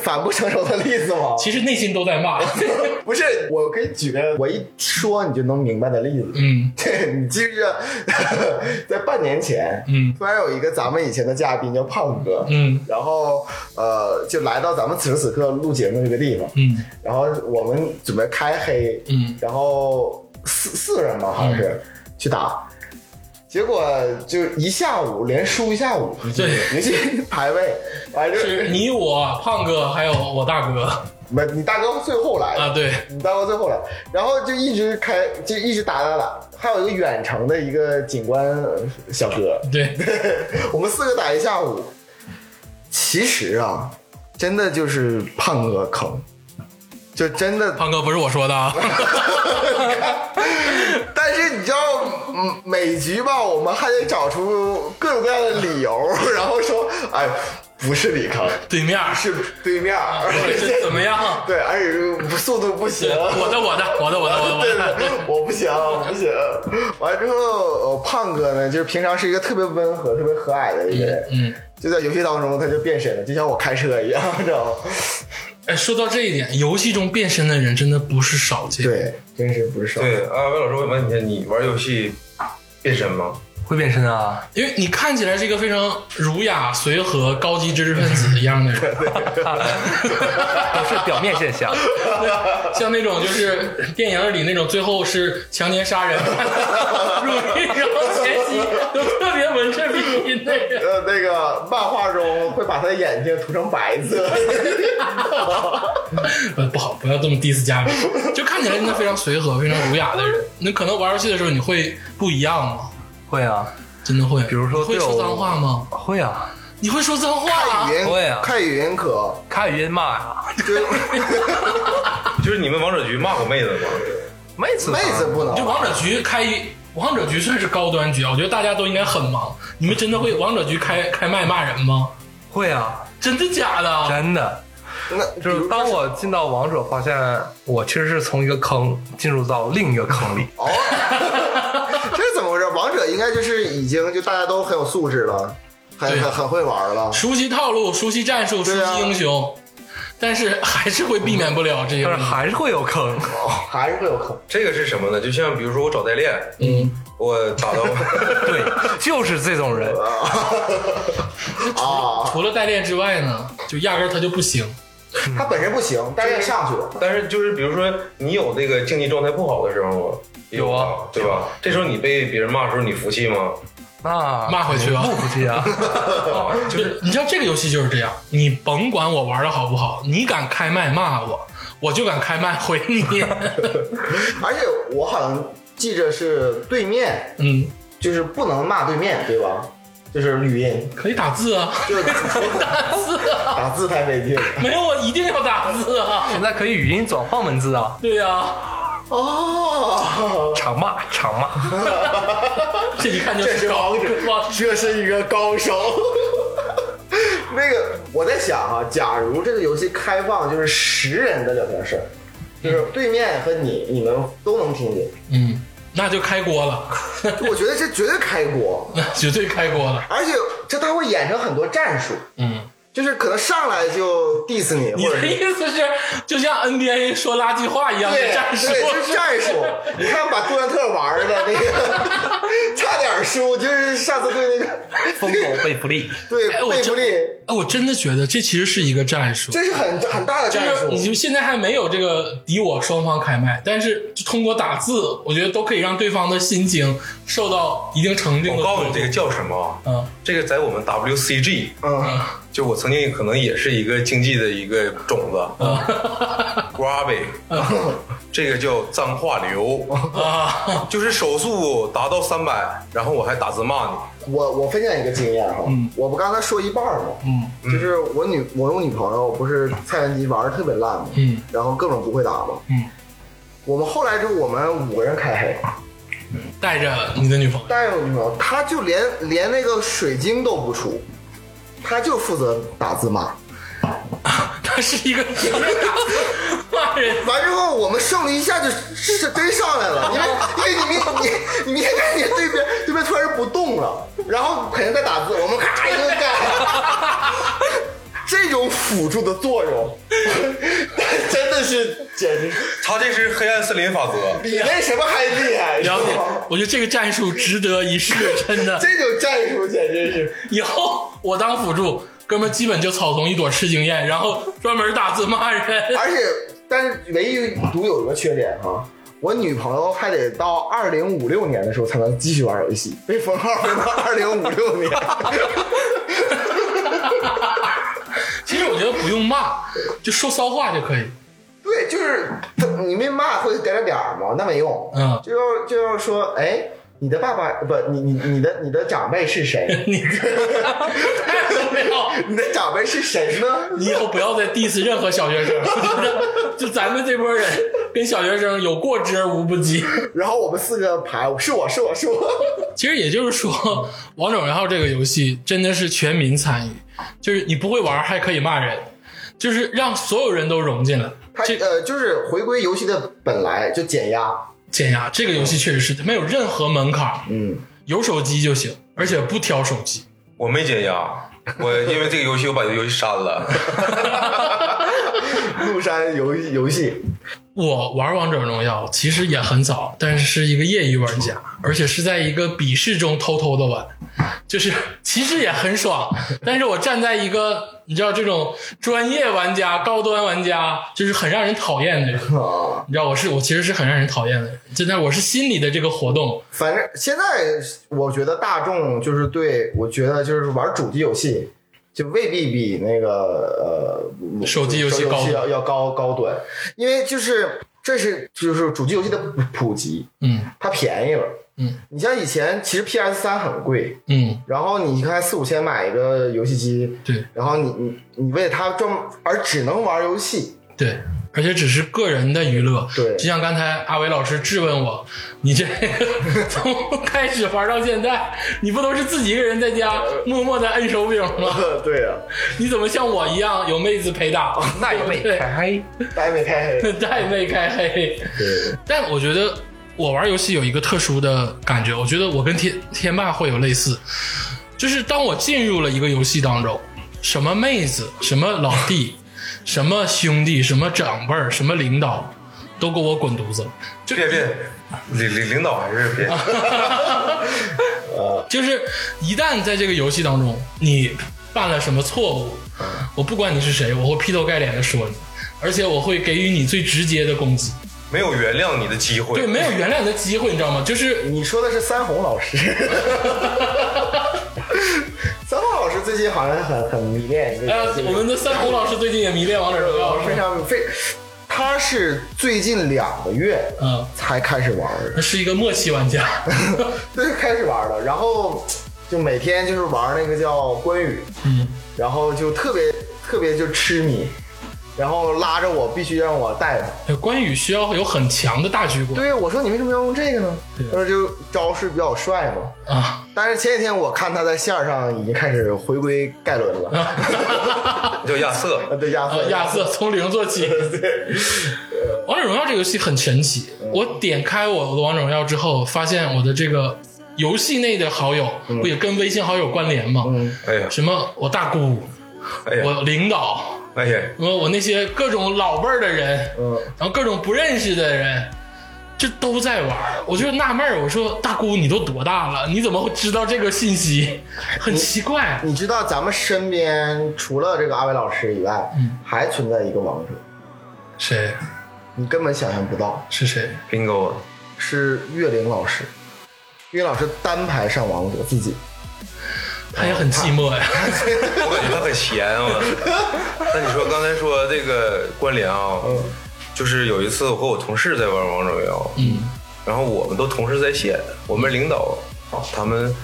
Speaker 7: 反不成熟的例子吗？
Speaker 6: 其实内心都在骂。 [laughs]
Speaker 7: 不是，我可以举个我一说你就能明白的例子。 [laughs]
Speaker 6: 嗯，
Speaker 7: 对，你记不记得在半年前，
Speaker 6: 嗯
Speaker 7: 突然有一个咱们以前的嘉宾叫胖哥，
Speaker 6: 嗯，
Speaker 7: 然后呃，就来到咱们此时此刻录节目这个地方，
Speaker 6: 嗯，
Speaker 7: 然后我们准备开黑，
Speaker 6: 嗯
Speaker 7: 然后四四个人吧，好像是、去打，结果就一下午连输一下午，
Speaker 6: 对
Speaker 7: [laughs] 尤其排位，完了
Speaker 6: 是你我胖哥还有我大哥
Speaker 7: 没你大哥最后来的
Speaker 6: 啊，对，
Speaker 7: 你到到最后了，然后就一直开，就一直打打打，还有一个远程的一个警官呃小哥， [laughs]
Speaker 6: 对，
Speaker 7: 我们四个打一下午。其实啊，真的就是胖哥坑，就真的。
Speaker 6: 胖哥不是我说的啊， [laughs]
Speaker 7: [laughs] 但是你知道，嗯，每局吧，我们还得找出各种各样的理由， [laughs] 然后说，哎，不是你坑，
Speaker 6: 对面儿
Speaker 7: 是对面儿，
Speaker 6: 或者 [laughs] 是怎么样？
Speaker 7: [laughs] 对，而且速度不行
Speaker 6: 对，我的我的我 [laughs] 的我的我的我
Speaker 7: 对
Speaker 6: 的，
Speaker 7: 对，我不行，我不行。完了之后，呃，胖哥呢，就是平常是一个特别温和、特别和蔼的一个人，
Speaker 6: 嗯，
Speaker 7: 就在游戏当中他就变身了，就像我开车一样，知道吗？
Speaker 6: [laughs] 哎，说到这一点，游戏中变身的人真的不是少见。，
Speaker 7: 对，真是不是少。
Speaker 5: 对啊，魏老师，我问你，你玩游戏变身吗？
Speaker 8: 会变身啊？
Speaker 6: 因为你看起来是一个非常儒雅、随和、高级知识分子一样的人，
Speaker 8: 都是表面现象。
Speaker 6: 像那种就是电影里那种最后是强奸杀
Speaker 7: [laughs]
Speaker 6: 人、入狱然后前期都特别文质彬彬的人。
Speaker 7: 呃，那个漫画中会把他的眼睛涂成白色，
Speaker 6: [laughs] 呃，不好，不要这么 diss 嘉宾，就看起来真的非常随和、非常儒雅的人。那可能玩游戏的时候你会不一样吗？
Speaker 8: 会啊，
Speaker 6: 真的会，
Speaker 8: 比如说
Speaker 6: 你会
Speaker 8: 队
Speaker 6: 说
Speaker 8: 友
Speaker 6: 脏话吗？
Speaker 8: 会啊，
Speaker 6: 你 [laughs] 会说脏话、啊
Speaker 7: 看？语音
Speaker 8: 会啊
Speaker 7: 看语音可
Speaker 8: 看语音骂呀，
Speaker 7: 就
Speaker 5: 就是你们王者局骂过妹子吗？
Speaker 8: 妹子啊
Speaker 7: 妹子不能
Speaker 6: [laughs] 就王者局开一，王者局算是高端局啊，我觉得大家都应该很忙。你们真的会王者局开开麦骂人吗？
Speaker 8: 会啊，
Speaker 6: 真的假的？
Speaker 8: 真的。
Speaker 7: 那
Speaker 8: 就是当我进到王者，发现我其实是从一个坑进入到另一个坑里。
Speaker 7: 哦， [laughs] 这是怎么回事？王者应该就是已经就大家都很有素质了，很
Speaker 6: 对
Speaker 7: 很很会玩了。
Speaker 6: 熟悉套路，熟悉战术，熟
Speaker 7: 对啊
Speaker 6: 悉英雄，但是还是会避免不了这些
Speaker 8: 但
Speaker 6: 问
Speaker 8: 是
Speaker 6: 题。
Speaker 8: 还是会有坑，
Speaker 7: 哦， [laughs] 还是会有坑。
Speaker 5: 这个是什么呢？就像比如说我找代练，
Speaker 6: 嗯，
Speaker 5: 我打到
Speaker 8: [laughs] 对， [laughs] 就是这种人，
Speaker 7: 啊，
Speaker 6: 除了代练之外呢，就压根儿他就不行。
Speaker 7: [laughs] 他本身不行，但是也上去了。
Speaker 5: 但是就是比如说你有那个竞技状态不好的时候吗？
Speaker 8: 有啊
Speaker 5: 对吧？这时候你被别人骂的时候，你服气吗？
Speaker 8: 那
Speaker 6: 骂回去啊
Speaker 8: 不服气啊！
Speaker 6: 就是你知道这个游戏就是这样，你甭管我玩的好不好，你敢开麦骂我，我就敢开麦回你。
Speaker 7: [laughs] 而且我好像记着是对面，
Speaker 6: 嗯，
Speaker 7: 就是不能骂对面，对吧？就是语音，
Speaker 6: 可以打字啊， [laughs]
Speaker 7: 就是
Speaker 6: 打字啊，
Speaker 7: 打字太费劲。
Speaker 6: 没有我一定要打字啊。
Speaker 8: 现在可以语音转换文字啊，
Speaker 6: 对呀、
Speaker 7: [laughs] 哦，
Speaker 8: 常骂常骂，
Speaker 6: 这一看就
Speaker 7: 这是
Speaker 6: 高
Speaker 7: 王者
Speaker 6: 高，
Speaker 7: 这是一个高手。 [laughs] 那个我在想啊，假如这个游戏开放就是十人的聊天室，就是对面和你，你们都能听见， [laughs]
Speaker 6: 嗯，那就开锅了，
Speaker 7: 我觉得这绝对开锅，
Speaker 6: 那绝对开锅了。
Speaker 7: 而且这他会衍生很多战术，
Speaker 6: 嗯，
Speaker 7: 就是可能上来就 diss 你，
Speaker 6: 你
Speaker 7: 或者
Speaker 6: 的
Speaker 7: 是
Speaker 6: 意思是就像 NBA 说垃圾话一样
Speaker 7: 对
Speaker 6: 的战术？
Speaker 7: 对，就是
Speaker 6: [laughs]
Speaker 7: 战术。你看把杜兰特玩的那个，差点输，就是上次对那个
Speaker 8: 疯狗贝弗利。
Speaker 7: [laughs] 对
Speaker 6: 哎我
Speaker 7: 贝
Speaker 6: 真
Speaker 7: 弗利，
Speaker 6: 哎，我真的觉得这其实是一个战术。
Speaker 7: 这是很很大的
Speaker 6: 就
Speaker 7: 战
Speaker 6: 是
Speaker 7: 术。
Speaker 6: 你就现在还没有这个敌我双方开麦，但是就通过打字，我觉得都可以让对方的心情受到一定程度的。
Speaker 5: 我告诉你这个，叫什么？
Speaker 6: 嗯，
Speaker 5: 这个在我们 WCG，
Speaker 7: 嗯，
Speaker 5: 就我曾经可能也是一个竞技的一个种子，grabby，这
Speaker 8: 嗯
Speaker 5: 个叫脏话
Speaker 8: [laughs]
Speaker 5: 流，
Speaker 6: 啊， [laughs]
Speaker 5: 就是手速达到三百，然后我还打字骂你，
Speaker 7: 我我分享一个经验哈，我不刚才说一半儿吗？
Speaker 6: 嗯，
Speaker 7: 就是我女我有女朋友不是菜篮机玩的特别烂嘛，
Speaker 6: 嗯，
Speaker 7: 然后各种不会打嘛，
Speaker 6: 嗯，
Speaker 7: 我们后来就我们五个人开黑，
Speaker 6: 带着你的女朋友，
Speaker 7: 但是我女朋友她就连连那个水晶都不出，她就负责打字骂。
Speaker 6: 她是
Speaker 5: [laughs]
Speaker 6: 一个骂人，
Speaker 7: 完之后，我们胜率一下就是真上来了，因为因为你明你你明显感觉对边对边突然不动了，然后肯定在打字，我们咔一顿干，这种辅助的作用， [laughs] 真的是简直
Speaker 5: 他这是黑暗森林法则。
Speaker 7: 比那什么还厉
Speaker 6: 了
Speaker 7: 害，你知
Speaker 6: 解
Speaker 7: 道吗？
Speaker 6: 我觉得这个战术值得一试，真的。
Speaker 7: 这种战术简直是，
Speaker 6: 以后我当辅助，哥们儿基本就草丛一朵吃经验，然后专门打字骂人。
Speaker 7: [laughs] 而且但是唯一独有一个缺点哈、我女朋友还得到二零五六年的时候才能继续玩游戏，被封号封到 [laughs] 二零五六年。 [laughs]
Speaker 6: 其实我觉得不用骂，就说骚话就可以。
Speaker 7: 对，就是他你没骂会点了点儿吗？那没用，
Speaker 6: 嗯
Speaker 7: 就要就要说，哎，你的爸爸不，你你你的你的长辈
Speaker 6: [laughs]
Speaker 7: 是谁？
Speaker 6: 你太无聊。
Speaker 7: 你的长辈是谁呢？
Speaker 6: 你以后不要再 diss 任何小学生， [laughs] 就咱们这波人跟小学生有过之而无不及。
Speaker 7: 然后我们四个排，是我是我是我，
Speaker 6: 其实也就是说，《王者荣耀》这个游戏真的是全民参与，就是你不会玩还可以骂人，就是让所有人都融进来。
Speaker 7: 他
Speaker 6: 这
Speaker 7: 呃，就是回归游戏的本来，就减压，
Speaker 6: 减压这个游戏确实是没有任何门槛，
Speaker 7: 嗯，
Speaker 6: 有手机就行，而且不挑手机。
Speaker 5: 我没解压，我因为这个游戏我把这个游戏删了。
Speaker 7: [laughs] 陆山游戏游戏，
Speaker 6: 我玩王者荣耀其实也很早，但是是一个业余玩家，而且是在一个鄙视中偷偷的玩，就是其实也很爽。但是我站在一个你知道这种专业玩家、高端玩家，就是很让人讨厌的人。
Speaker 7: 啊，
Speaker 6: 你知道我是我其实是很让人讨厌的人，真的我是心里的这个活动，
Speaker 7: 反正现在我觉得大众就是对我觉得就是玩主机游戏，就未必比那个呃
Speaker 6: 手机游戏
Speaker 7: 手
Speaker 6: 高
Speaker 7: 要要高高端，因为就是这是就是主机游戏的普及，
Speaker 6: 嗯
Speaker 7: 它便宜了。
Speaker 6: 嗯，
Speaker 7: 你像以前其实 PS 三很贵，
Speaker 6: 嗯，
Speaker 7: 然后你看四五千买一个游戏机，
Speaker 6: 对
Speaker 7: 然后你你你为了它专门而只能玩游戏， [laughs]
Speaker 6: 对。而且只是个人的娱乐，
Speaker 7: 对
Speaker 6: 就像刚才阿伟老师质问我，你这 [laughs] 从开始玩到现在，你不都是自己一个人在家默默的摁手柄吗？
Speaker 7: 对啊呀、
Speaker 6: 你怎么像我一样有妹子陪打？ [laughs]
Speaker 8: 那也没
Speaker 6: 对
Speaker 8: 开黑，
Speaker 7: 白美太黑，
Speaker 6: 带妹开黑。
Speaker 7: 对，
Speaker 6: 但我觉得我玩游戏有一个特殊的感觉，我觉得我跟天天霸会有类似，就是当我进入了一个游戏当中，什么妹子、什么老弟、什么兄弟、什么长辈儿、什么领导，都给我滚犊子。就
Speaker 5: 别别，领领领导还是别。
Speaker 6: 就是一旦在这个游戏当中你犯了什么错误，我不管你是谁，我会劈头盖脸的说你，而且我会给予你最直接的攻击。
Speaker 5: 没有原谅你的机会。 [laughs]
Speaker 6: 对，没有原谅的机会，你知道吗？就是 [laughs]
Speaker 7: 你说的是三红老师，最近好像很很迷恋这个
Speaker 6: 呃
Speaker 7: 游戏。，
Speaker 6: 我们的三红老师最近也迷恋王者荣耀，
Speaker 7: 非
Speaker 6: 是吧？
Speaker 7: 常非，他是最近两个月
Speaker 6: 嗯，
Speaker 7: 才开始玩的，
Speaker 6: 他是一个末期玩家。 [laughs]
Speaker 7: 对，开始玩的，然后就每天就是玩那个叫关羽，
Speaker 6: 嗯，
Speaker 7: 然后就特别特别就痴迷，然后拉着我必须让我带他。
Speaker 6: 呃关羽需要有很强的大局观
Speaker 7: 对，我说你为什么要用这个呢？他说就招式比较帅嘛。
Speaker 6: 啊，
Speaker 7: 但是前几天我看他在线儿上已经开始回归盖伦
Speaker 5: [laughs]
Speaker 7: 了，
Speaker 5: 叫亚瑟，
Speaker 7: 啊对亚
Speaker 6: 呃
Speaker 7: 瑟，
Speaker 6: 亚瑟从零做起。王者荣耀这个游戏很神奇，我点开我的王者荣耀之后，发现我的这个游戏内的好友不也跟微信好友关联吗？
Speaker 5: 哎呀，
Speaker 6: 什么我大姑，
Speaker 5: 哎呀，
Speaker 6: 我领导，
Speaker 5: 哎呀，
Speaker 6: 什么我那些各种老辈儿的人，
Speaker 7: 嗯，
Speaker 6: 然后各种不认识的人，这都在玩儿。我就纳闷儿，我说大姑你都多大了，你怎么会知道这个信息？很奇怪。
Speaker 7: 你知道咱们身边除了这个阿伟老师以外，
Speaker 6: 嗯
Speaker 7: 还存在一个王者，
Speaker 6: 谁
Speaker 7: 你根本想象不到，
Speaker 6: 是谁？
Speaker 5: bingo，
Speaker 7: 是岳林老师。岳林老师单排上王者自己，
Speaker 6: 他也很寂寞呀。
Speaker 5: 我感觉他很闲啊。那你说刚才说这个关联啊，
Speaker 7: 呃
Speaker 5: 就是有一次我和我同事在玩王者荣耀，
Speaker 6: 嗯，
Speaker 5: 然后我们都同事在线，我们领导啊他们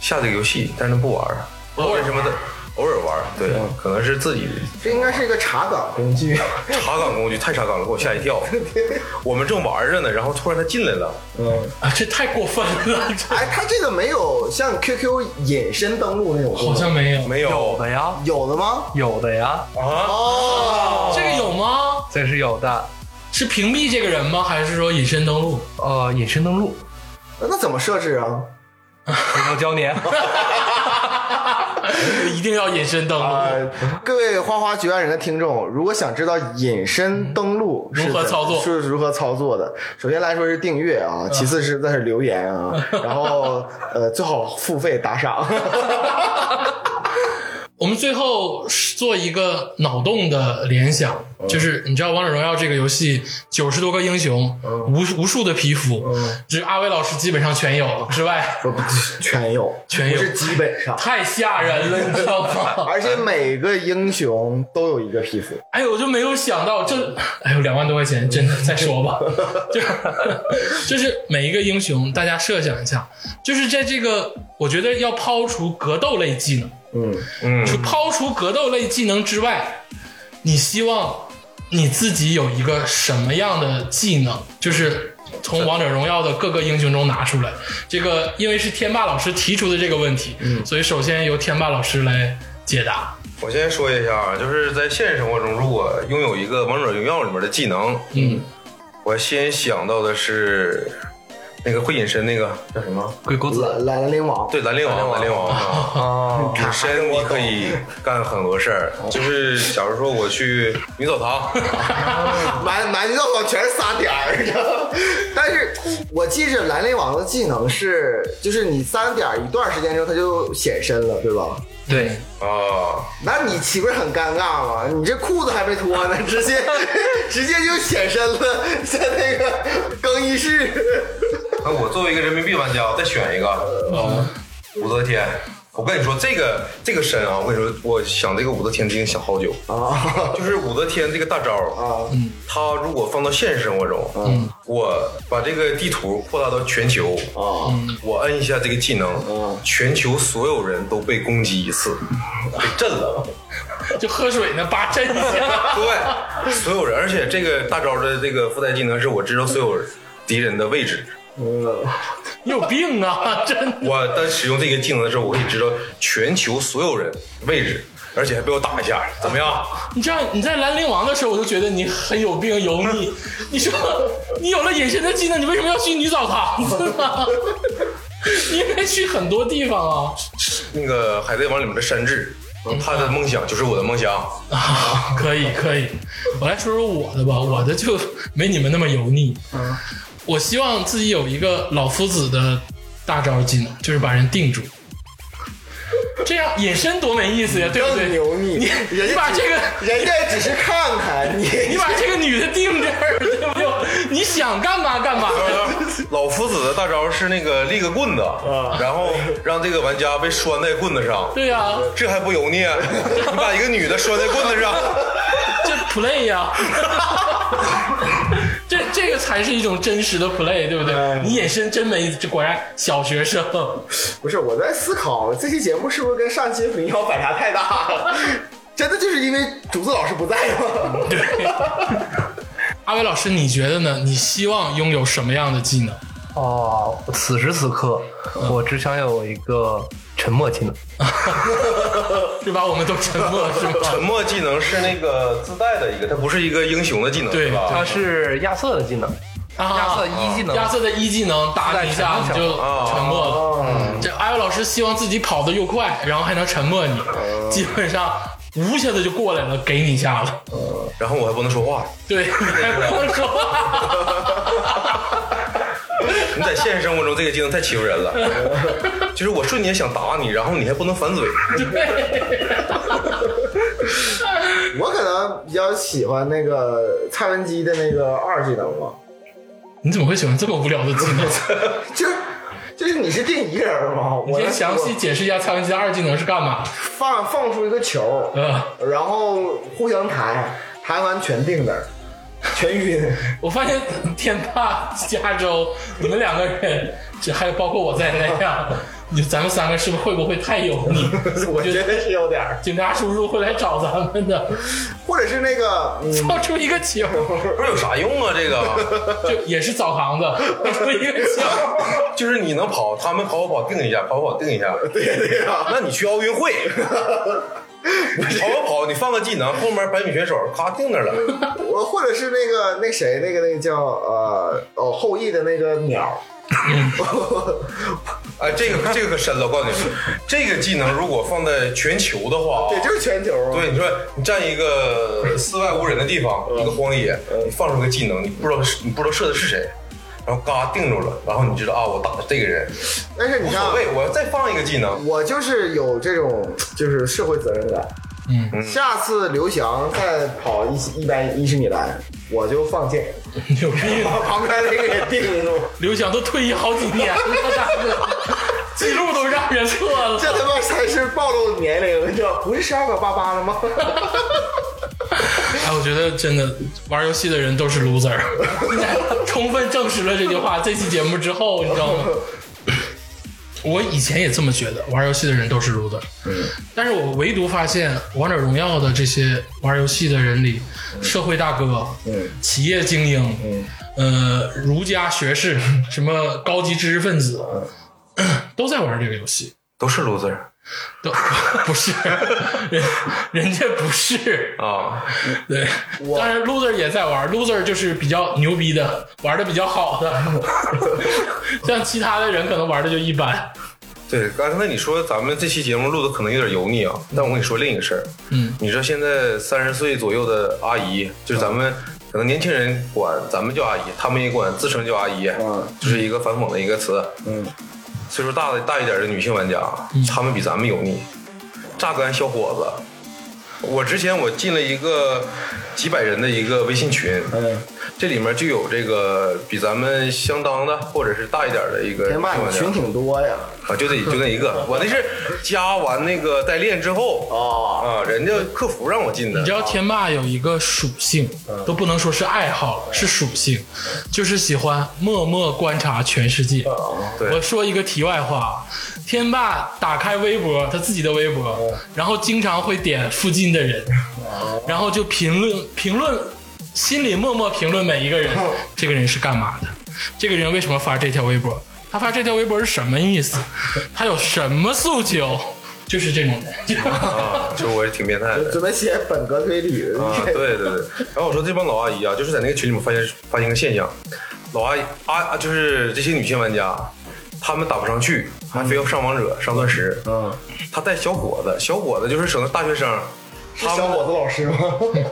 Speaker 5: 下这个游戏，但是他不玩，不知道为什么的。偶尔玩，对，可能是自己
Speaker 7: 这应该是一个查岗工具。
Speaker 5: 查岗工具太查岗了，给我吓一 [laughs] 跳。我们正玩着呢，然后突然他进来了，
Speaker 7: 嗯，
Speaker 6: 啊，这太过分了，这
Speaker 7: 哎，它这个没有像 QQ 隐身登录那种功
Speaker 6: [laughs]
Speaker 7: 能，
Speaker 6: 好像没有。
Speaker 5: 没有
Speaker 8: 有的呀，
Speaker 7: 有的吗？
Speaker 8: 有的呀，
Speaker 5: 啊，
Speaker 7: 哦，
Speaker 6: 这个有吗？
Speaker 8: 这是有的。
Speaker 6: 是屏蔽这个人吗？还是说隐身登 [laughs] 录？
Speaker 8: 呃，隐身登录，
Speaker 7: 呃那怎么设置啊？
Speaker 8: 回头教你。 [laughs]
Speaker 6: 一定要隐身登录。
Speaker 7: 呃，
Speaker 6: 啊
Speaker 7: [laughs] 各位花花局外人的听众，如果想知道隐身登录是
Speaker 6: 嗯如何
Speaker 7: 怎
Speaker 6: 操作嗯
Speaker 7: 是如何操作的，首先来说是订阅啊，其次是那是留言啊，
Speaker 6: [laughs]
Speaker 7: 然后呃，最好付费打赏。
Speaker 6: 我们最后做一个脑洞的联想，
Speaker 7: 嗯
Speaker 6: 就是你知道《王者荣耀》这个游戏九十多个英雄，
Speaker 7: 嗯
Speaker 6: 无无数的皮肤，这阿威老师基本上全有之外，
Speaker 7: 说不全有，
Speaker 6: 全有
Speaker 7: 不是基本上，
Speaker 6: 太吓人
Speaker 7: [laughs]
Speaker 6: 了，你知道吗？
Speaker 7: 而且每个英雄都有一个皮肤，
Speaker 6: 哎呦，我就没有想到这，哎呦，两万多块钱，真的再说
Speaker 7: [laughs]
Speaker 6: 吧，就是就是每一个英雄，大家设想一下，就是在这个，我觉得要抛除格斗类技能。
Speaker 7: 嗯，
Speaker 5: 嗯，
Speaker 6: 除抛除格斗类技能之外，你希望你自己有一个什么样的技能？就是从王者荣耀的各个英雄中拿出来。这个因为是天霸老师提出的这个问题，所以首先由天霸老师来解答。
Speaker 5: 我先说一下啊，就是在现实生活中，如果拥有一个王者荣耀里面的技能，
Speaker 6: 嗯，
Speaker 5: 我先想到的是那个会隐身那个叫什么？
Speaker 8: 鬼谷子
Speaker 7: 蓝蓝灵王，
Speaker 5: 对，蓝灵王，蓝灵王啊， [laughs]
Speaker 8: 啊，
Speaker 5: 隐身你可以干很多事儿。就是假如说我去女澡 [laughs] 堂，
Speaker 7: 满满到我全是仨点儿， [laughs] 但是我记着兰陵王的技能是，就是你三点儿一段时间之后它就显身了，对吧？
Speaker 8: 对，
Speaker 5: 啊，
Speaker 7: 那你岂不是很尴尬吗？你这裤子还没脱呢，直
Speaker 6: [laughs]
Speaker 7: 接直接就显身了，在那个更衣室。
Speaker 5: 那我作为一个人民币玩家，我再选一个，
Speaker 7: 哦
Speaker 5: 啊，武则天。我跟你说，这个这个身啊，我跟你说，我想这个武则天已经想好久
Speaker 7: 啊
Speaker 5: 就是武则天这个大招啊，
Speaker 7: 啊，
Speaker 6: 嗯
Speaker 5: 它如果放到现实生活中，
Speaker 7: 嗯
Speaker 5: 我把这个地图扩大到全球，
Speaker 7: 啊
Speaker 6: 嗯
Speaker 5: 我摁一下这个技能，
Speaker 7: 嗯
Speaker 5: 全球所有人都被攻击一次，
Speaker 7: 啊
Speaker 5: 被震
Speaker 7: [laughs]
Speaker 5: 了。
Speaker 6: 就喝水呢，叭震一下。
Speaker 5: 对，所有人，而且这个大招的这个附带技能是我知道所有敌人的位置。
Speaker 7: 嗯，
Speaker 6: 你有病啊！真的
Speaker 5: 我当使用这个技能的时候，我可以知道全球所有人位置，而且还被我打一下，怎么样？
Speaker 6: 你知道你在兰陵王的时候，我就觉得你很有病油腻。你说你有了隐身的技能，你为什么要去女澡堂子呢？ [laughs] 你应该去很多地方啊。
Speaker 5: 那个《海贼王》里面的山治，他的梦想就是我的梦想。
Speaker 6: 啊， [laughs] 可以可以，我来说说我的吧，我的就没你们那么油腻。嗯，我希望自己有一个老夫子的大招技能，就是把人定住。这样隐身多没意思呀，对不对？
Speaker 7: 更油腻
Speaker 6: 你
Speaker 7: 人家
Speaker 6: 你把这个
Speaker 7: 人家只是看看你，
Speaker 6: [laughs] 你把这个女的定这儿，对不对？你想干嘛干嘛。
Speaker 5: 等会儿等会儿老夫子的大招是那个立个棍子，然后让这个玩家被拴在棍子上，
Speaker 6: 对呀、
Speaker 5: 这还不油腻？啊你把一个女的拴在棍子上，
Speaker 6: 这 play 呀、 [laughs] 这这个才是一种真实的 play，对不对？你眼神真没意思，这果然小学生。
Speaker 7: 不是，我在思考这期节目是不是跟上期民谣反差太大了？ [laughs] 真的就是因为竹子老师不在吗？对，
Speaker 6: 阿伟老师，你觉得呢？你希望拥有什么样的技能？
Speaker 8: 哦，此时此刻，
Speaker 6: 嗯
Speaker 8: 我只想有一个沉默技能。
Speaker 6: 是把我们都沉默是
Speaker 5: 沉
Speaker 8: [laughs]
Speaker 6: 吗？
Speaker 5: 默技能是那个自带的一个，它不是一个英雄的技能，
Speaker 6: 对
Speaker 5: 是吧？
Speaker 8: 它是亚瑟的技能，亚瑟一技能，
Speaker 6: 啊亚啊瑟的一技能打你一下你
Speaker 8: 在沉默上
Speaker 6: 就沉默了。嗯这艾文老师希望自己跑得又快，然后还能沉默你，
Speaker 8: 嗯
Speaker 6: 基本上无下子就过来了，给你一下了。
Speaker 5: 然后我还不能说话，
Speaker 6: 对， [laughs] 你还不能说话。
Speaker 5: 你在现实生活中这个技能太欺负人了，就是我瞬间想打你，然后你还不能反嘴，
Speaker 7: 我可能比较喜欢那个蔡文姬的那个二技能吧，
Speaker 6: 你怎么会喜欢这么无聊的技
Speaker 8: [laughs]
Speaker 6: 能？
Speaker 7: [laughs] 就是就是你是这一个人吗？
Speaker 6: 你
Speaker 7: 我
Speaker 6: 先详细解释一下蔡文姬的二技能是干嘛？
Speaker 7: 放放出一个球，
Speaker 6: 呃，
Speaker 7: 然后互相抬，抬完全定那儿，全晕。 [laughs]
Speaker 6: 我发现天霸、加州，你们两个人，这还有包括我在内啊，你咱们三个是不是会不会太油
Speaker 7: [laughs]
Speaker 6: 腻？
Speaker 7: 我觉得是有点儿，
Speaker 6: 警察叔叔会来找咱们的，
Speaker 7: 或者是那个，嗯，
Speaker 6: 造出一个球，
Speaker 5: 不是有啥用啊？这个
Speaker 6: 就也是澡堂子，
Speaker 7: [laughs]
Speaker 6: 造出一个球。
Speaker 5: 就是你能跑，他们跑跑跑定一下，跑跑跑定一下，
Speaker 7: 对对呀、
Speaker 5: 那你去奥运会，跑跑跑，你放个技能，后面百米选手咔定那儿了，
Speaker 7: 我呃或者是那个那谁那个那个叫呃哦后羿的那个鸟，
Speaker 5: 哎，这个这个可深了，我告诉你，这个技能如果放在全球的话，
Speaker 7: 对，就是全球啊。
Speaker 5: 对，你说你站一个四外无人的地方，一个荒野，你放出个技能，你不知道是你不知道射的是谁，然后嘎定住了，然后你知道啊，我打的这个人，
Speaker 7: 但是你
Speaker 5: 无
Speaker 7: 看啊
Speaker 5: 所，谓，我要再放一个技能，
Speaker 7: 我就是有这种就是社会责任感。嗯，下次刘翔再跑一一百一十米栏，我就放箭，
Speaker 6: 有病！
Speaker 7: 把旁边那个也定住，
Speaker 6: 刘翔都退役好几年了，大哥，记录都让人破了。
Speaker 7: 这他妈才是暴露年龄，这不是十二秒八八了吗？
Speaker 6: 哎，我觉得真的玩游戏的人都是 loser，充分证实了这句话。这期节目之后，你知道吗？我以前也这么觉得，玩游戏的人都是 loser。但是我唯独发现《王者荣耀》的这些玩游戏的人里，社会大哥、企业精英、呃儒家学士、什么高级知识分子， [clears throat] 都在玩这个游戏。
Speaker 5: 都是 loser
Speaker 6: 都 [laughs] 不是，人人家不是
Speaker 5: 啊，
Speaker 6: 对，但是 loser 也在玩，loser 就是比较牛逼的，玩的比较好的， [laughs] 像其他的人可能玩的就一般。
Speaker 5: 对，刚才你说咱们这期节目录的可能有点油腻啊，但我跟你说另一个事儿，
Speaker 6: 嗯，
Speaker 5: 你知道现在三十岁左右的阿姨，就是咱们可能年轻人管咱们叫阿姨，他们也管自称叫阿姨，
Speaker 7: 嗯
Speaker 5: 就是一个反讽的一个词，
Speaker 7: 嗯，
Speaker 5: 岁数大的大一点的女性玩家，她们比咱们油腻，榨干小伙子。我之前我进了一个几百人的一个微信群，
Speaker 7: [laughs] 嗯，
Speaker 5: 这里面就有这个比咱们相当的或者是大一点的一个
Speaker 7: 天霸，你
Speaker 5: 女性
Speaker 7: 群
Speaker 5: 玩家
Speaker 7: 挺多呀。
Speaker 5: 啊，就这就那一
Speaker 7: [laughs]
Speaker 5: 个，我那是加完那个代练之后
Speaker 7: 哦
Speaker 5: 啊，人家客服让我进的啊嗯
Speaker 6: 你知，道天霸有一个属性，都不能说是爱好了，是属性，就是喜欢默默观察全世界。
Speaker 5: 嗯对
Speaker 6: 我说一个题外话啊，天霸打开微博，他自己的微博，
Speaker 5: 嗯
Speaker 6: 然后经常会点附近的人，然后就评论评论，心里默默评论每一个人，
Speaker 5: 嗯
Speaker 6: 这个人是干嘛的，这个人为什么发这条微博，他发这条微博是什么意思，他有什么诉求，就是这种人。 [laughs]
Speaker 5: 啊，就我也挺变态的。
Speaker 7: 准备写本格推理的， [laughs]
Speaker 5: 啊，对对对。然后我说这帮老阿姨啊，就是在那个群里面发现发现个现象，老阿姨啊啊，就是这些女性玩家，她们打不上去，还非要上王者、上钻石。
Speaker 7: 嗯，
Speaker 5: 她带小伙子，小伙子就是省得大学生，
Speaker 7: 是小伙子老师吗？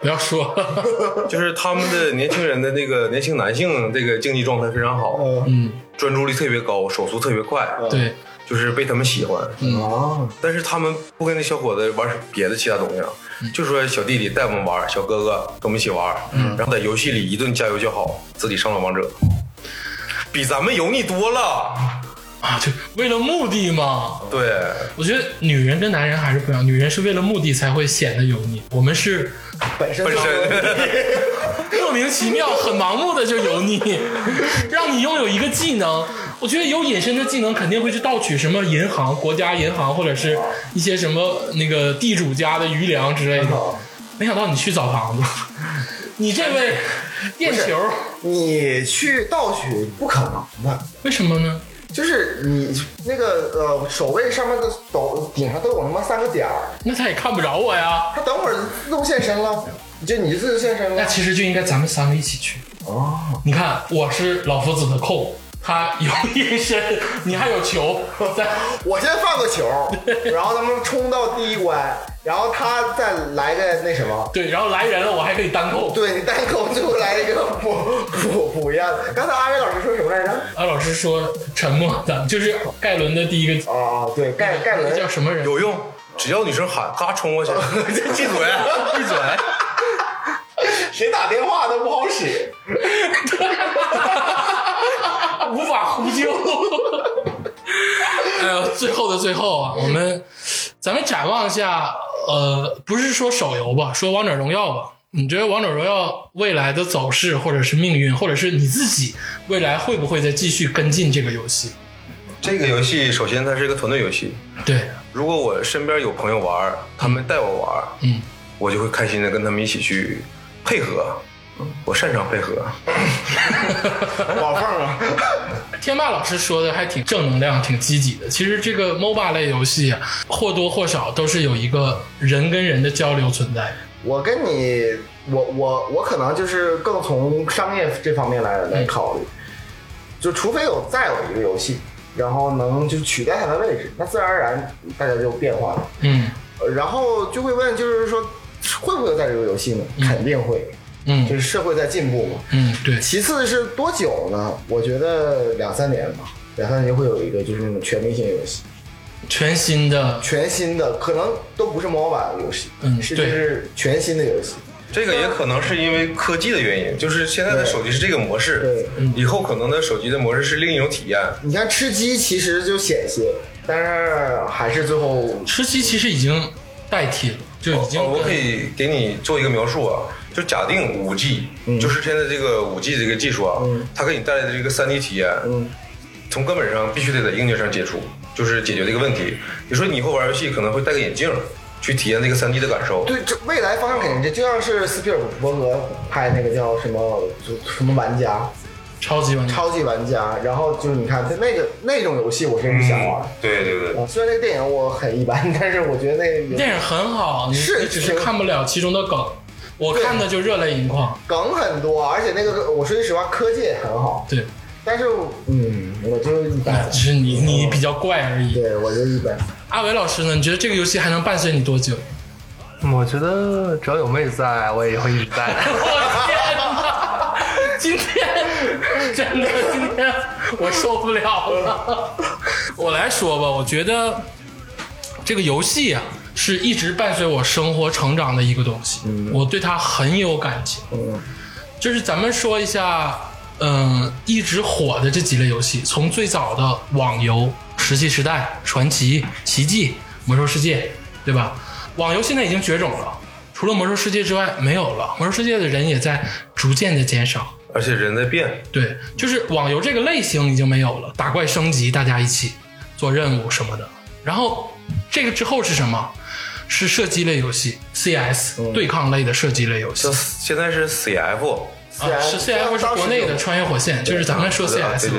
Speaker 6: 不要说 [laughs] 了。
Speaker 5: 就是他们的年轻人的那个年轻男性这个竞技状态非常好，
Speaker 7: 嗯
Speaker 5: 专注力特别高，手速特别快，
Speaker 6: 对，
Speaker 5: 就是被他们喜欢。
Speaker 7: 啊，
Speaker 5: 但是他们不跟那小伙子玩别的其他东西啊，就说小弟弟带嗯我们玩，小哥哥跟我们一起玩，然后在游戏里一顿加油叫好，自己上了王者。比咱们油腻多了。
Speaker 6: 啊，就为了目的嘛。
Speaker 5: 对，
Speaker 6: 我觉得女人跟男人还是不一样，女人是为了目的才会显得油腻，我们是
Speaker 7: 本身
Speaker 5: 本
Speaker 7: 就
Speaker 5: [laughs] 身
Speaker 6: 莫名其妙、很盲目的就油腻， [laughs] 让你拥有一个技能。我觉得有隐身的技能，肯定会去盗取什么银行、国家银行，或者是一些什么那个地主家的余粮之类的。没想到你去澡堂子，你这位电球，
Speaker 7: 你去盗取不可能的，
Speaker 6: 为什么呢？
Speaker 7: 就是你那个呃手背上面的斗顶上都有他妈三个点儿，
Speaker 6: 那他也看不着我呀。
Speaker 7: 他等会儿自动现身了，就你就自动现身
Speaker 6: 那
Speaker 7: 了。
Speaker 6: 其实就应该咱们三个一起去。哦，你看，我是老夫子的寇，他有隐身，你还有球，咱
Speaker 7: 我先放个球，然后他们冲到第一关，然后他再来个那什么。
Speaker 6: 对，然后来人了，我还可以单扣。
Speaker 7: 对你单口最后来一个补 [laughs] 补补一样的。刚才阿威老师说什么来着？
Speaker 6: 啊，老师说沉默的，就是盖伦的第一个
Speaker 7: 啊，对，盖盖伦
Speaker 6: 叫什么人？
Speaker 5: 有用，只要女生喊，嘎冲 [laughs] 过去，闭嘴，闭嘴。
Speaker 7: 谁打电话都不好使。
Speaker 6: [laughs] 无法呼救。哎呦，最后的最后啊，我们咱们展望一下，呃，不是说手游吧，说王者荣耀吧。你觉得王者荣耀未来的走势，或者是命运，或者是你自己未来会不会再继续跟进这个游戏？
Speaker 5: 这个游戏首先它是一个团队游戏，
Speaker 6: 对，
Speaker 5: 如果我身边有朋友玩儿，他们带我玩儿，
Speaker 6: 嗯，
Speaker 5: 我就会开心的跟他们一起去配合。我擅长配合，
Speaker 6: [laughs]
Speaker 7: 宝凤啊，
Speaker 6: 天霸老师说的还挺正能量、挺积极的。其实这个 MOBA 类游戏啊，或多或少都是有一个人跟人的交流存在。
Speaker 7: 我跟你，我我我可能就是更从商业这方面
Speaker 6: 嗯
Speaker 7: 来来考虑，就除非有再有一个游戏，然后能就取代它的位置，那自然而然大家就变化了。
Speaker 6: 嗯
Speaker 7: 呃然后就会问，就是说会不会有再有游戏呢？肯定会，就
Speaker 6: 嗯
Speaker 7: 是社会在进步嘛。
Speaker 6: 嗯，对，
Speaker 7: 其次是多久呢？我觉得两三年吧，两三年会有一个就是那种全明星游戏，
Speaker 6: 全新的
Speaker 7: 全新的，可能都不是 MOBA 游戏，
Speaker 6: 嗯
Speaker 7: 是就
Speaker 6: 对
Speaker 7: 是全新的游戏。
Speaker 5: 这个也可能是因为科技的原因，就是现在的手机是这个模式
Speaker 7: 对，
Speaker 5: 以后可能的手机的模式是另一种体验。
Speaker 7: 你看吃鸡其实就险些，但是还是最后
Speaker 6: 吃鸡其实已经代替了，就已经、呃
Speaker 5: 哦，我可以给你做一个描述啊，就假定五 G，、就是现在这个五 G 这个技术啊，它给你带来的这个三 D 体验，从根本上必须得在硬件上解除，就是解决这个问题。你说你以后玩游戏可能会戴个眼镜去体验这个三 D 的感受，
Speaker 7: 对这未来方向肯定这就像是斯皮尔伯格拍那个叫什么什么玩家，
Speaker 6: 超级玩家。
Speaker 7: 超级玩家，然后就是你看他那个那种游戏我真不想玩。
Speaker 5: 对对对，
Speaker 7: 啊，虽然那个电影我很一般， [laughs] 但是我觉得那个
Speaker 6: 嗯
Speaker 7: 有
Speaker 6: 电影很好，你
Speaker 7: 是
Speaker 6: 你只是
Speaker 7: 是
Speaker 6: 看不了其中的梗，我
Speaker 7: 对
Speaker 6: 看的就热泪盈眶。
Speaker 7: 梗很多，而且那个我说句实话，科技也很好，
Speaker 6: 对，
Speaker 7: 但是我嗯，我就一
Speaker 6: 那
Speaker 7: 般
Speaker 6: 哎只。是你你比较怪而已。
Speaker 7: 对，我就一般。
Speaker 6: 阿伟老师呢？你觉得这个游戏还能伴随你多久？ [laughs]
Speaker 8: 嗯我觉得只要有妹子在，我也会一直在。
Speaker 6: 我天哪！今天真的，今天我受不了了。我来说吧，我觉得这个游戏啊，是一直伴随我生活成长的一个东西，我对它很有感情。就是咱们说一下，嗯、一直火的这几类游戏，从最早的网游《石器时代》《传奇》《奇迹》《魔兽世界》，对吧？网游现在已经绝种了，除了魔兽世界之外没有了，魔兽世界的人也在逐渐的减少。
Speaker 5: 而且人在变，
Speaker 6: 对，就是网游这个类型已经没有了，打怪升级，大家一起做任务什么的。然后这个之后是什么？是射击类游戏，CS、对抗类的射击类游戏
Speaker 5: 像。现在是 CF，
Speaker 6: 啊，是 CF 是国内的穿越火线，就是咱们说
Speaker 5: 对啊
Speaker 6: CS
Speaker 5: 对
Speaker 6: 嘛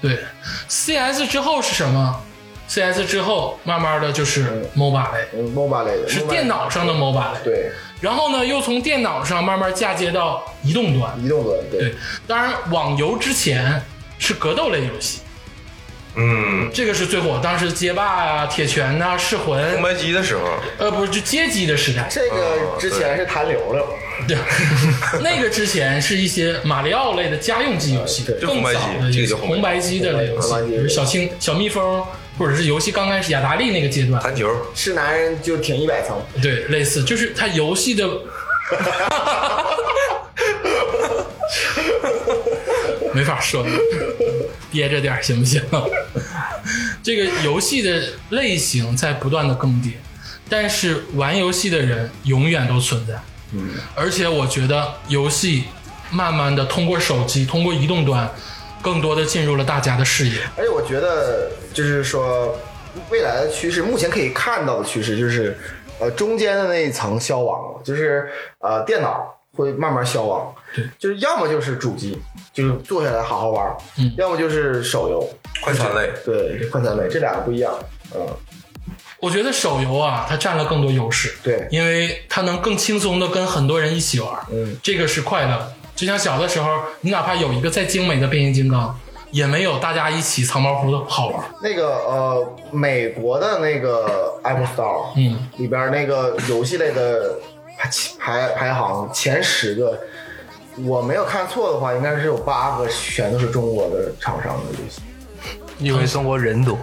Speaker 5: 对对，
Speaker 6: 对 CS 之后是什么？CS 之后慢慢的就是 MOBA 类，
Speaker 7: 嗯，MOBA 类的
Speaker 6: 是
Speaker 7: MOBA
Speaker 6: 电脑上的 MOBA 类，
Speaker 7: 对
Speaker 6: 然后呢又从电脑上慢慢嫁接到移动端，
Speaker 7: 移动端对
Speaker 6: 对，当然网游之前是格斗类游戏，
Speaker 5: 嗯，
Speaker 6: 这个是最火，当时街霸啊、铁拳呐、噬
Speaker 5: 红
Speaker 6: 魂，
Speaker 5: 白机的时候，
Speaker 6: 呃，不是就街机的时代，
Speaker 7: 这个之前是弹流流，
Speaker 6: 对， [laughs] 那个之前是一些马里奥类的家用机游戏，
Speaker 7: 对
Speaker 6: 更早
Speaker 5: 这
Speaker 6: 的游
Speaker 5: 个
Speaker 6: 戏，
Speaker 5: 叫
Speaker 6: 红
Speaker 5: 红
Speaker 6: 白
Speaker 5: 白
Speaker 6: 机的类游戏，
Speaker 7: 红白机
Speaker 6: 比如小青、小蜜蜂，或者是游戏刚开始雅达利那个阶段，
Speaker 5: 弹球，
Speaker 7: 是男人就挺一百层。
Speaker 6: 对，类似就是它游戏的。没法说，憋着点儿行不行？这个游戏的类型在不断的更迭，但是玩游戏的人永远都存在。嗯，而且我觉得游戏慢慢的通过手机，通过移动端，更多的进入了大家的视野。
Speaker 7: 而且我觉得就是说，未来的趋势，目前可以看到的趋势就是，呃，中间的那一层消亡了，就是呃，电脑会慢慢消亡，就是要么就是主机，就是坐下来好好玩儿，
Speaker 6: 嗯
Speaker 7: 要么就是手游，
Speaker 5: 快餐类，
Speaker 7: 对，快餐类，这两个不一样，嗯，
Speaker 6: 我觉得手游啊，它占了更多优势，
Speaker 7: 对
Speaker 6: 因为它能更轻松的跟很多人一起玩，
Speaker 7: 嗯，
Speaker 6: 这个是快乐的。就像小的时候，你哪怕有一个再精美的变形金刚，也没有大家一起藏猫胡的好玩。
Speaker 7: 那个呃，美国的那个 Apple Store，
Speaker 6: 嗯，
Speaker 7: 里边那个游戏类的排排行前十个，我没有看错的话，应该是有八个全都是中国的厂商的游戏。
Speaker 8: [laughs] 因为中国人多，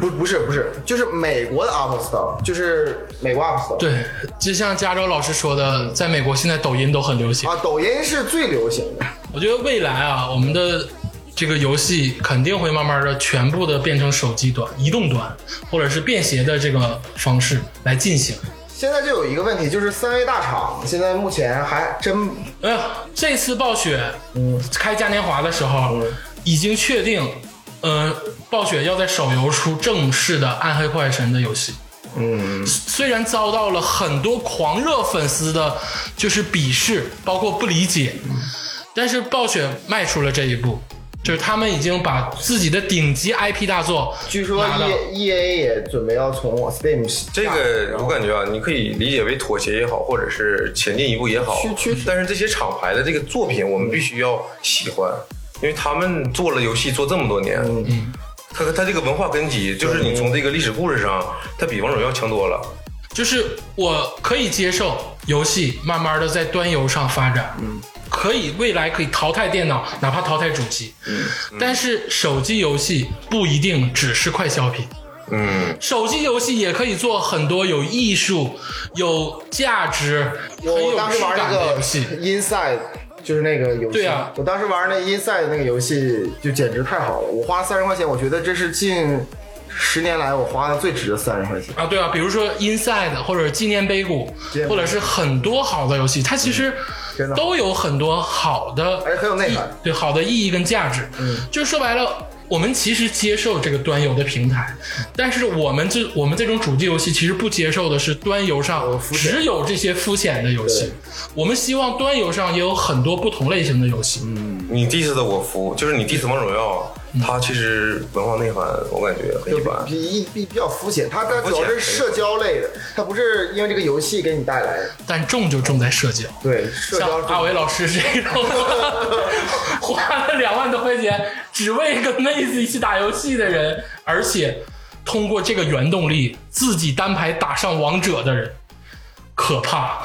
Speaker 7: 不不是不是，就是美国的 Apple Store，就是美国 Apple Store。
Speaker 6: 对，就像加州老师说的，在美国现在抖音都很流行。
Speaker 7: 啊，抖音是最流行的。
Speaker 6: 我觉得未来啊，我们的这个游戏肯定会慢慢的全部的变成手机端、移动端，或者是便携的这个方式来进行。
Speaker 7: 现在就有一个问题，就是三 A 大厂现在目前还真
Speaker 6: 哎呀，这次暴雪，
Speaker 7: 嗯
Speaker 6: 开嘉年华的时候、已经确定，呃，暴雪要在手游出正式的《暗黑破坏神》的游戏。嗯，虽然遭到了很多狂热粉丝的，就是鄙视，包括不理解，
Speaker 7: 嗯
Speaker 6: 但是暴雪迈出了这一步，就是他们已经把自己的顶级 IP 大作，
Speaker 7: 据说
Speaker 6: 拿到
Speaker 7: E E A 也准备要从 Steam 下
Speaker 5: 这个我感觉啊，你可以理解为妥协也好，或者是前进一步也好
Speaker 7: 趋趋势，
Speaker 5: 但是这些厂牌的这个作品，我们必须要喜欢，因为他们做了游戏做这么多年，嗯，他他这个文化根基，就是你从这个历史故事上，他比王者荣耀强多了。
Speaker 6: 就是我可以接受游戏慢慢的在端游上发展，嗯，可以未来可以淘汰电脑，哪怕淘汰主机，嗯，但是手机游戏不一定只是快消品，
Speaker 5: 嗯，
Speaker 6: 手机游戏也可以做很多有艺术、有价值、很
Speaker 7: 我
Speaker 6: 有
Speaker 7: 当
Speaker 6: 质
Speaker 7: 时玩那
Speaker 6: 感的
Speaker 7: 个
Speaker 6: 游戏。
Speaker 7: Inside，就是那个游戏。
Speaker 6: 对啊
Speaker 7: 我当时玩那 Inside 那个游戏就简直太好了，我花三十块钱，我觉得这是近十年来我花的最值的三十块钱。
Speaker 6: 啊，对啊，比如说 Inside 或者纪念碑谷
Speaker 7: 纪念，碑嗯
Speaker 6: 或者是很多好的游戏，它其实
Speaker 7: 真的好
Speaker 6: 都有很多好的，
Speaker 7: 而且很有内涵
Speaker 6: 意对好的意义跟价值。嗯，就是说白了，我们其实接受这个端游的平台，但是我们这我们这种主机游戏其实不接受的是端游上
Speaker 7: 呃肤浅
Speaker 6: 只有这些肤浅的游戏
Speaker 7: 对，
Speaker 6: 我们希望端游上也有很多不同类型的游戏。
Speaker 7: 嗯
Speaker 5: 你 diss 的我服，就是你 diss 王者荣耀，它其实文化内涵我感觉很
Speaker 7: 就
Speaker 5: 一般。
Speaker 7: 比比比比较肤浅，它它
Speaker 5: 肤
Speaker 7: 主要
Speaker 5: 浅
Speaker 7: 是社交类的，它不是因为这个游戏给你带来的。
Speaker 6: 但重就重在社交。
Speaker 7: 对，啊社
Speaker 6: 像
Speaker 7: 交
Speaker 6: 阿伟老师这种，
Speaker 7: [laughs]
Speaker 6: 花了两万多块钱只为跟妹子一起打游戏的人，而且通过这个原动力自己单排打上王者的人，可
Speaker 7: [laughs]
Speaker 6: 怕。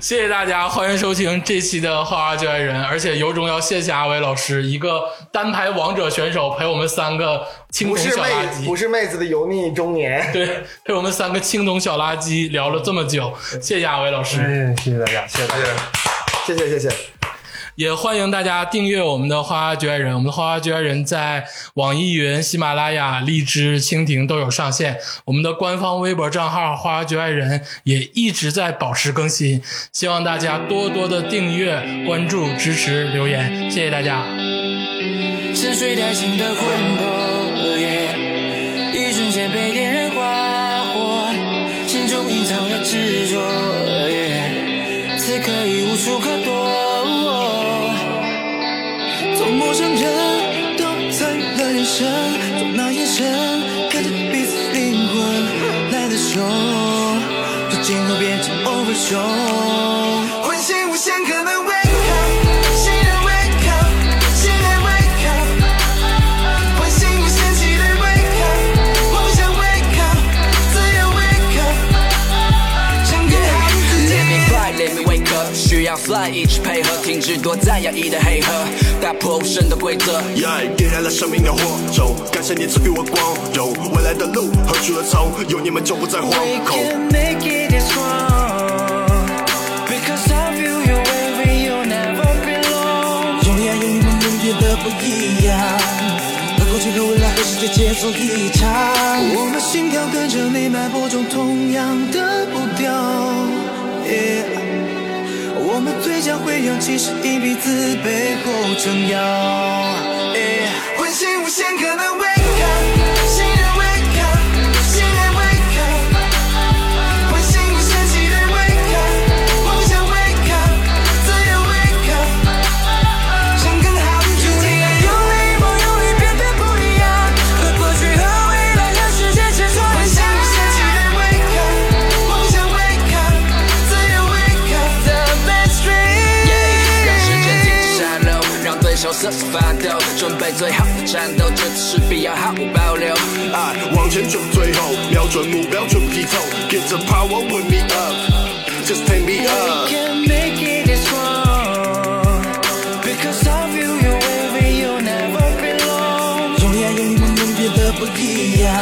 Speaker 6: 谢谢大家，欢迎收听这期的《花花最爱人》，而且有种要谢谢阿伟老师，一个单排王者选手陪我们三个青
Speaker 7: 不
Speaker 6: 铜
Speaker 7: 是
Speaker 6: 小垃
Speaker 7: 妹
Speaker 6: 圾，
Speaker 7: 不是妹子的油腻中年。
Speaker 6: 对，陪我们三个青铜小垃圾聊了这么久，谢谢阿伟老师。
Speaker 8: 嗯，谢谢大家，谢谢大家。
Speaker 7: 谢谢谢谢，
Speaker 6: 也欢迎大家订阅我们的《花花局外人》，我们的《花花局外人》在网易云、喜马拉雅、荔枝、蜻蜓都有上线。我们的官方微博账号“花花局外人”也一直在保持更新，希望大家多多的订阅、关注、支持、留言，谢谢大家。
Speaker 10: 沉睡在心的魂魄，耶一瞬间被电人划火，心中隐藏的执着，耶此刻已无处可躲。从陌生人到灿烂人生，从那眼神看着彼此灵魂，来的时候，就进入变成 overshow，唤醒无限可能 wake up，新的 wake up，新的 wake up，唤醒无限期待 wake up，梦想 wake up，自由 wake up，想更好的自己。
Speaker 11: Let me cry, let me wake up，需要 fly 一直配合，停止躲在压抑的黑盒，打破无声的规则。
Speaker 12: 耶，点燃了生命的火种，感谢你赐予我光荣。未来的路何去何从？有你们就不再惶
Speaker 10: We
Speaker 12: 恐。
Speaker 10: can make it as strong because of you, you're where you never belong.
Speaker 2: 再解锁一场。我们心跳跟着你脉搏中同样的步调。Yeah 我们嘴角会扬起是一鼻子背后撑腰。哎，唤醒无限可能 wake up，新人 wake up，新人 wake up，唤醒无限期待 wake up，梦想 wake up，自由 wake up，想更好的自己。有你梦，有你变得不一样，和过去和未来和世界切磋一下。唤醒无限期待 wake up，梦想 wake up，自由 wake up。
Speaker 8: 让时间停止沙漏，让对手瑟瑟发抖，准备最好的战斗，这次势必要毫无保留。
Speaker 10: 爱啊往前冲，最后瞄准目标，准剔透，Get the power, put me up, just take me up。
Speaker 2: can make it this wrong Because of you, you're wherever you never belong 总而言之，你们能变得不一样，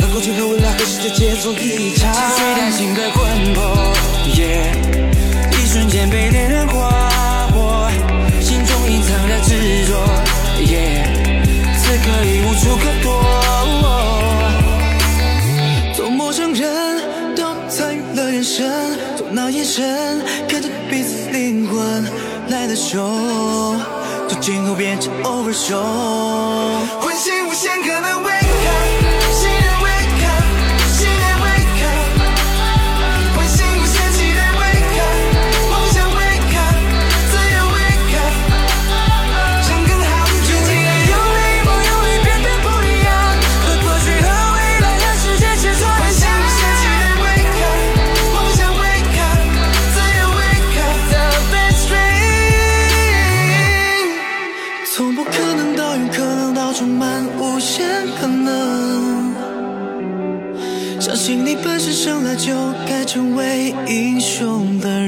Speaker 2: 和过去和未来和世界切磋一场，击碎担心的困惑，yeah，一瞬间被恋人划破，心中隐藏的执着，yeah，此刻已无处可躲。从陌生人到参与了人生，从那眼神看着彼此灵魂来的熟，从今后变成 over 熟。唤醒无限可能 wake up，新人 wake up，新人 wake up，唤醒无限期待 wake up，梦想 wake up，自由 wake up，想更好的自己。有你梦，有你变得不一样，和过去和未来和世界切磋一下。唤醒无限期待 wake up，梦想 wake up，自由 wake up，the best dream。从不可能到有可能到充满无限可能。相信你本是生来就该成为英雄的